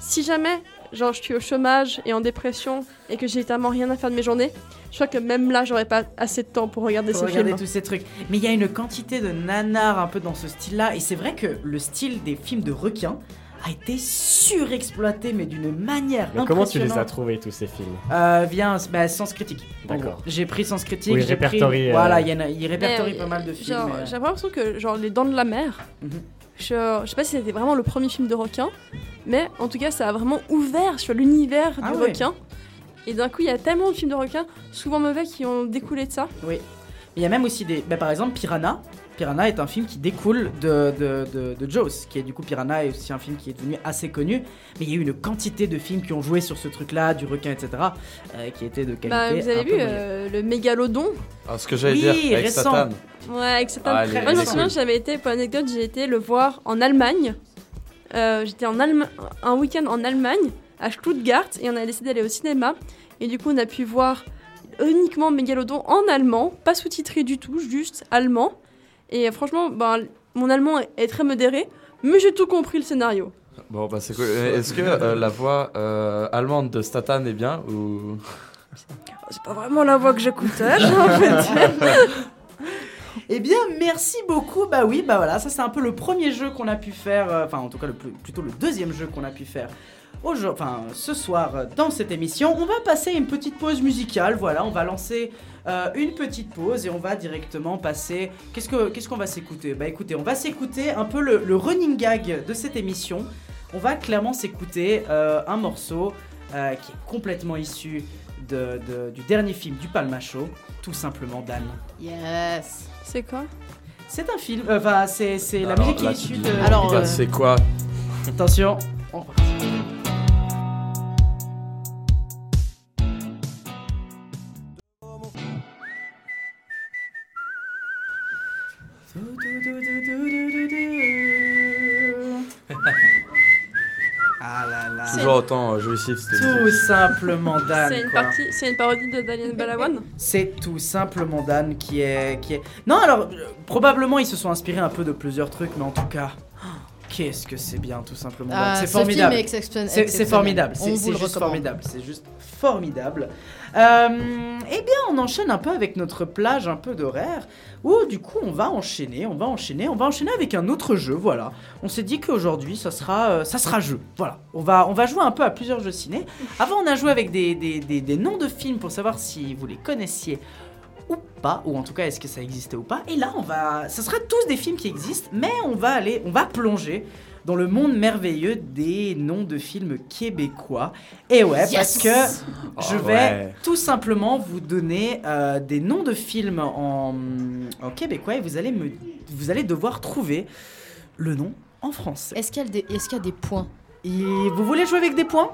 S12: Si jamais, genre, je suis au chômage et en dépression et que j'ai littéralement rien à faire de mes journées, je crois que même là, j'aurais pas assez de temps pour regarder
S2: Faut
S12: ces
S2: regarder
S12: films.
S2: tous ces trucs. Mais il y a une quantité de nanars un peu dans ce style-là. Et c'est vrai que le style des films de requins a été surexploité, mais d'une manière
S10: Mais
S2: impressionnante.
S10: comment tu les as trouvés tous ces films
S2: Euh, via un- bah, Sens Critique. en
S10: D'accord.
S2: gros. J'ai pris Sens Critique.
S10: Oui,
S2: j'ai
S10: répertorie,
S2: pris-
S10: euh,
S2: Voilà, il y en a- il
S12: répertorie
S2: répertorie pas mal de films.
S12: Genre,
S2: mais, euh, Mhm.
S12: J'ai l'impression que genre les Dents de la Mer. je, je sais pas si c'était vraiment le premier film de requin, mais en tout cas ça a vraiment ouvert sur l'univers
S2: Ah
S12: du
S2: ouais.
S12: requin. Et d'un coup il y a tellement de films de requins, souvent mauvais, qui ont découlé de ça.
S2: Oui. Il y a même aussi des. bah, par exemple, Piranha. Piranha est un film qui découle de, de, de, de Jaws, qui est du coup Piranha est aussi un film qui est devenu assez connu, mais il y a eu une quantité de films qui ont joué sur ce truc-là, du requin, etc., euh, qui étaient de qualité.
S12: Bah, vous avez
S2: un peu
S12: vu
S2: moyenne.
S12: euh, le mégalodon
S6: Ah, ce que j'allais
S2: Oui,
S6: dire, avec
S2: récent.
S6: Satan.
S12: Ouais, avec cette
S6: Ah,
S12: âme
S6: elle
S12: très-
S6: est-
S12: Moi, je
S6: elle
S12: me
S6: est
S12: souviens,
S6: cool.
S12: j'avais été, pour anecdote, j'ai été le voir en Allemagne. Euh, J'étais en Allem- un week-end en Allemagne, à Stuttgart, et on a décidé d'aller au cinéma. Et du coup, on a pu voir uniquement Mégalodon en allemand, pas sous-titré du tout, juste allemand. Et euh, franchement, ben, mon allemand est- est très modéré, mais j'ai tout compris le scénario.
S6: Bon, bah c'est cool. Euh, Est-ce que euh, la voix euh, allemande de Satan est bien ou.
S12: C'est pas vraiment la voix que j'écoutais, en fait.
S2: Eh bien, merci beaucoup. Bah oui, bah voilà, ça c'est un peu le premier jeu qu'on a pu faire, euh, enfin en tout cas le plus- plutôt le deuxième jeu qu'on a pu faire. aujourd'hui- Enfin, ce soir euh, dans cette émission, on va passer à une petite pause musicale. Voilà, on va lancer euh, une petite pause et on va directement passer. Qu'est-ce que qu'est-ce qu'on va s'écouter Bah écoutez, on va s'écouter un peu le, le running gag de cette émission. On va clairement s'écouter euh, un morceau euh, qui est complètement issu de- de- du dernier film du Palmacho, tout simplement Dan.
S4: Yes.
S12: C'est quoi
S2: C'est un film, euh, enfin, c'est c'est la musique qui est issue de.
S6: Alors. bah, C'est quoi
S2: Attention, on repart. Ah là là.
S6: Toujours autant euh, jouissif, c'était
S2: Tout simplement Dan.
S12: C'est une,
S2: quoi.
S12: partie- c'est une parodie de Daniel Balawan
S2: C'est tout simplement Dan qui est, qui est. Non, alors, euh, probablement ils se sont inspirés un peu de plusieurs trucs, mais en tout cas, oh, qu'est-ce que c'est bien, tout simplement. Dan.
S4: Ah,
S2: c'est
S4: ce
S2: formidable.
S4: film est exception-
S2: C'est- C'est
S4: exceptionnel.
S2: formidable.
S4: On
S2: C'est
S4: vous
S2: c'est
S4: le
S2: juste
S4: recommande.
S2: formidable. C'est juste formidable. Euh, eh bien, on enchaîne un peu avec notre plage un peu d'horaire. Où du coup, on va enchaîner, on va enchaîner, on va enchaîner avec un autre jeu. Voilà. On s'est dit qu'aujourd'hui, ça sera, euh, ça sera jeu. Voilà. On va, on va jouer un peu à plusieurs jeux ciné. Avant, on a joué avec des, des- des- des noms de films pour savoir si vous les connaissiez ou pas, ou en tout cas est-ce que ça existait ou pas. Et là, on va, ce sera tous des films qui existent, mais on va aller, on va plonger dans le monde merveilleux des noms de films québécois. Et ouais,
S1: Yes
S2: parce que je
S1: Oh,
S2: vais
S1: ouais.
S2: tout simplement vous donner euh, des noms de films en, en québécois et vous allez me, vous allez devoir trouver le nom en français.
S4: Est-ce qu'il y a des, est-ce qu'il y a des points
S2: Et vous voulez jouer avec des points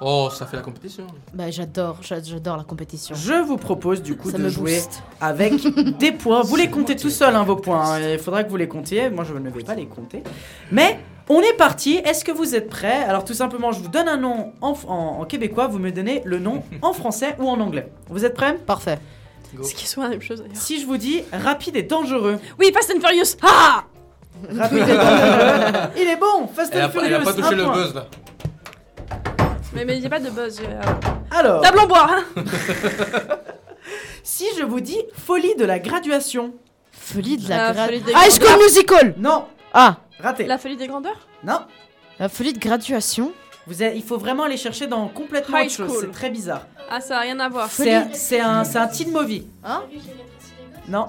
S5: Oh, ça fait la compétition.
S4: Bah j'adore, j'a- j'adore la compétition.
S2: Je vous propose du coup
S4: Ça
S2: de
S4: me
S2: jouer
S4: booste.
S2: avec des points. Vous les comptez tout seul, hein, vos points. hein. Il faudra que vous les comptiez. Moi, je ne vais pas les compter. Mais on est parti. Est-ce que vous êtes prêts Alors, tout simplement, je vous donne un nom en, f- en- en québécois. Vous me donnez le nom en français ou en anglais. Vous êtes prêts
S4: Parfait.
S12: C'est qu'ils sont la même chose d'ailleurs.
S2: Si je vous dis rapide et dangereux.
S12: Oui, Fast and Furious Ah
S2: Rapide et dangereux. Il est bon Fast
S5: Elle
S2: and
S5: a, pas- elle a
S2: Furious,
S5: pas
S2: un
S5: touché le
S2: point.
S5: buzz là.
S12: Mais mais il n'y a pas de buzz. euh,
S2: Alors.
S12: Table en bois hein
S2: Si je vous dis folie de la graduation.
S4: Folie de
S12: la La gra- folie des
S4: High School Musical
S2: Non
S4: Ah
S2: Raté
S12: La folie des grandeurs
S2: Non
S4: La folie de graduation
S2: Vous avez- il faut vraiment aller chercher dans complètement
S12: High
S2: autre chose.
S12: school.
S2: C'est très bizarre.
S12: Ah, ça n'a rien à voir.
S2: C'est un- c'est un, c'est un teen movie.
S4: Hein
S2: Non.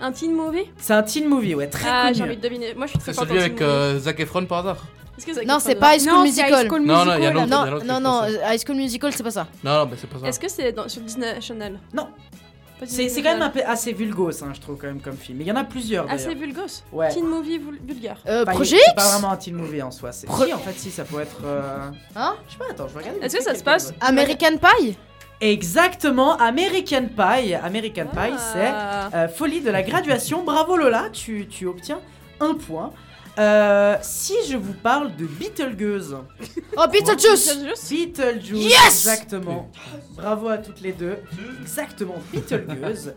S12: Un teen movie
S2: C'est un teen movie, ouais, très
S12: Ah, j'ai
S2: connu.
S12: envie de deviner. Moi, je suis très
S5: C'est
S12: forte en
S5: celui
S12: teen
S5: avec
S12: movie.
S5: euh, Zac Efron par hasard.
S12: Est-ce que c'est
S4: Non,
S12: Zac
S4: c'est
S12: Efron
S4: pas High
S12: dedans
S4: School
S12: Non, c'est
S4: Musical.
S12: High School
S5: Non, non, il y a
S12: Musical,
S5: l'autre,
S12: là.
S5: il y a l'autre.
S4: Non, non, euh, High School Musical, c'est pas ça.
S5: Non, non, bah, c'est pas ça.
S12: Est-ce que c'est dans- sur Disney Channel
S2: Non.
S12: Pas Disney
S2: C'est c'est quand même un
S12: Channel.
S2: peu assez vulgose, hein, je trouve, quand même, comme film. Mais il y en a plusieurs. d'ailleurs.
S12: assez vulgose.
S2: Ouais.
S12: Teen movie vul- vulgaire.
S4: Euh,
S2: Enfin,
S4: Projet
S2: C'est
S4: X
S2: pas vraiment un teen movie en soi. C'est si, en fait, si, ça peut être. euh,
S4: Hein
S2: Je sais pas, attends, je vais regarder.
S12: Est-ce que ça se passe
S4: American Pie
S2: Exactement, American Pie. American Pie,
S12: Ah.
S2: c'est euh, folie de la graduation. Bravo Lola, tu, tu obtiens un point. Euh, si je vous parle de Beetlejuice.
S4: Oh, Beetlejuice
S2: Beetlejuice
S4: Yes
S2: Exactement. Bravo à toutes les deux. Exactement, Beetlejuice.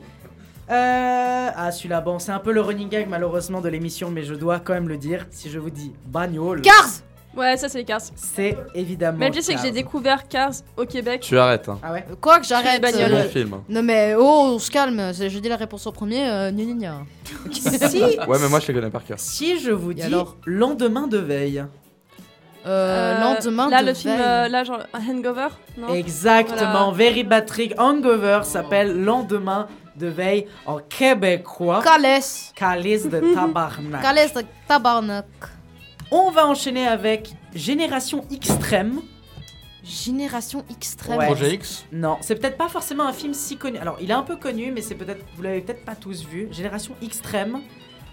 S2: Euh, ah celui-là, bon, c'est un peu le running gag malheureusement de l'émission, mais je dois quand même le dire. Si je vous dis bagnole,
S4: Cars
S12: Ouais, ça, c'est les Cars.
S2: c'est évidemment.
S12: Mais le pire, c'est que j'ai
S2: Cars.
S12: découvert Cars au Québec.
S6: Tu arrêtes, hein.
S2: Ah ouais.
S4: Quoi que j'arrête
S12: Bagnole.
S6: C'est
S4: euh,
S6: mon film. hein.
S4: Non mais oh, on se calme, c'est- je dis la réponse en premier, euh, gna gna gna.
S2: Si,
S6: Ouais, mais moi je les connais par cœur.
S2: si je vous
S4: Et
S2: dis
S4: alors
S2: lendemain de veille.
S4: Euh, lendemain
S12: Là,
S4: de
S12: le film,
S4: veille.
S12: euh, là, genre Hangover non
S2: Exactement,
S12: Voilà.
S2: Very Bad Trick Hangover s'appelle Lendemain de veille en québécois.
S4: Calès
S2: Calice de tabarnak.
S4: Calès de tabarnak.
S2: On va enchaîner avec Génération Extrême.
S4: Génération extrême.
S2: Ouais.
S5: Projet X.
S2: Non, c'est peut-être pas forcément un film si connu. Alors, il est un peu connu, mais c'est peut-être vous l'avez peut-être pas tous vu. Génération Extrême.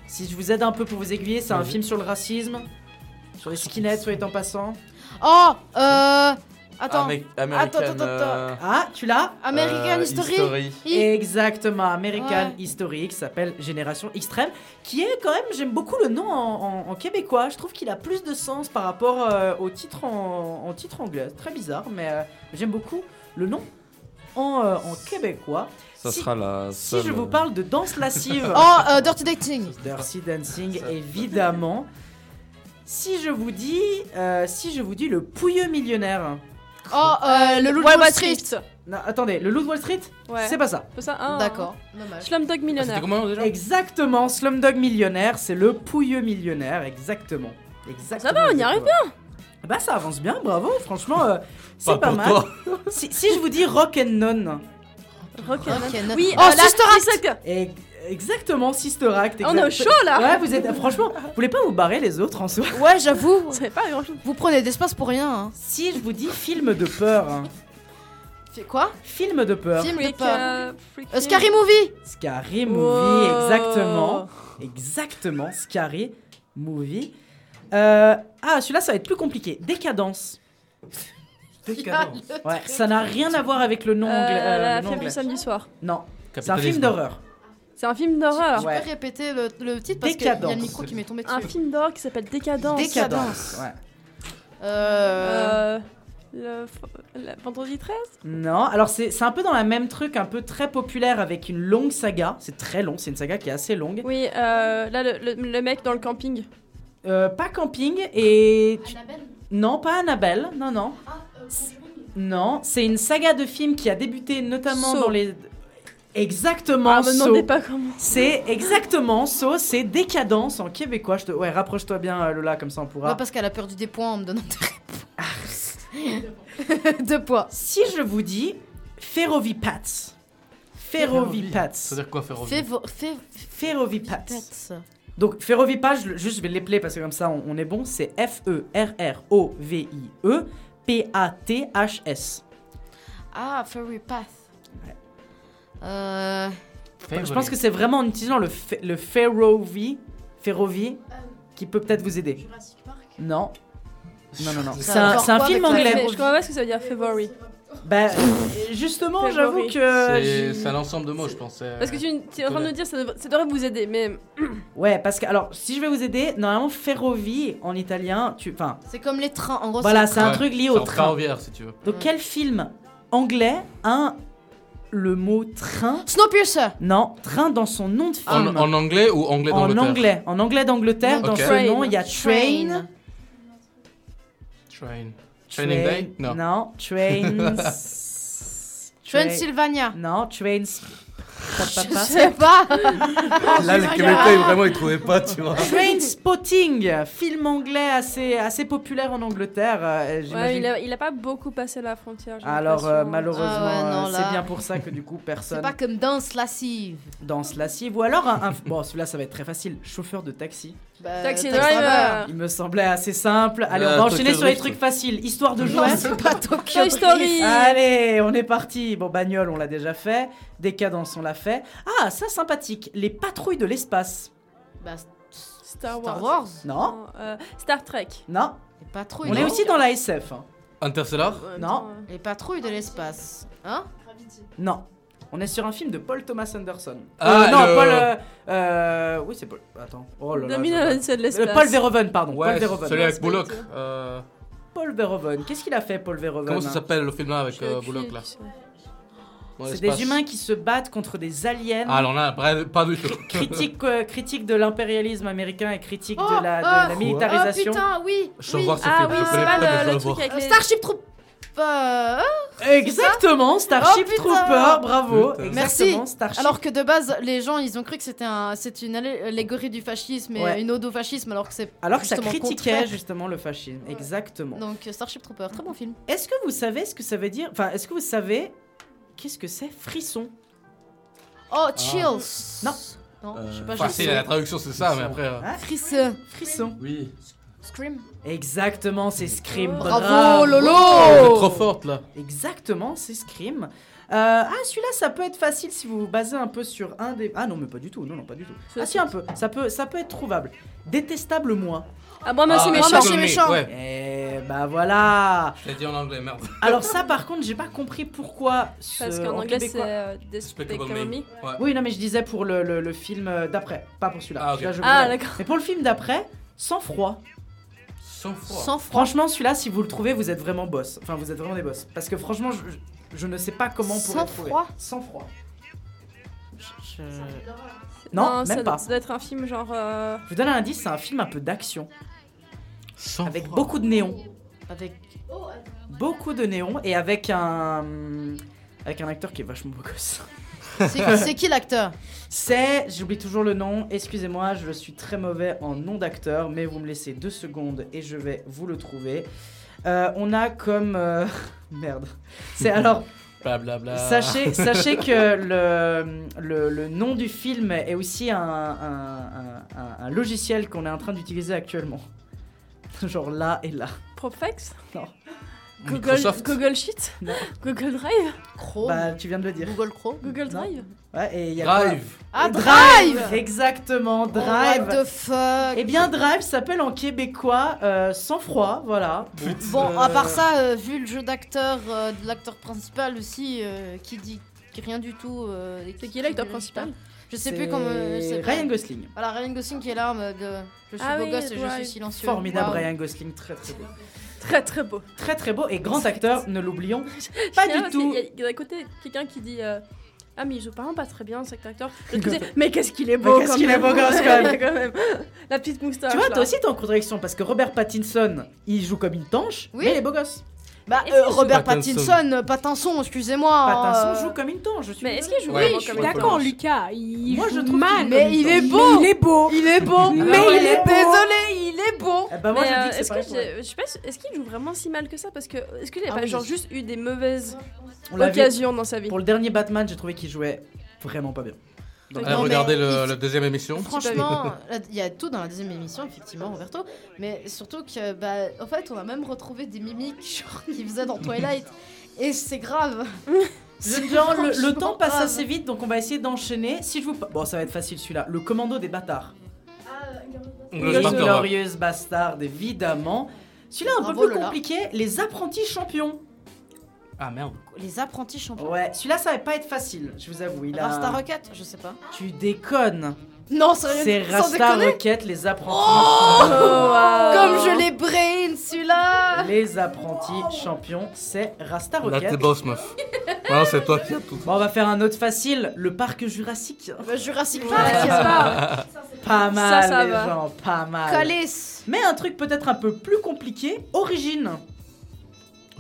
S2: Si je vous aide un peu pour vous aiguiller, c'est un film sur le racisme, sur les skinheads, soit en passant.
S4: Oh, euh. Attends.
S6: Amé-
S4: attends,
S6: American,
S4: attends,
S6: euh,
S4: attends.
S2: Ah, tu l'as
S4: American History. Hi.
S2: Exactement, American
S4: Ouais.
S2: History, qui s'appelle Génération Extrême, qui est quand même, j'aime beaucoup le nom en, en- en québécois, je trouve qu'il a plus de sens par rapport euh, au titre en, en titre anglais, très bizarre, mais euh, j'aime beaucoup le nom en, euh, en québécois.
S6: Ça sera la
S2: Si
S6: seule. euh,
S2: je vous parle de danse lascive...
S4: Oh, euh, Dirty Dancing.
S2: Dirty Dancing, évidemment. Si je vous dis, euh, si je vous dis le pouilleux millionnaire. bah,
S4: Oh, euh, le loup de
S2: Wall
S4: Wall Street.
S2: Non, attendez, le loup de Wall Street
S12: Ouais.
S2: C'est pas ça.
S12: C'est ça, hein,
S4: D'accord,
S12: hein.
S4: dommage.
S2: Ah,
S12: Slumdog Millionnaire.
S2: Exactement, Slumdog Millionnaire, c'est le pouilleux millionnaire, exactement. Exactement.
S12: Ça va, on y arrive bien.
S2: Bah ça avance bien, bravo, franchement, euh, c'est
S12: Pas
S2: pas,
S12: pour
S2: mal.
S12: toi.
S2: Si, si je vous dis Rock and Non.
S12: Rock
S4: and-
S12: Oui,
S4: Oh,
S12: euh, là,
S4: Sister
S12: Act.
S2: Et- Exactement, Sister Act.
S12: On est au
S2: exact-
S12: chaud, là.
S2: Ouais, vous êtes. Franchement, vous voulez pas vous barrer les autres en soi
S4: Ouais, j'avoue.
S12: pas grand chose.
S4: Vous prenez d'espace pour rien. Hein.
S2: Si je vous dis film de peur. hein.
S4: Fais quoi
S2: Film de peur.
S4: Film de
S12: Freak,
S4: peur.
S12: euh, freaking-
S4: Euh, Scary Movie.
S2: Scary Movie,
S4: Wow.
S2: exactement. Exactement, Scary Movie. Euh, ah, celui-là, ça va être plus compliqué. Décadence. Décadence.
S12: Ah,
S2: Ouais,
S4: Euh,
S2: ça n'a rien à voir avec le nom
S12: Euh,
S2: anglais. euh, le
S12: la
S2: nom
S12: fièvre du
S2: anglais.
S12: samedi soir.
S2: Non, c'est un
S12: Capitalisme.
S2: film d'horreur.
S12: C'est un film d'horreur.
S4: Tu peux répéter le, le titre parce qu'il y a le micro qui m'est tombé dessus.
S12: Un film d'horreur qui s'appelle Décadence.
S4: Décadence.
S2: Ouais.
S12: Euh, le, le vendredi 13
S2: Non, alors c'est c'est un peu dans la même truc, un peu très populaire avec une longue saga. C'est très long, c'est une saga qui est assez longue.
S12: Oui, euh, là, le, le- le mec dans le camping.
S2: Euh, pas camping et. tu- Non, pas Annabelle, non, non. euh, Non, c'est une saga de films qui a débuté notamment
S12: Saw.
S2: dans les. Exactement,
S12: Ah, me demandez
S2: Saw.
S12: pas comment.
S2: C'est exactement Saw, c'est décadence en québécois. Je te... Ouais, rapproche-toi bien, euh, Lola, comme ça on pourra.
S12: Bah,
S4: Ouais, Bah, parce qu'elle a perdu des points en me donnant des réponses. Deux points.
S2: Ah. Si je vous dis Ferrovipats. Ferrovipats.
S5: C'est-à-dire quoi, Ferrovi
S4: Févo- fé-
S2: Ferrovipats. Donc Ferrovipats, je- juste je vais l'épeler parce que comme ça on, on est bon, c'est E F-E-R-R-O-V-I-E P-A-T-H-S.
S4: Ah, Fairy Path. Euh...
S2: Je pense que c'est vraiment en utilisant le, fe- le Ferrovi, Ferrovi
S12: Euh,
S2: qui peut peut-être vous aider. Non. Non, non, non.
S12: Ça
S2: C'est un,
S12: rapporte
S2: Ah, c'est un
S12: quoi
S2: film
S12: avec la-
S2: anglais.
S12: Je comprends pas ce que ça veut dire, February.
S2: Bah, euh, justement,
S12: February.
S2: j'avoue que.
S5: C'est
S2: j'y-
S5: c'est l'ensemble de mots, je euh. pensais.
S12: Parce que tu tu es en train de
S5: Colette.
S12: nous dire, ça devrait, ça devrait vous aider, mais.
S2: Ouais, parce que. Alors, si je vais vous aider, normalement, Ferrovi en italien, tu. Enfin.
S4: C'est comme les trains, en gros.
S2: Voilà, c'est un
S5: Ouais,
S2: truc lié
S5: c'est
S2: au
S5: en
S2: train.
S5: ferroviaire, si tu veux.
S2: Donc, quel film anglais a un- le mot train
S4: Snowpiercer
S2: Non, train dans son nom de
S5: En,
S2: film.
S5: en anglais ou anglais
S2: En
S5: d'Angleterre
S2: anglais. En anglais d'Angleterre, dans
S5: Ok.
S2: ce nom, il y a Train.
S5: Train. Training
S2: Train-
S5: Day Non.
S2: Non, Trains. Train-
S4: Transylvania.
S2: Non, Trains.
S4: Je sais pas.
S5: Là, les Québécois, ils- vraiment, ils trouvaient pas, tu vois.
S2: Train Spotting, film anglais assez, assez populaire en Angleterre, euh,
S12: Ouais,
S2: j'imagine.
S12: il, a, il a pas beaucoup passé la frontière. j'ai
S2: Alors euh,
S12: l'impression.
S2: malheureusement,
S4: Ah ouais, non,
S2: euh,
S4: là.
S2: c'est bien pour ça que du coup personne
S4: C'est pas comme danse lascive.
S2: danse lascive ou alors un, un- bon celui-là ça va être très facile, chauffeur de taxi.
S4: Bah,
S12: Taxi
S4: Taxi
S12: Driver.
S2: Il me semblait assez simple. Allez,
S5: Euh,
S2: on va enchaîner
S5: Tokyo
S2: sur les
S5: Drift.
S2: trucs faciles, histoire de
S4: Non,
S2: jouer.
S4: c'est pas Tokyo
S12: Toy Story.
S4: Drift.
S2: Allez, on est parti. Bon, bagnole, on l'a déjà fait. Décadence, on l'a fait. Ah, ça, sympathique. Les patrouilles de l'espace.
S4: Bah, s-
S12: Star Wars.
S4: Star Wars.
S2: Non,
S12: Euh, Star Trek.
S2: non.
S4: Les patrouilles.
S2: On est
S4: non
S2: aussi dans la SF. hein.
S5: Interstellar
S12: Euh,
S2: Non,
S4: Les patrouilles de l'espace. Hein
S2: non. On est sur un film de Paul Thomas Anderson.
S5: Ah,
S2: Euh, non,
S5: le-
S2: Paul. euh, euh, oui, c'est Paul. Attends. Oh là là. je-
S12: 2001, c'est de l'espace.
S2: Euh, Paul Verhoeven, pardon.
S5: Ouais,
S2: Paul Verhoeven.
S5: celui avec Bullock. euh,
S2: Paul Verhoeven. Qu'est-ce qu'il a fait, Paul Verhoeven
S5: Comment ça s'appelle le film là avec euh, Bullock là Dans
S2: C'est
S5: l'espace.
S2: des humains qui se battent contre des aliens.
S5: Ah, alors là, bref, pas du tout.
S2: critique, euh, critique de l'impérialisme américain et critique
S4: Oh,
S2: de la, de
S4: oh,
S2: la
S4: oh,
S2: militarisation.
S4: Oh putain, oui.
S5: Je
S4: oui.
S5: vois ce
S12: Ah
S5: film,
S12: oui,
S5: je
S12: c'est
S5: connais
S12: pas
S5: mais je
S12: le,
S5: vais
S12: le
S5: voir.
S12: truc avec
S4: Euh,
S12: les...
S4: Starship Troop. euh,
S2: Oh, Exactement, Starship
S4: Oh, putain.
S2: Trooper, bravo.
S5: Putain.
S4: Merci.
S2: Exactement, Starship.
S4: Alors que de base, les gens, ils ont cru que c'était un, c'est une allégorie du fascisme et
S2: Ouais.
S4: une ode au fascisme, alors que c'est
S2: Alors que ça
S4: justement le
S2: critiquait
S4: contraire.
S2: justement le fascisme. Exactement.
S4: Donc euh, Starship Trooper, très bon film.
S2: Est-ce que vous savez ce que ça veut dire Enfin, est-ce que vous savez qu'est-ce que c'est frisson
S4: Oh, Chills.
S2: Non.
S4: Non, je sais pas.
S5: Facile,
S4: je
S5: la traduction c'est ça, mais après. euh,
S2: Hein
S4: Frisson.
S2: Frisson.
S6: Oui.
S4: Scream.
S2: Exactement, c'est Scream.
S4: Bravo, Lolo Oh, vous êtes trop
S5: forte là.
S2: Exactement, c'est Scream. Euh, ah, celui-là, ça peut être facile si vous vous basez un peu sur un des. Ah non, mais pas du tout. Non, non, pas du tout. Ah si, un peu. Ça peut, ça peut être trouvable. Détestable moi.
S12: Ah, moi, moi, Ah, c'est méchant. moi, c'est méchant. Ouais.
S2: Eh bah voilà.
S5: Je l'ai dit en anglais, merde.
S2: Alors ça, par contre, j'ai pas compris pourquoi. ce-
S12: Parce qu'en anglais, c'est
S2: québécois-
S12: euh, Despicable Me.
S5: Ouais.
S2: Oui, non, mais je disais pour le, le- le film euh, d'après, pas pour celui-là.
S5: Ah, ok.
S2: Celui-là, je
S12: Ah,
S2: voulais. Mais pour le film d'après, sans froid.
S5: Sans froid.
S2: Sans froid. Franchement, celui-là, si vous le trouvez, vous êtes vraiment boss. Enfin, vous êtes vraiment des boss. Parce que franchement, je, je- je ne sais pas comment on pourrait
S4: Sans
S2: le trouver.
S4: froid
S2: Sans froid. Je- Non,
S12: Non, ça
S2: même
S12: doit-
S2: pas.
S12: ça doit être un film genre. euh,
S2: Je vous donne un indice, c'est un film un peu d'action. Avec beaucoup de néons.
S4: Avec.
S2: Beaucoup de néons et avec un. Avec un acteur qui est vachement beau gosse.
S4: C'est c'est qui l'acteur
S2: C'est, j'oublie toujours le nom, excusez-moi, je suis très mauvais en nom d'acteur, mais vous me laissez deux secondes et je vais vous le trouver. Euh, on a comme... euh, Merde. C'est alors...
S5: Blablabla.
S2: Sachez, sachez que le, le, le nom du film est aussi un, un- un- un- un logiciel qu'on est en train d'utiliser actuellement. Genre là et là.
S12: Propfex
S2: Non.
S12: Google,
S2: Microsoft.
S12: Google Sheet
S2: Non.
S12: Google Drive
S2: Bah, tu viens de le dire.
S4: Google Chrome
S12: Google Drive
S2: Ouais, et il y a
S5: Drive.
S2: quoi
S4: Ah, Drive Oh,
S2: Exactement, Drive
S4: what the fuck
S2: Eh bien, Drive s'appelle en québécois euh, Sans froid, voilà.
S4: Bon, à part ça, euh, vu le jeu d'acteur euh, de l'acteur principal aussi, euh, qui dit rien du tout. euh, et
S12: C'est qui l'acteur principal
S4: Je sais
S2: C'est
S4: plus comment. euh, je sais pas.
S2: Ryan Gosling.
S4: Voilà, Ryan Gosling qui est là en mode. euh, Je suis
S12: Ah
S4: beau
S12: oui,
S4: gosse et je
S12: Drive.
S4: suis silencieux.
S2: Formidable
S4: Waouh.
S2: Ryan Gosling, très très beau.
S12: Très très beau.
S2: Très très beau et grand acteur, ne l'oublions pas
S12: Je sais
S2: du
S12: parce
S2: tout.
S12: qu'il y a- Il y a d'un côté quelqu'un qui dit euh, Ah, mais il joue vraiment pas très bien cet acteur. De l'autre côté, mais qu'est-ce qu'il est beau
S2: Mais qu'est-ce
S12: quand
S2: qu'il est
S12: même
S2: beau gosse, quand même.
S12: Quand même. La petite moustache.
S2: Tu vois,
S12: là.
S2: toi aussi t'es en contradiction parce que Robert Pattinson, il joue comme une tanche,
S4: Oui.
S2: mais il est beau gosse.
S4: Bah,
S12: Est-ce
S4: euh,
S12: qu'il joue-
S4: Robert
S5: Pattinson.
S4: Pattinson, euh, Pattinson, excusez-moi.
S2: Pattinson
S4: euh,
S2: joue comme une tanche, je suis
S12: Mais est-ce
S2: désolée.
S12: qu'il joue
S5: Ouais,
S12: vraiment
S5: je suis
S12: comme
S5: d'accord.
S12: acteur
S7: D'accord, Lucas, il
S2: Moi,
S7: joue
S2: je trouve
S7: mal.
S2: qu'il
S4: Mais
S2: est
S4: il est
S7: Mais
S4: beau
S7: Il est beau.
S4: Il est beau
S7: Ah
S4: Mais
S7: ouais.
S4: il est désolé, il est beau
S2: Eh ben, moi
S12: Mais
S2: je
S12: euh,
S2: dis que c'est
S12: est-ce
S2: pas
S12: que
S2: la
S12: j'ai- je sais pas, est-ce qu'il joue vraiment si mal que ça Parce que est-ce qu'il a
S4: Ah
S12: pas
S4: oui.
S12: genre juste eu des mauvaises
S2: On l'a vu
S12: occasions dans sa vie
S2: pour le dernier Batman, j'ai trouvé qu'il jouait vraiment pas bien.
S5: Allez,
S4: Non, mais
S5: regardez le,
S4: il-
S5: la deuxième émission.
S4: Franchement,
S12: euh,
S4: il y a tout dans la deuxième émission, effectivement, Roberto. Mais surtout que, bah, en fait, on a même retrouvé des mimiques genre, qu'il faisait dans Twilight. Et c'est grave. C'est
S2: Genre, le, le
S4: franchement
S2: temps passe
S4: grave.
S2: assez vite, donc on va essayer d'enchaîner. Si je vous. pa- Bon, ça va être facile celui-là. Le commando des bâtards.
S5: Glorious
S2: Les
S5: Bastard.
S2: glorieuses bastardes, évidemment. Celui-là, un
S4: Bravo,
S2: peu plus
S4: Lola.
S2: compliqué. Les apprentis champions.
S5: Ah merde.
S4: Les apprentis champions.
S2: Ouais, celui-là, ça va pas être facile, je vous avoue. Il a...
S4: Rasta Rocket Je sais pas.
S2: Tu déconnes.
S4: Non, sérieux,
S2: C'est
S4: sans
S2: Rasta
S4: déconner. Oh
S2: Rocket, les apprentis
S4: Comme je l'ai brain, celui-là
S2: champions. Les apprentis champions, c'est Rasta
S5: Là, t'es
S2: Rocket.
S5: boss, meuf. Maintenant, c'est toi qui as tout.
S2: Bon, on va faire un autre facile. Le parc jurassique. Ah,
S4: Bah, Jurassic
S12: Ouais, c'est
S4: Park
S12: pas-
S2: Pas mal,
S12: ça
S2: les
S12: va.
S2: gens, pas mal.
S4: Colis
S2: Mais un truc peut-être un peu plus compliqué, Origine.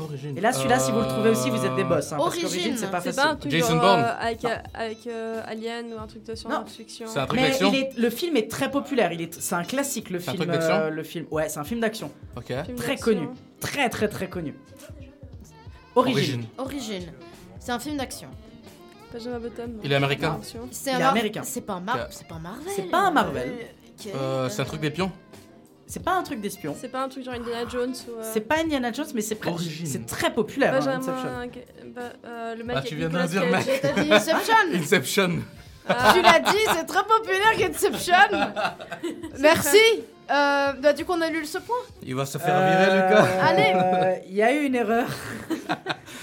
S5: Origine.
S2: Et là, celui-là, si vous le trouvez aussi, vous êtes des boss. Hein,
S4: Origine.
S2: Parce qu'Origine, c'est pas
S12: C'est
S2: facile.
S12: pas un truc
S5: Jason
S12: genre,
S5: Bourne.
S12: euh, avec, euh, avec euh, Alien ou un truc de science-fiction.
S5: C'est un truc
S2: Mais
S5: d'action.
S2: il est- le film est très populaire. Il est, c'est un classique le
S5: C'est un
S2: film.
S5: truc d'action
S2: euh, le film, ouais, c'est un film d'action,
S5: Ok.
S12: Film
S2: très
S12: d'action.
S2: connu, très très très connu. Origine.
S5: Origine.
S4: Origine. C'est un film d'action.
S12: Benjamin Button.
S5: Il est américain.
S12: Action.
S4: C'est
S2: Il est
S4: Mar-
S2: américain.
S4: C'est pas un Mar- c'est pas un Marvel.
S2: C'est pas un Marvel.
S4: Ok.
S5: Euh, c'est un truc des pions.
S2: C'est pas un truc d'espion.
S12: C'est pas un truc genre Indiana Jones ou. euh,
S2: C'est pas Indiana Jones, mais c'est près.
S5: Origine.
S2: C'est très populaire. hein, Inception.
S12: Benjamin. Ba- euh, le mec
S5: Ah, tu
S12: avec
S5: viens de le
S12: Nicolas
S5: dire,
S12: Cage.
S5: mec.
S4: T'as dit Inception
S5: Inception.
S12: Ah,
S4: Tu l'as dit, c'est très populaire qu'Inception Merci Euh, Bah du coup on annule ce point
S5: Il va se faire virer, le gars.
S2: Euh, Il y a eu une erreur.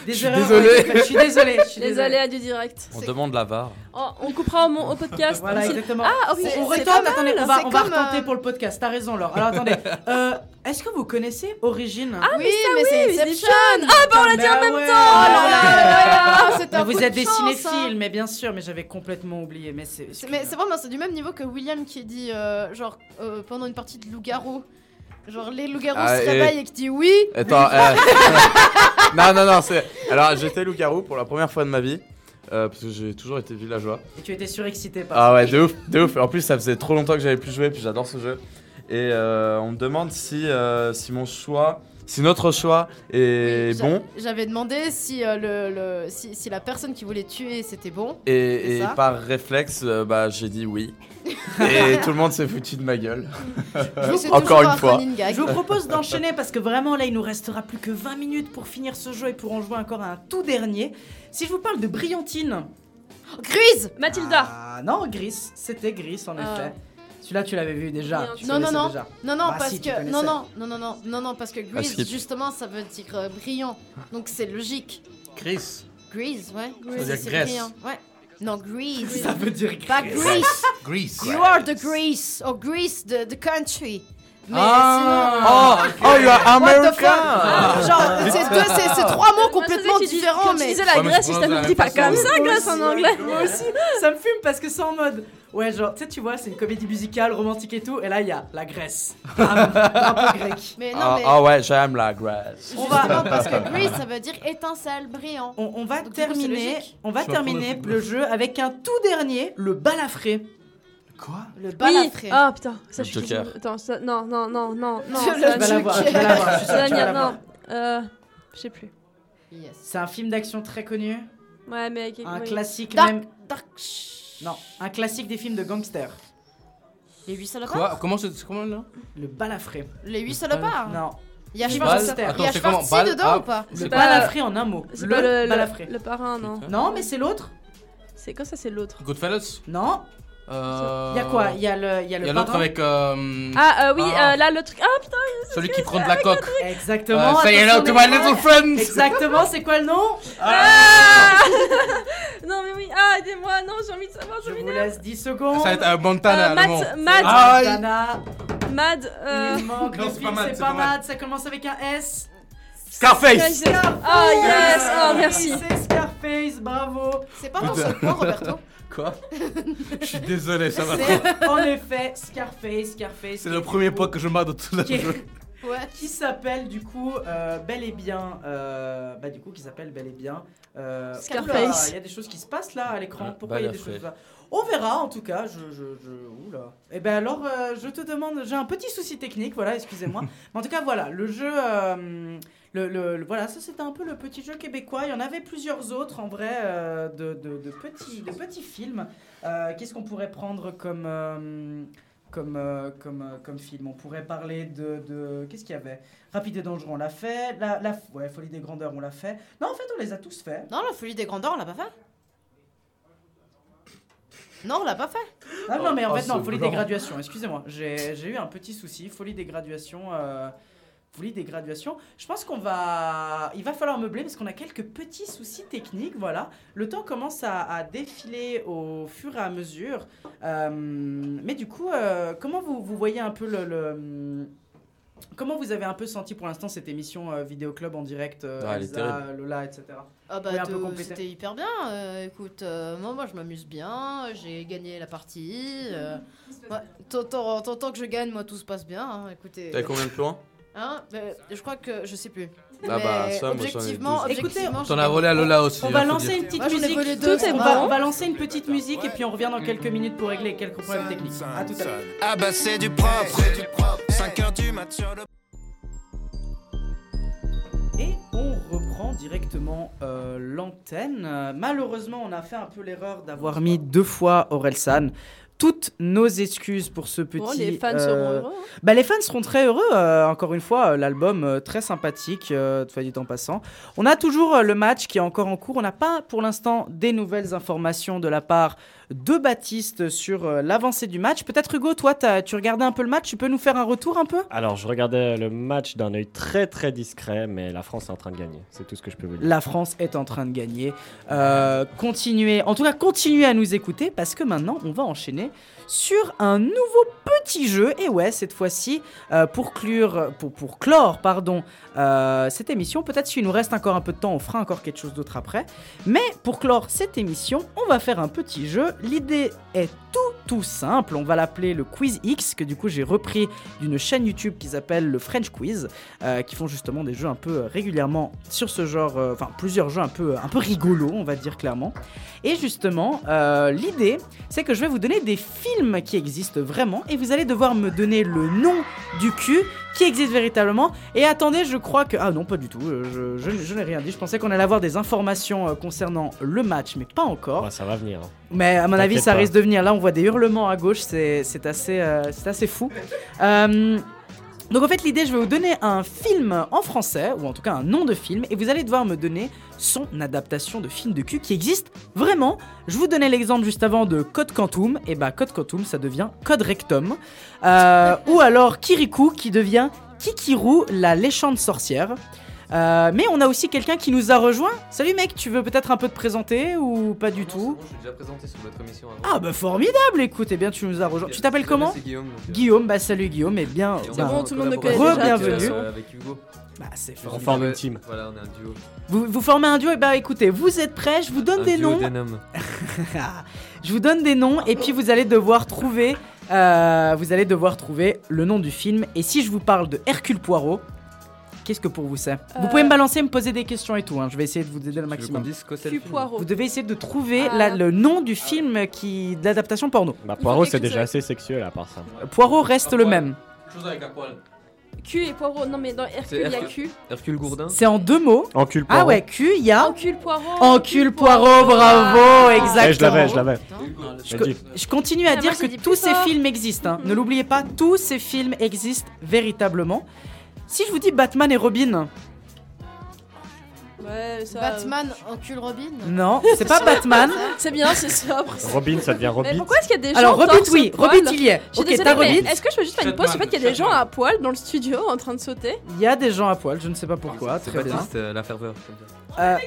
S2: Des
S5: suis
S2: erreurs
S5: désolé.
S2: ont été faites. Je suis désolé. Je suis
S12: Les
S2: désolé.
S12: aléas du direct.
S6: On demande la VAR.
S12: Oh, on coupera au, mon- au podcast.
S2: Voilà,
S12: C'est-
S2: exactement.
S12: Ah oui,
S4: C'est-
S2: on
S4: c'est
S2: retente,
S4: pas
S2: attendez, on va,
S4: c'est
S2: on va
S4: comme,
S2: retenter
S4: euh,
S2: pour le podcast, t'as raison Laure. Alors attendez, euh, est-ce que vous connaissez Origine Ah,
S4: Oui mais, c'est
S12: oui,
S4: Inception Ah,
S2: bah on l'a dit en même temps
S4: Oh C'était
S2: Mais
S4: un
S2: vous
S4: coup de
S2: êtes des
S4: chance,
S2: cinéphiles,
S4: hein.
S2: mais bien sûr, mais j'avais complètement oublié. Mais c'est.
S4: C'est- Mais c'est vraiment, c'est du même niveau que William qui dit, euh, genre, euh, pendant une partie de loup-garou. Genre, les loups-garous
S6: Ah,
S4: se
S6: et-
S4: réveillent et qui dit oui.
S6: Attends, euh, non, non, non, c'est. Alors, j'étais loup-garou pour la première fois de ma vie. euh, parce que j'ai toujours été villageois.
S2: Et tu étais surexcité par
S6: Ah ouais, de ouf, de ouf. En plus, ça faisait trop longtemps que j'avais plus joué, puis j'adore ce jeu. Et euh, on me demande si, euh, si mon choix, si notre choix est
S4: Oui, j'a-
S6: bon.
S4: J'avais demandé si, euh, le, le- si, si la personne qui voulait tuer c'était bon.
S6: Et,
S4: C'est
S6: et
S4: ça
S6: par réflexe, euh, bah, j'ai dit oui.
S5: Et tout le monde s'est foutu de ma gueule.
S2: C'est
S5: Euh, Encore
S2: toujours
S5: une
S2: un
S5: fois.
S2: running gag. Je vous propose d'enchaîner parce que vraiment là il nous restera plus que 20 minutes pour finir ce jeu et pour en jouer encore un tout dernier. Si je vous parle de Brillantine.
S4: Grise
S12: Mathilda
S2: Ah non, Gris, c'était Gris en
S4: Ah.
S2: effet. Celui-là tu l'avais vu déjà. tu
S4: Non non
S2: connaissais
S4: non.
S2: déjà.
S4: non non
S2: Bah,
S4: parce
S2: si, tu
S4: que
S2: connaissais.
S4: non
S12: Ah,
S4: non non non non non non parce
S5: Ah,
S4: que Grease
S5: skip.
S4: justement ça veut dire euh, brillant donc c'est logique.
S5: Chris.
S4: Grease ouais.
S5: veut dire
S4: Ça, c'est
S5: graisse.
S4: brillant, Ouais. Non Grease.
S5: Ça veut dire
S4: Pas
S5: graisse.
S4: Grease.
S5: Grease.
S4: You are the Grease or Grease the, the country. Mais
S5: Ah.
S4: sinon-
S5: Oh,
S4: euh,
S5: oh, you
S12: euh,
S5: are
S4: What the fuck?
S2: Ah,
S5: American.
S4: Genre c'est deux c'est c'est trois mots complètement différents
S12: quand tu
S4: mais
S12: disais la Ouais, mais Grèce, je pense je t'avais à la dit pas façon. comme ça,
S2: Moi
S12: Grèce, en
S2: aussi,
S12: anglais.
S2: Moi aussi, ça me fume parce que c'est en mode. Ouais, genre, tu sais, tu vois, c'est une comédie musicale, romantique et tout, et là, il y a la Grèce. Un, un peu grec.
S4: Mais non
S5: Ah
S4: mais
S5: ah ouais, j'aime la Grèce.
S4: justement parce que Grease ça veut dire étincelle brillant.
S2: On, on va
S4: coup, c'est
S2: terminer,
S4: logique.
S2: on va
S4: Je vais apprendre
S2: terminer
S4: le football.
S2: le jeu avec un tout dernier, le balafré.
S5: Quoi
S4: Le
S12: Oui. Ah putain, ça
S2: Le
S12: je suis
S2: Joker.
S12: quasiment- Attends, ça- non, non, non, non, non.
S2: Tu
S12: ça,
S2: vas
S12: je-
S2: l'avoir, tu vas l'avoir, je suis sûr
S12: Ça,
S2: que tu vas
S12: non,
S2: l'avoir.
S12: non, euh, je sais plus.
S2: C'est un film d'action très connu.
S12: Ouais, mais avec-
S2: Un
S12: oui.
S2: classique
S12: Dark-
S2: même. Non, un classique des films de gangsters.
S4: Les huit
S5: Quoi
S4: salopards.
S5: Comment c'est comment là
S2: Le balafré.
S4: Les huit salopards.
S2: Non.
S4: Il y a
S2: Bal-
S4: Schwarzenegger.
S2: Attends,
S4: Il y a
S2: c'est comment
S4: Schwarzy
S2: Bal-
S4: dedans
S2: ah,
S4: ou pas
S2: c'est Le pas- balafré en un mot.
S12: C'est
S2: Le
S12: pas le,
S2: balafré.
S12: Le, parrain, non.
S2: Non, mais c'est l'autre.
S12: C'est quoi ça, c'est l'autre
S5: Goodfellas
S2: Non.
S5: Euh...
S2: Il y a quoi Il y a le, il y a le.
S5: Il y a l'autre
S2: parrain.
S5: avec. euh,
S12: Ah, euh, oui,
S5: ah,
S12: euh, là, le truc. Ah putain,
S5: Celui qui prend de la coque.
S2: Exactement.
S5: Euh, say hello
S2: attention,
S5: to
S2: les
S5: my
S2: gars.
S5: little friends.
S2: Exactement, c'est quoi le nom
S12: Ah.
S2: Ah.
S12: Non, mais oui, ah, aidez-moi, non, j'ai envie de savoir, je
S2: Je vous laisse 10 secondes.
S5: Ça va être euh, Montana.
S12: Euh, Matt-
S5: allemand.
S12: Matt-
S5: Aïe.
S2: Montana.
S12: Mad, euh.
S2: Il manque le
S5: Non, c'est pas
S2: film,
S5: Matt,
S2: c'est
S5: c'est
S2: pas
S5: pas Matt.
S2: Mad, ça commence avec un S. Euh,
S5: Scarface.
S12: Ah, yes, ah, merci.
S2: C'est Scarface, bravo.
S4: Ah, C'est pas
S5: Putain. Quoi Je suis désolé, ça va trop.
S2: C'est en effet Scarface, Scarface.
S5: C'est le premier point que je marre de tout la
S2: Qui,
S5: jeu.
S2: qui s'appelle du coup euh, bel et bien euh, bah du coup qui s'appelle bel et bien euh,
S12: Scarface.
S2: oula, il y a des choses qui se passent là à l'écran
S12: Ah,
S2: pourquoi Euh, bah, il y a des
S12: balafré.
S2: choses là on verra en tout cas je je, je oula et ben alors euh, je te demande j'ai un petit souci technique voilà excusez-moi mais en tout cas voilà le jeu euh, le, le- le- voilà, ça c'était un peu le petit jeu québécois. Il y en avait plusieurs autres en vrai euh, de, de- de petits, de petits films. Euh, Qu'est-ce qu'on pourrait prendre comme, euh, comme, euh, comme, euh, comme film On pourrait parler de. de- Qu'est-ce qu'il y avait Rapide et dangereux, on l'a fait. La, la ouais, Folie des grandeurs, on l'a fait. Non, en fait, on les a tous faits.
S4: Non, la folie des grandeurs, on l'a pas fait. Non, on l'a pas fait.
S2: Ah non, mais en
S4: Oh,
S2: fait,
S4: ce
S2: non, Folie
S4: blanc.
S2: des graduations, excusez-moi. J'ai j'ai eu un petit souci. Folie des graduations. euh, Folie des graduations. Je pense qu'on va. Il va falloir meubler parce qu'on a quelques petits soucis techniques, voilà. Le temps commence à, à défiler au fur et à mesure. Euh, mais du coup, euh, comment vous, vous voyez un peu le. le- Comment vous avez un peu senti pour l'instant cette émission euh, Vidéo Club en direct euh,
S6: Ah, elle est
S2: Elsa,
S6: terrible.
S2: Lola, etc.
S4: Ah
S2: Vous
S4: bah,
S2: pouvez un
S4: de-
S2: peu compléter
S4: c'était hyper bien. euh, écoute, euh, moi, moi, je m'amuse bien. J'ai gagné la partie. euh, ouais, T'entends t'entends que je gagne, moi, tout se passe bien. hein, écoutez.
S6: T'as combien de points
S4: Hein Euh, Je crois que je sais plus.
S6: Ah bah,
S4: Mais
S6: ça, moi, j'en ai
S4: objectivement,
S6: douze.
S4: objectivement,
S5: T'en
S4: j'ai
S5: as
S4: gagné.
S5: volé à Lola aussi.
S2: On
S5: hein,
S2: va
S5: faut
S2: lancer
S5: dire.
S2: une petite
S4: Moi, j'en ai
S2: musique.
S4: volé deux, c'est
S2: on, va,
S4: marrant.
S2: on va lancer une petite musique et puis on revient dans quelques minutes pour régler quelques problèmes techniques. À tout à l'heure.
S13: Ah bah c'est du propre. 5 heures du mat sur le.
S2: Et on reprend directement euh, l'antenne. Euh, Malheureusement, on a fait un peu l'erreur d'avoir mis deux fois Aurel San. Toutes nos excuses pour ce petit.
S12: Bon, Oh, les fans
S2: euh,
S12: seront heureux, hein.
S2: Bah, les fans seront très heureux. euh, encore une fois, euh, l'album euh, très sympathique, euh, soit dit en passant. On a toujours euh, le match qui est encore en cours. On n'a pas pour l'instant des nouvelles informations de la part de Baptiste sur euh, l'avancée du match. Peut-être Hugo, toi, t'as- tu regardais un peu le match. Tu peux nous faire un retour un peu
S10: Alors, je regardais le match d'un œil très très discret, mais la France est en train de gagner. C'est tout ce que je peux vous dire.
S2: La France est en train de gagner. Euh, continuez, en tout cas, continuez à nous écouter parce que maintenant, on va enchaîner sur un nouveau petit jeu. Et ouais, cette fois-ci, euh, pour, clure- pour, pour clore pardon, euh, cette émission, peut-être s'il nous reste encore un peu de temps, on fera encore quelque chose d'autre après. Mais pour clore cette émission, on va faire un petit jeu. L'idée est tout tout simple, on va l'appeler le Quiz X, que du coup j'ai repris d'une chaîne YouTube qui s'appelle le French Quiz, euh, qui font justement des jeux un peu euh, régulièrement sur ce genre, euh, enfin plusieurs jeux un peu, un peu rigolos, on va dire clairement. Et justement, euh, l'idée, c'est que je vais vous donner des films qui existent vraiment, et vous allez devoir me donner le nom du cul qui existe véritablement. Et attendez, je crois que... Ah non, pas du tout, euh, je, je- je n'ai rien dit. Je pensais qu'on allait avoir des informations euh, concernant le match, mais pas encore.
S10: Ouais, ça va venir. hein.
S2: Mais à mon avis,
S10: T'inquiète
S2: ça
S10: pas.
S2: risque de venir. Là, on voit des hurlements à gauche, c'est c'est assez, euh, c'est assez fou. Euh, donc en fait, l'idée, je vais vous donner un film en français, ou en tout cas un nom de film, et vous allez devoir me donner son adaptation de film de cul qui existe vraiment. Je vous donnais l'exemple juste avant de Code Quantum, et bah Code Quantum, ça devient Code Rectum. Euh, ou alors Kirikou qui devient Kikiru, la léchante sorcière. Euh, mais on a aussi quelqu'un qui nous a rejoint. Salut mec, tu veux peut-être un peu te présenter ou pas du tout
S15: J'ai déjà présenté sur votre émission avant.
S2: ah bah formidable, écoute, eh bien tu nous as rejoint. Tu t'appelles comment
S15: c'est Guillaume, donc, euh.
S2: Guillaume, bah salut Guillaume, et bien...
S15: Et on
S2: bah,
S15: est en collaboration avec,
S2: Re-bienvenue.
S15: euh, Avec Hugo.
S2: Bah c'est
S15: On
S2: formidable.
S15: forme une team. Voilà, on est un duo.
S2: Vous, vous formez un duo, et bah écoutez, vous êtes prêts, je vous donne
S15: Un
S2: des
S15: duo
S2: noms.
S15: d'énormes.
S2: je vous donne des noms, et puis vous allez devoir trouver... euh, vous allez devoir trouver le nom du film, et si je vous parle de Hercule Poirot, qu'est-ce que pour vous c'est Vous pouvez me balancer, me poser des questions et tout, hein, je vais essayer de vous aider le maximum. Vous devez essayer de trouver la- le nom du film qui... de l'adaptation porno.
S10: Bah, Poirot, c'est déjà assez sexuel à part ça.
S2: Poirot reste le même.
S15: Chose avec la poêle.
S12: Cul et poireau. Non, mais dans Hercule, il y a cul.
S15: Hercule Gourdin.
S2: C'est en deux mots.
S10: Encule
S2: Ah
S10: Poirot.
S2: ouais, cul, il y a.
S12: Encule poireau.
S2: Encule poireau, bravo, Oh, exactement.
S10: Eh, je l'avais, je l'avais.
S2: Je,
S10: Je
S2: co-
S10: dis.
S2: je continue à
S12: Ah, moi,
S2: dire
S12: j'ai
S2: que
S12: dit plus
S2: tous ces
S12: fort. Mm.
S2: films existent. hein. Ne l'oubliez pas, tous ces films existent véritablement. Si je vous dis Batman et Robin,
S12: Ouais, ça. euh.
S4: Batman encule Robin
S2: non, c'est pas Batman.
S12: C'est bien, c'est sobre.
S10: Robin, ça devient
S12: Mais
S10: Robin.
S12: pourquoi est-ce qu'il y a des gens
S2: Alors, Robit,
S12: torse
S2: oui,
S12: poil
S2: Robit, il y est.
S12: Je suis
S2: Ok,
S12: désolée,
S2: t'as
S12: mais
S2: Robit.
S12: Est-ce que je peux juste faire une pause En fait, il y a des gens à poil dans le studio en train de sauter.
S2: Il y a des gens à poil, je ne sais pas pourquoi,
S15: C'est
S2: très bien.
S15: Baptiste, euh, la ferveur. comme ça.
S2: Euh,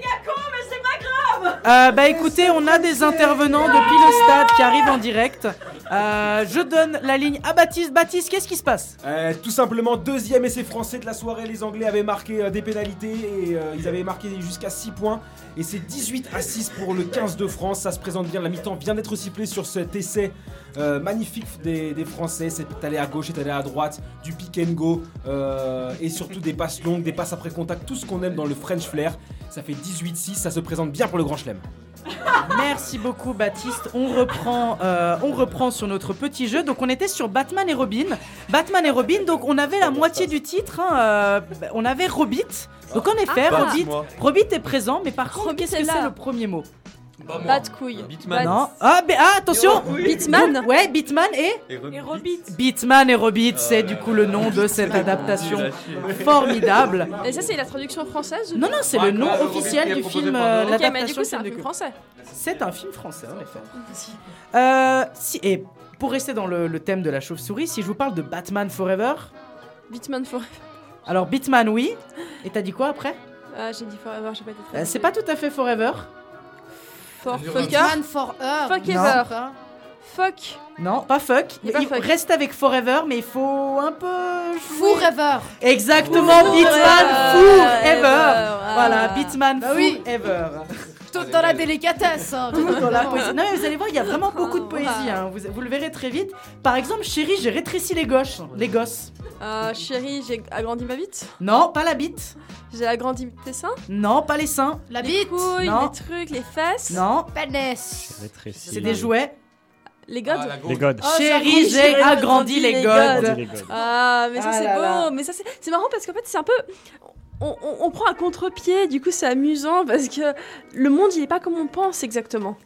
S2: Euh, bah écoutez, on a des intervenants depuis le stade qui arrivent en direct. Euh, je donne la ligne à Baptiste. Baptiste, qu'est-ce qui se passe
S14: Euh, tout simplement deuxième essai français de la soirée. Les Anglais avaient marqué euh, des pénalités et euh, ils avaient marqué jusqu'à 6 points. Et c'est 18 à 6 pour le 15 de France. Ça se présente bien. La mi-temps vient d'être sifflée sur cet essai euh, magnifique des, des Français. C'est allé à gauche, c'est allé à droite, du pick and go euh, et surtout des passes longues, des passes après contact, tout ce qu'on aime dans le French flair. Ça fait 18-6. Ça se présente bien pour le Grand Chelem.
S2: Merci beaucoup Baptiste. On reprend, euh, on reprend sur notre petit jeu. Donc on était sur Batman et Robin. Batman et Robin. Donc on avait la moitié du titre. hein, euh, bah, on avait Robit. Donc en effet,
S12: Ah.
S2: Robit,
S12: Moi.
S2: Robit est présent. Mais par contre,
S12: Robit
S2: qu'est-ce
S12: est
S2: que
S12: là.
S2: c'est le premier mot
S12: Bat couille. Bat-
S2: Non. Ah, mais- ah, attention.
S12: Oui. Beatman.
S2: Donc, Ouais, Beatman et.
S12: Et Robit. Ah
S2: Beatman et Robit, c'est du coup le nom de cette adaptation formidable.
S12: Et ça, c'est la traduction française ou
S2: Non,
S12: pas
S2: non, c'est le nom officiel du film, euh,
S12: Ok, mais du
S2: l'adaptation
S12: coup,
S2: de
S12: c'est un
S2: film de
S12: film français.
S2: C'est un film français, en effet. Euh, si, et pour rester dans le, le thème de la chauve-souris, si je vous parle de Batman Forever,
S12: Beatman Forever.
S2: alors Batman, oui. Et t'as dit quoi après
S12: Ah, j'ai dit Forever, j'ai pas dit
S2: Euh, C'est pas tout à fait Forever.
S12: For
S2: Forever.
S12: Fucker.
S4: for
S12: Fuck
S2: Non.
S12: ever. Fuck.
S2: Non, pas fuck.
S12: Il est pas
S2: Il
S12: fuck.
S2: reste avec Forever, mais il faut un peu.
S4: Forever.
S2: Exactement,
S4: Forever.
S2: Batman
S4: Forever.
S2: Forever.
S4: Ah.
S2: Voilà, Batman
S4: Bah oui.
S2: Forever.
S4: Tout dans la délicatesse. hein, Euh, tout
S2: Dans la
S4: évidemment.
S2: poésie. Non, mais vous allez voir, il y a vraiment beaucoup de poésie.
S4: Ah.
S2: hein. Vous, vous le verrez très vite. Par exemple, chérie, j'ai rétréci les gauches, les gosses.
S12: Euh, chérie, j'ai agrandi ma bite.
S2: Non, pas la bite.
S12: J'ai agrandi tes seins.
S2: Non, pas les seins.
S4: La
S12: Les couilles,
S2: Non.
S12: les trucs, les fesses.
S2: Non.
S4: Pénis.
S2: C'est des jouets.
S12: Les godes.
S10: Les godes.
S12: Oh,
S2: Chérie, j'ai agrandi les godes.
S12: Ah, mais ça
S2: Ah
S12: c'est
S2: là
S12: beau.
S2: là.
S12: Mais ça c'est, c'est marrant parce qu'en fait c'est un peu, on, on- on prend un contre-pied. Du coup c'est amusant parce que le monde il est pas comme on pense exactement.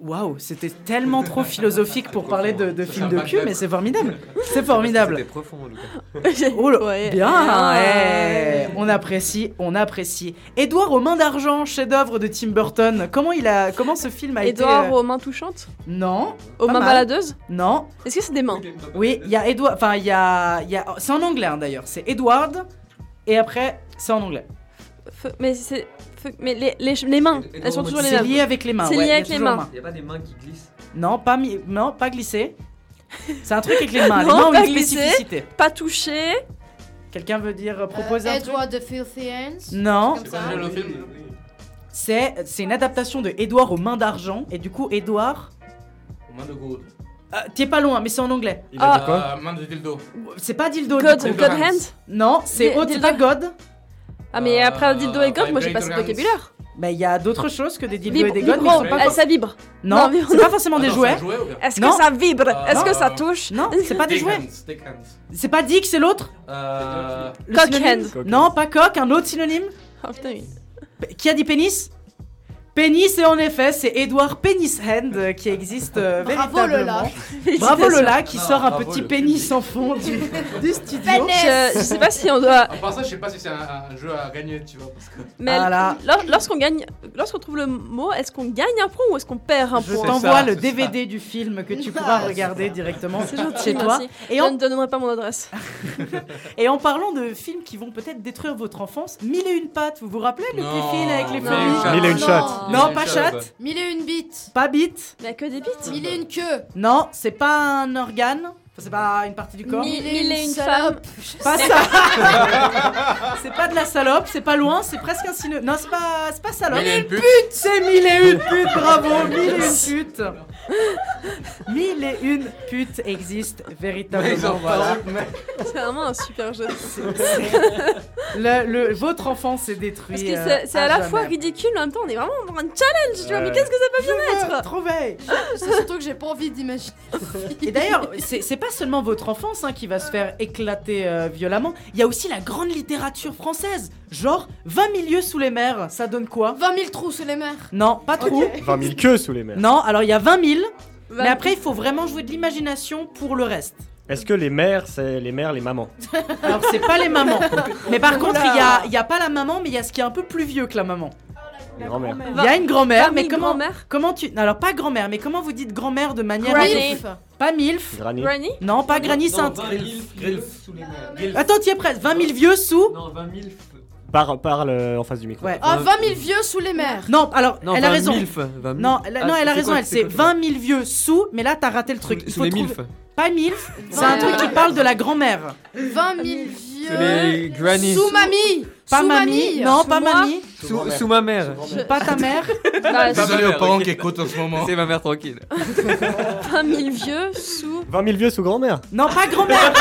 S2: Waouh, c'était tellement trop philosophique pour parler de, de films de
S15: un
S2: cul,
S15: magnum.
S2: mais c'est formidable. C'est formidable.
S15: C'était profond, Lucas.
S2: Oh là,
S12: Ah.
S2: bien.
S15: Ouais.
S2: eh, On apprécie, on apprécie. Édouard aux mains d'argent, chef-d'œuvre de Tim Burton. Comment il a, comment ce film a
S12: Edouard
S2: été euh,
S12: aux mains touchantes,
S2: Non.
S12: aux
S2: pas
S12: mains
S2: mal.
S12: baladeuses.
S2: Non.
S12: Est-ce que c'est des mains
S2: Oui, il y a Edouard. Enfin, il y a, il y a- C'est en anglais hein, d'ailleurs. C'est Edward. Et après, c'est en anglais.
S12: Fe- Mais c'est, fe- mais les, les, les mains, elles sont toujours les
S2: C'est
S12: mêmes.
S2: lié avec les mains.
S12: C'est
S2: ouais, il
S12: lié
S2: y a
S12: avec les
S2: toujours
S12: mains.
S15: Il n'y a pas des mains qui glissent.
S2: Non, pas mi- non, pas glissé. C'est un truc avec les mains. Les
S12: Non,
S2: mains ont
S12: pas
S2: une
S12: glissé.
S2: spécificité.
S12: Pas touché.
S2: Quelqu'un veut dire euh, proposer un truc
S4: Edward the Filthy Hands.
S2: Non.
S4: Comme ça.
S2: C'est c'est une adaptation de Edouard aux mains d'argent et du coup Edouard.
S5: Aux mains de gourde.
S2: Euh, T'es pas loin, mais c'est en anglais. Ah,
S5: Il a dit quoi Main de dildo.
S2: C'est pas dildo.
S5: God-
S2: du coup.
S5: God hand
S2: Non, c'est
S5: Di-
S2: autre, c'est pas God.
S12: Ah, mais après dildo et gomme, moi j'ai passé vocabulaire.
S2: Mais Bah, il y a d'autres choses que des dildos
S12: Vibre-
S2: et des gones.
S12: vibro, euh, ça vibre.
S2: Non,
S12: Non,
S2: c'est pas forcément des
S12: Ah non,
S2: jouets.
S12: c'est un jouet ou bien Ah. Est-ce que ça vibre Est-ce que ça touche
S2: Non, c'est pas des jouets. C'est pas Dick, c'est l'autre
S5: Euh...
S2: Le synonyme Non, pas coq, un autre synonyme
S12: Ah,
S2: P- Qui a dit pénis Pénis, et en effet, c'est Edward Penishand euh, qui existe euh,
S4: Bravo,
S2: véritablement.
S4: Lola.
S2: Bravo Lola qui
S5: Non,
S2: sort un
S5: bravo,
S2: petit
S5: le
S2: pénis en fond du, du studio.
S12: Je, je sais pas si on doit.
S5: À part ça, je sais pas si c'est un, un jeu à gagner, tu vois. Parce que...
S12: Mais
S2: Voilà.
S12: lor- lorsqu'on gagne, lorsqu'on trouve le mot, est-ce qu'on gagne un point ou est-ce qu'on perd un
S2: Je
S12: point
S2: t'envoie le DVD du film que tu
S4: Ah,
S2: pourras regarder directement
S12: C'est gentil,
S2: chez toi.
S12: merci.
S2: Et
S12: Je
S2: en
S12: ne donnerai pas mon adresse.
S2: Et en parlant de films qui vont peut-être détruire votre enfance, Mille et une pattes, vous vous rappelez le petit film avec les fourmis
S10: Mille et une chatte.
S2: Non, pas chatte.
S4: Mille et une bites. Bah,
S2: Pas bite.
S12: Mais que des bites.
S4: Mille et une queue.
S2: Non, c'est pas un organe. Enfin, C'est pas une partie du corps.
S4: Mille et Mille et une une salope.
S2: Pas ça. c'est pas de la salope, c'est pas loin, c'est presque un signe. Non, c'est pas, c'est pas salope.
S5: Mille et une putes.
S2: C'est mille et une putes, bravo, mille et une putes. Mille et une putes existent
S12: Mais ils en
S2: véritablement. Voilà.
S12: parlent, C'est vraiment un super jeu.
S2: Le, le- votre enfant s'est détruit.
S12: Parce que
S2: euh,
S12: c'est- c'est à la
S2: jamais.
S12: fois ridicule, mais en même temps on est vraiment dans un challenge, tu vois. Mais qu'est-ce que ça peut bien être
S2: Trouver
S4: C'est surtout que j'ai pas envie d'imaginer.
S2: Et d'ailleurs, c'est c'est pas seulement votre enfance hein, qui va se faire éclater euh, violemment, il y a aussi la grande littérature française, genre 20 milieux sous les mers, ça donne quoi
S4: 20 000 trous sous les mers.
S2: Non, pas trop.
S10: 20 000 queues sous les mers.
S2: Non, alors il y a 20 000, mais
S4: 20
S2: après il faut vraiment jouer de l'imagination pour le reste.
S10: Est-ce que les mères, c'est les mères, les mamans
S2: Alors c'est pas les mamans. Mais par
S10: Oula.
S2: contre, il y a, il y a pas la maman, mais il y a ce qui est un peu plus vieux que la maman.
S10: Les grand-mères.
S2: Il y a une grand-mère, mais
S12: Famille
S2: comment,
S12: grand-mère
S2: comment tu... Alors pas grand-mère, mais comment vous dites grand-mère de manière...
S12: Granny.
S2: Pas milf.
S10: Granny.
S12: Granny
S2: Non, pas granny, c'est un...
S15: Grilf sous les mers. Grilf.
S2: Attends, tu es presque. 20 000 vieux sous...
S15: Non, 20 000.
S10: Par, par le- en face du micro.
S2: Ouais.
S15: Oh, Euh,
S2: Oh,
S4: Ah, 20 000 vieux sous les mers.
S2: Non, alors,
S4: Non,
S2: elle a
S4: 20
S2: raison.
S15: 000, 20 000.
S2: Non, elle, a-
S15: Ah,
S2: non, elle a
S15: c'est
S2: raison,
S15: quoi,
S2: elle,
S15: c'est
S2: c'est
S15: quoi,
S2: 20 000 vieux sous, mais là, t'as raté le truc. Il
S15: sous
S2: faut
S15: les
S2: trouver-
S15: milfs.
S2: Pas milf, c'est un truc qui parle de la grand-mère.
S4: 20 000 vieux.
S10: Euh,
S15: les grannies.
S4: Sous mamie.
S2: Pas
S4: Sous
S2: mamie, non,
S4: Sous
S2: pas
S4: moi.
S2: mamie.
S15: Sous, sous ma mère. Ah,
S2: Pas ta mère. Ah,
S5: Désolé aux parents qui
S15: écoutent en ce moment. C'est ma mère tranquille.
S12: 20 000 vieux sous.
S10: 20 000 vieux sous grand-mère.
S2: Non, pas grand-mère.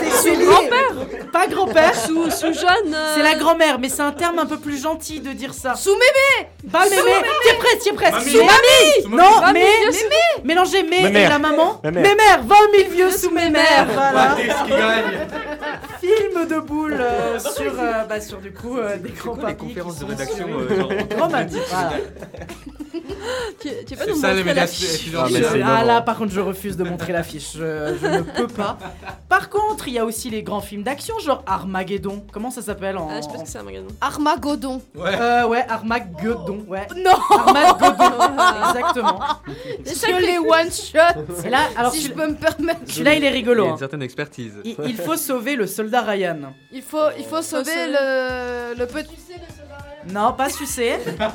S2: C'est
S12: Sous
S2: celui-
S12: grand-père.
S2: Pas grand-père.
S12: Sous, sous jeune. euh,
S2: C'est la grand-mère, mais c'est un terme un peu plus gentil de dire ça.
S4: Sous mémé.
S2: Pas
S4: Sous
S2: mémé.
S4: mémé.
S2: T'y es presque, t'y es presque.
S4: Mamie.
S2: Sous mamie.
S4: Sous
S2: Non, mais.
S4: mamie. Mamie, vieux
S2: mais- Mélangez mais
S10: Ma
S2: et
S10: mère.
S2: la maman.
S10: Ma mère.
S2: Mes mères, 20 000 vieux sous mes mères. Voilà.
S15: qui gagne
S2: Film de boule euh, sur, euh, bah, sur du coup euh, des grands
S15: quoi les
S2: papis qui
S15: conférences de
S2: sont
S15: rédaction,
S2: sur-
S15: euh, genre,
S2: Grand papy, voilà.
S12: Tu, tu peux
S5: C'est
S12: nous
S5: ça, les
S12: montrer
S5: médias
S12: l'affiche
S5: étudiants. Ah, mais
S2: Je-
S5: c'est
S2: ah
S5: énorme.
S2: là, par contre, je refuse de montrer l'affiche. Je, je ne peux pas. Par contre, il y a aussi les grands films d'action, genre Armageddon. Comment ça s'appelle en.
S12: Ah, je pense que c'est un magasin.
S4: Armagodon.
S2: Ouais. Euh, ouais, Armageddon, ouais.
S4: Non.
S2: Armageddon, exactement.
S4: Que les one shots.
S2: Et là, alors,
S4: si je
S2: celui-
S4: peux me permettre.
S2: Celui-là, il est rigolo.
S15: Il y a
S2: hein.
S15: une certaine expertise.
S2: Il, il faut sauver le soldat Ryan.
S4: Il faut, il faut sauver le, le petit.
S2: Non, pas sucer.
S4: Ah,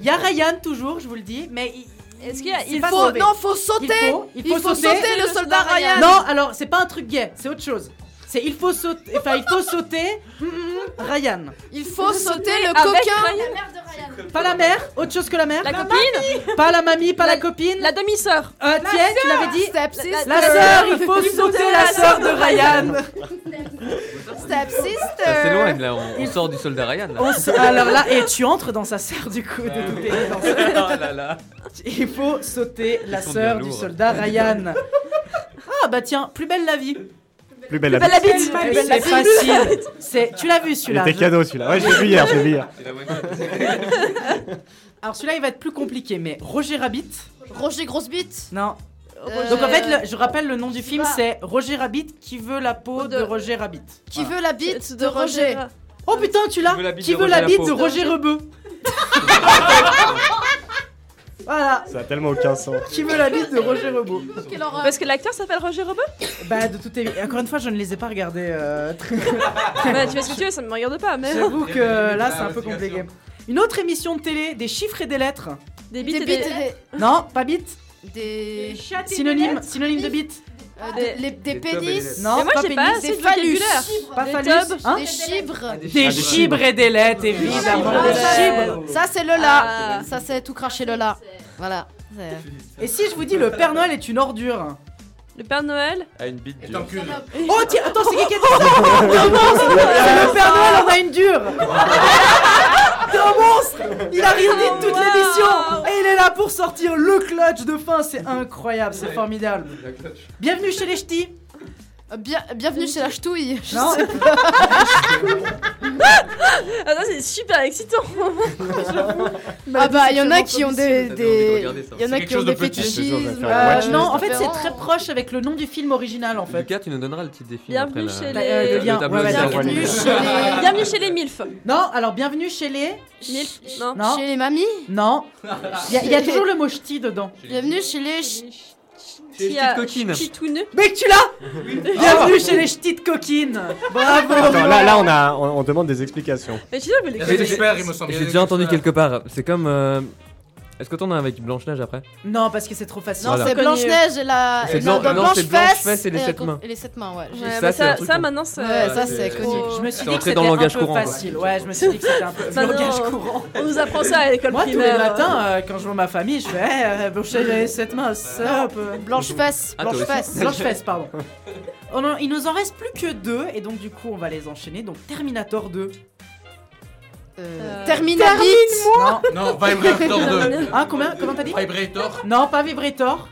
S2: Il y a Ryan toujours, je vous le dis, mais il,
S12: Est-ce qu'il y a.
S2: C'est
S4: Il
S2: pas
S4: faut,
S2: sauver.
S4: non, faut sauter.
S2: Il faut, il faut sauter.
S4: le soldat Ryan.
S2: Non, alors c'est pas un truc gay, c'est autre chose. C'est il faut sauter, enfin il faut sauter hum, hum, hum, Ryan.
S4: Il faut sauter le
S12: avec
S4: coquin.
S12: Ryan.
S2: Pas la mère, autre chose que la mère.
S12: La copine
S2: Pas la mamie, pas la, copine.
S12: La demi-sœur
S2: Euh, tiens, tu l'avais dit.
S4: Stepsister.
S2: La sœur, il faut sauter la sœur de Ryan.
S15: Ça
S4: Stepsister.
S15: s'éloigne là, on, on sort du soldat Ryan. Là.
S2: Euh, On s- alors là, et tu entres dans sa sœur du coup. de-
S15: Oh là là.
S2: Il faut sauter la
S15: sont
S2: sœur
S15: bien
S2: du
S15: lourds.
S2: soldat Ryan. Ah bah tiens, plus belle la vie.
S10: Plus belle la
S2: Plus
S10: vie.
S2: belle la vie. C'est facile. C'est- Tu l'as vu
S10: Il
S2: celui-là.
S10: était
S2: je-
S10: cadeau celui-là. Ouais, je l'ai vu hier, je l'ai vu hier.
S2: Alors celui-là il va être plus compliqué, mais Roger Rabbit.
S4: Roger grosse bite.
S2: Non.
S4: Euh,
S2: Donc en fait, le- je rappelle le nom du film,
S4: pas. Oh,
S2: c'est Roger Rabbit qui veut la peau de Roger Rabbit.
S4: Qui veut la bite de Roger
S12: Roger.
S2: Oh putain, tu l'as
S15: Qui veut la bite
S2: Qui
S15: de
S2: veut
S15: Roger
S2: la
S15: la
S2: bite
S15: peau
S2: de Roger Rebeu Voilà.
S10: Ça a tellement aucun sens.
S2: Qui veut la bite de Roger Rebeu
S12: Parce que l'acteur s'appelle Roger Robot
S2: Bah de tout évi- Encore une fois, je ne les ai pas regardés. euh, très-
S12: Bah, tu fais ce que tu veux, ça ne me regarde pas, mais.
S2: J'avoue que là, c'est un peu compliqué. Une autre émission de télé, des chiffres et des lettres.
S12: Des bites
S4: Des
S12: et
S4: bites
S12: des.
S4: et
S2: Non, pas bite.
S4: des. Des.
S2: Synonyme, synonyme de bite.
S4: euh, des- les- des pénis.
S2: Non,
S12: Mais moi,
S2: pas
S12: j'ai pas
S2: pénis.
S12: assez
S4: Des
S12: de
S4: phallus.
S12: vocabulaire.
S2: Pas
S12: Des
S2: phallus.
S12: tubs.
S2: Hein
S4: Des chibres.
S15: Ah,
S2: Des chibres et des lettres, évidemment.
S4: Ah,
S2: Des
S4: ça-
S2: chibres.
S4: Ça, c'est le là.
S12: Ah.
S4: Ça, c'est tout cracher le là. Voilà. C'est-
S2: Et si je vous dis le Père Noël est une ordure
S12: Le Père Noël
S6: À Ah, une bite dure.
S12: t'encules.
S2: Oh tiens, attends, c'est qui qui a dit ça C'est un monstre C'est Le Père Noël en a une dure C'est un monstre Il a rien dit de toute l'émission Et il est là pour sortir le clutch de fin, c'est incroyable, c'est formidable Bienvenue chez les ch'tis
S4: Euh, Bien, bienvenue chez la ch'touille. Je
S2: Non.
S4: sais pas.
S12: Ah non, c'est super excitant
S4: ah bah, il y en a qui ont des. des... Il y en a
S15: C'est quelque
S4: qui ont
S15: chose de
S4: des
S15: petit, je te
S4: fétichismes.
S15: jure, je vais faire
S2: Euh,
S15: une watchlist.
S2: non, en fait, c'est très proche avec le nom du film original en fait.
S15: Lucas, tu nous donneras le petit défi.
S12: Bienvenue
S15: après,
S12: chez
S15: la...
S2: Bah,
S12: les- Euh, le lien,
S15: tableau
S12: ouais,
S15: de
S12: ouais,
S15: Sarah
S12: bienvenue
S15: Wallis.
S12: chez les- Bienvenue chez les MILF
S2: Non, alors bienvenue chez les.
S12: MILF Non.
S2: Chez
S4: les mamies
S2: Non. Il y, a- il y a toujours le mot ch'ti dedans.
S4: Bienvenue chez les.
S12: Chez les petites coquines. Ch'titouneux.
S2: Mec, tu l'as Bienvenue chez les ch'tis de coquines Bravo
S10: Attends, là, là on, a, on, on demande des explications.
S12: Mais tu sais, mais les
S2: C'est
S12: coquines-
S2: super, il me semble.
S15: J'ai déjà entendu quelque part. C'est comme. euh, Est-ce que t'en as un avec Blanche-Neige après
S2: Non, parce que c'est trop facile.
S15: Non, Voilà. c'est
S4: Blanche-Neige et la.
S15: C'est
S4: non,
S15: Blanc-
S4: dans
S15: non, c'est
S4: Blanche-Fesse.
S15: Blanche-Fesse et les sept
S4: la-
S15: mains.
S4: Et les sept mains, ouais.
S15: Ouais, Ça, bah, c'est un ça- truc ça, qu'on-
S12: maintenant, c'est-
S4: Ouais, ça,
S12: c'est-
S4: c'est
S12: c'est-
S4: connu.
S2: Je me suis
S15: C'est
S2: dit que
S15: entré
S2: c'était
S15: dans le langage
S2: un
S15: courant,
S2: peu
S15: quoi.
S2: facile. Ouais, je me suis dit que c'était un peu le
S12: Ça, Bah non.
S2: langage courant.
S12: On nous apprend ça à l'école
S2: Moi, tous les
S12: primaire. hein.
S2: matins, euh, quand je vois ma famille, je fais hey, euh, Blanche j'ai cette main, ça
S4: Blanche fesse.
S15: Ah, toi
S2: Blanche
S15: aussi.
S2: fesse. Blanche fesse, pardon. Oh non, il nous en reste plus que deux, et donc du coup, on va les enchaîner. Donc Terminator 2.
S4: Euh, Termina vite.
S2: Non,
S5: Non, Vibrator 2.
S2: Hein, combien, comment t'as dit
S5: Vibrator.
S2: Non, pas Vibrator.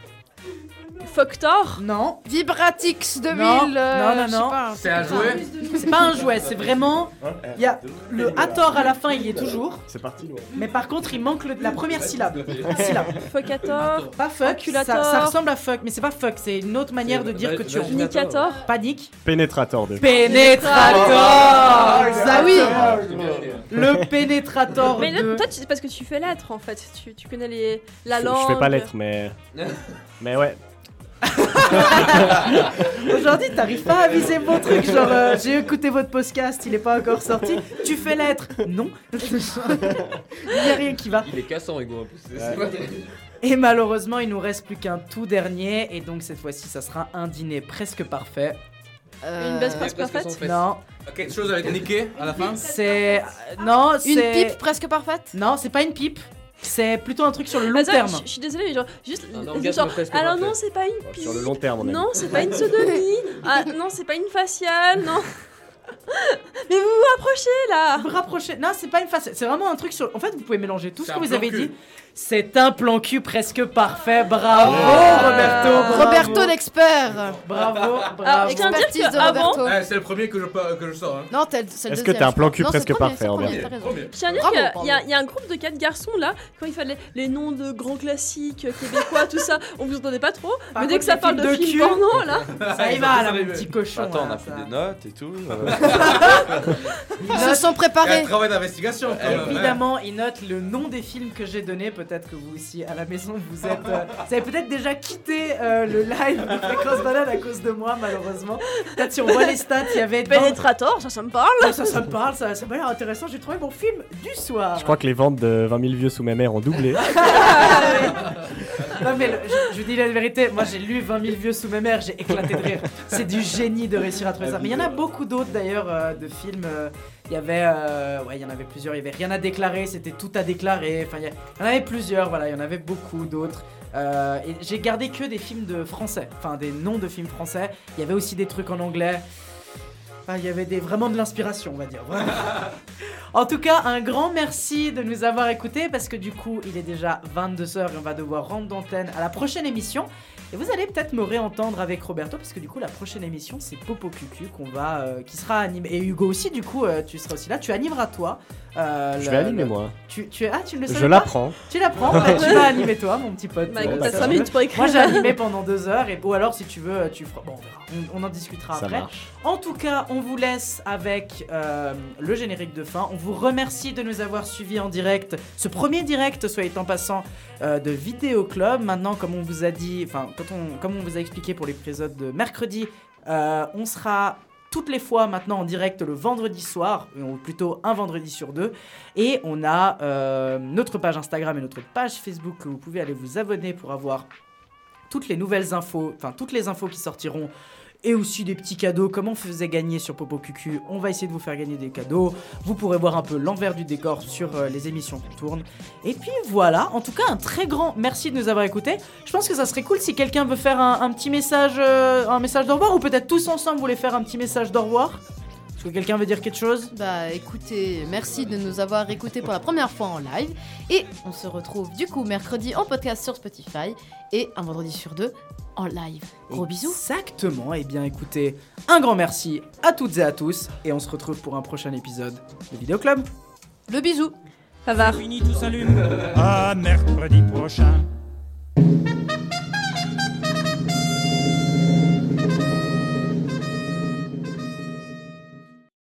S12: Foctor
S2: Non.
S4: Vibratix 2000.
S2: Non,
S4: euh,
S2: Oh, non, non,
S4: je
S2: non.
S4: sais pas.
S5: C'est un jouet
S2: hein, C'est pas un jouet, c'est vraiment. Il y a le Hathor à la fin, il y est toujours.
S10: C'est parti, ouais.
S2: Mais par contre, il manque le- la première syllabe. syllabe.
S12: Focator
S2: Pas fuck, ça,
S12: Oculator.
S2: ça ressemble à fuck, mais c'est pas fuck, c'est une autre manière de dire que tu roules.
S12: Nicator
S2: Panique.
S10: Pénétrator déjà.
S2: Pénétrator
S10: Ah,
S2: Ah oui Le pénétrator
S12: Mais
S2: de-
S12: là, toi, tu sais parce que tu fais l'être en fait. Tu, tu connais les, la
S10: Je-
S12: langue.
S10: Je fais pas l'être, mais. mais ouais.
S2: Aujourd'hui, t'arrives pas à viser mon truc, genre euh, j'ai écouté votre podcast, il est pas encore sorti. Tu fais l'être Non. il y a rien qui va.
S15: Il est cassant, Hugo, en plus. C'est-
S2: Ouais.
S15: c'est-
S2: Et malheureusement, il nous reste plus qu'un tout dernier, et donc cette fois-ci, ça sera un dîner presque parfait.
S4: Euh,
S12: baisse
S5: presque sans
S12: parfaite
S5: fesses.
S2: Non.
S5: Quelque chose avec niqué à la fin
S2: C'est. euh, Non, c'est.
S4: Une pipe presque parfaite.
S2: Non, c'est pas une pipe. C'est plutôt un truc sur le long
S12: Attends,
S2: terme.
S12: je- Je suis désolée, mais genre, juste.
S15: Un
S12: genre,
S15: orgasme presque
S12: alors
S15: parfait.
S12: non, c'est pas une
S10: Sur le
S12: pipe.
S10: long terme, on a
S12: Non, c'est pas une sodomie. ah, non, c'est pas une faciale. Non. mais vous vous approchez là.
S2: Vous rapprochez. Non, c'est pas une face. C'est vraiment un truc sur. En fait, vous pouvez mélanger tout ce
S5: C'est
S2: que
S5: un
S2: vous
S5: plan
S2: avez
S5: cul.
S2: dit. C'est un plan cul presque parfait. Bravo, Oh, Roberto. bravo.
S4: oh, Roberto l'expert.
S2: Bravo,
S12: Alors,
S2: bravo.
S12: je tiens à dire
S4: Expertise de
S12: que avant,
S4: Roberto.
S5: Eh, C'est le premier que je, pa- que je sors. Hein.
S4: Non, t'as- c'est le
S10: Est-ce que
S4: deuxième,
S10: t'as un
S4: je
S10: plan
S4: crois.
S10: cul
S4: Non, c'est
S10: presque
S4: le premier,
S10: parfait,
S4: c'est le premier,
S10: Robert
S4: t'as raison.
S5: Premier.
S12: Je tiens à dire
S4: Bravo,
S12: qu'il y a-
S4: pardon.
S12: il y, a- il y a un groupe de quatre garçons là, quand il fallait les noms de grands classiques euh, québécois, tout ça, on vous entendait pas trop.
S2: Par
S12: mais dès
S2: contre,
S12: que ça
S2: les
S12: parle
S2: films
S12: de
S2: de cul.
S12: films porno là,
S4: Ah,
S2: Ça y va, là, mon petit cochon.
S6: Attends, on
S2: là,
S6: a
S2: ça.
S6: fait des notes et tout. euh,
S4: Ils se sont préparés. Euh,
S5: travail d'investigation. quand même, hein.
S2: Évidemment, il note le nom des films que j'ai donné. Peut-être que vous aussi, à la maison, vous êtes. euh, vous avez peut-être déjà quitté euh, le live de Fréquence Banane à cause de moi, malheureusement. Peut-être si on voit les stats, il y avait. dans-
S12: Pénétrator, ça, ça me parle.
S2: Ça, ça, ça me parle, ça, ça m'a l'air intéressant. J'ai trouvé mon film du soir.
S10: Je crois que les ventes de 20 000 vieux sous ma mère ont doublé.
S2: Non, mais le- je, je vous dis la vérité, moi j'ai lu 20 000 vieux sous mes mères, j'ai éclaté de rire. C'est du génie de réussir à trouver ça. Mais il y en a beaucoup d'autres d'ailleurs euh, de films. euh, Il y avait, euh, ouais, il y en avait plusieurs. Il y avait rien à déclarer, c'était tout à déclarer. Enfin, il y, a- il y en avait plusieurs. Voilà, il y en avait beaucoup d'autres. Euh, et j'ai gardé que des films de français, enfin des noms de films français. Il y avait aussi des trucs en anglais. Enfin, il y avait des, vraiment de l'inspiration, on va dire. Vraiment. En tout cas, un grand merci de nous avoir écoutés parce que du coup, il est déjà 22h et on va devoir rendre d'antenne à la prochaine émission. Et vous allez peut-être me réentendre avec Roberto parce que du coup, la prochaine émission, c'est Popo Cucu qu'on va, euh, qui sera animé. Et Hugo aussi, du coup, euh, tu seras aussi là. Tu animeras toi. euh,
S10: Je
S2: le-
S10: vais animer,
S2: le-
S10: moi.
S2: Tu, tu, ah, tu ne le savais
S10: Je
S2: pas
S10: l'apprends.
S2: Tu l'apprends bah, Tu vas animer toi, mon petit pote.
S12: Bah
S10: écoute,
S2: Bon, bah,
S10: t'as cinq
S2: ça
S12: minutes
S2: va.
S12: pour écrire.
S2: Moi, j'ai animé pendant deux heures. Et, ou alors, si tu veux, tu feras. Bon, on verra. On, on en discutera
S10: Ça
S2: après.
S10: marche.
S2: En tout cas, on vous laisse avec euh, le générique de fin. On vous remercie de nous avoir suivis en direct. Ce premier direct, soit en passant, euh, de Vidéo Club. Maintenant, comme on vous a dit, enfin, quand on- comme on vous a expliqué pour l'épisode de mercredi, euh, on sera toutes les fois maintenant en direct le vendredi soir, ou plutôt un vendredi sur deux. Et on a euh, notre page Instagram et notre page Facebook que vous pouvez aller vous abonner pour avoir toutes les nouvelles infos, enfin toutes les infos qui sortiront et aussi des petits cadeaux comme on faisait gagner sur Popo Cucu. On va essayer de vous faire gagner des cadeaux. Vous pourrez voir un peu l'envers du décor sur euh, les émissions qu'on tourne. Et puis voilà, en tout cas un très grand merci de nous avoir écoutés. Je pense que ça serait cool si quelqu'un veut faire un, un petit message, euh, un message d'au revoir ou peut-être tous ensemble vous voulez faire un petit message d'au revoir. Est-ce que quelqu'un veut dire quelque chose
S4: Bah écoutez, merci de nous avoir écoutés pour la première fois en live. Et on se retrouve du coup mercredi en podcast sur Spotify et un vendredi sur deux en live. Gros bisous.
S2: Exactement, et bien écoutez, un grand merci à toutes et à tous, et on se retrouve pour un prochain épisode de Vidéo Club.
S4: Le bisou.
S1: Fini, tout s'allume. À mercredi prochain.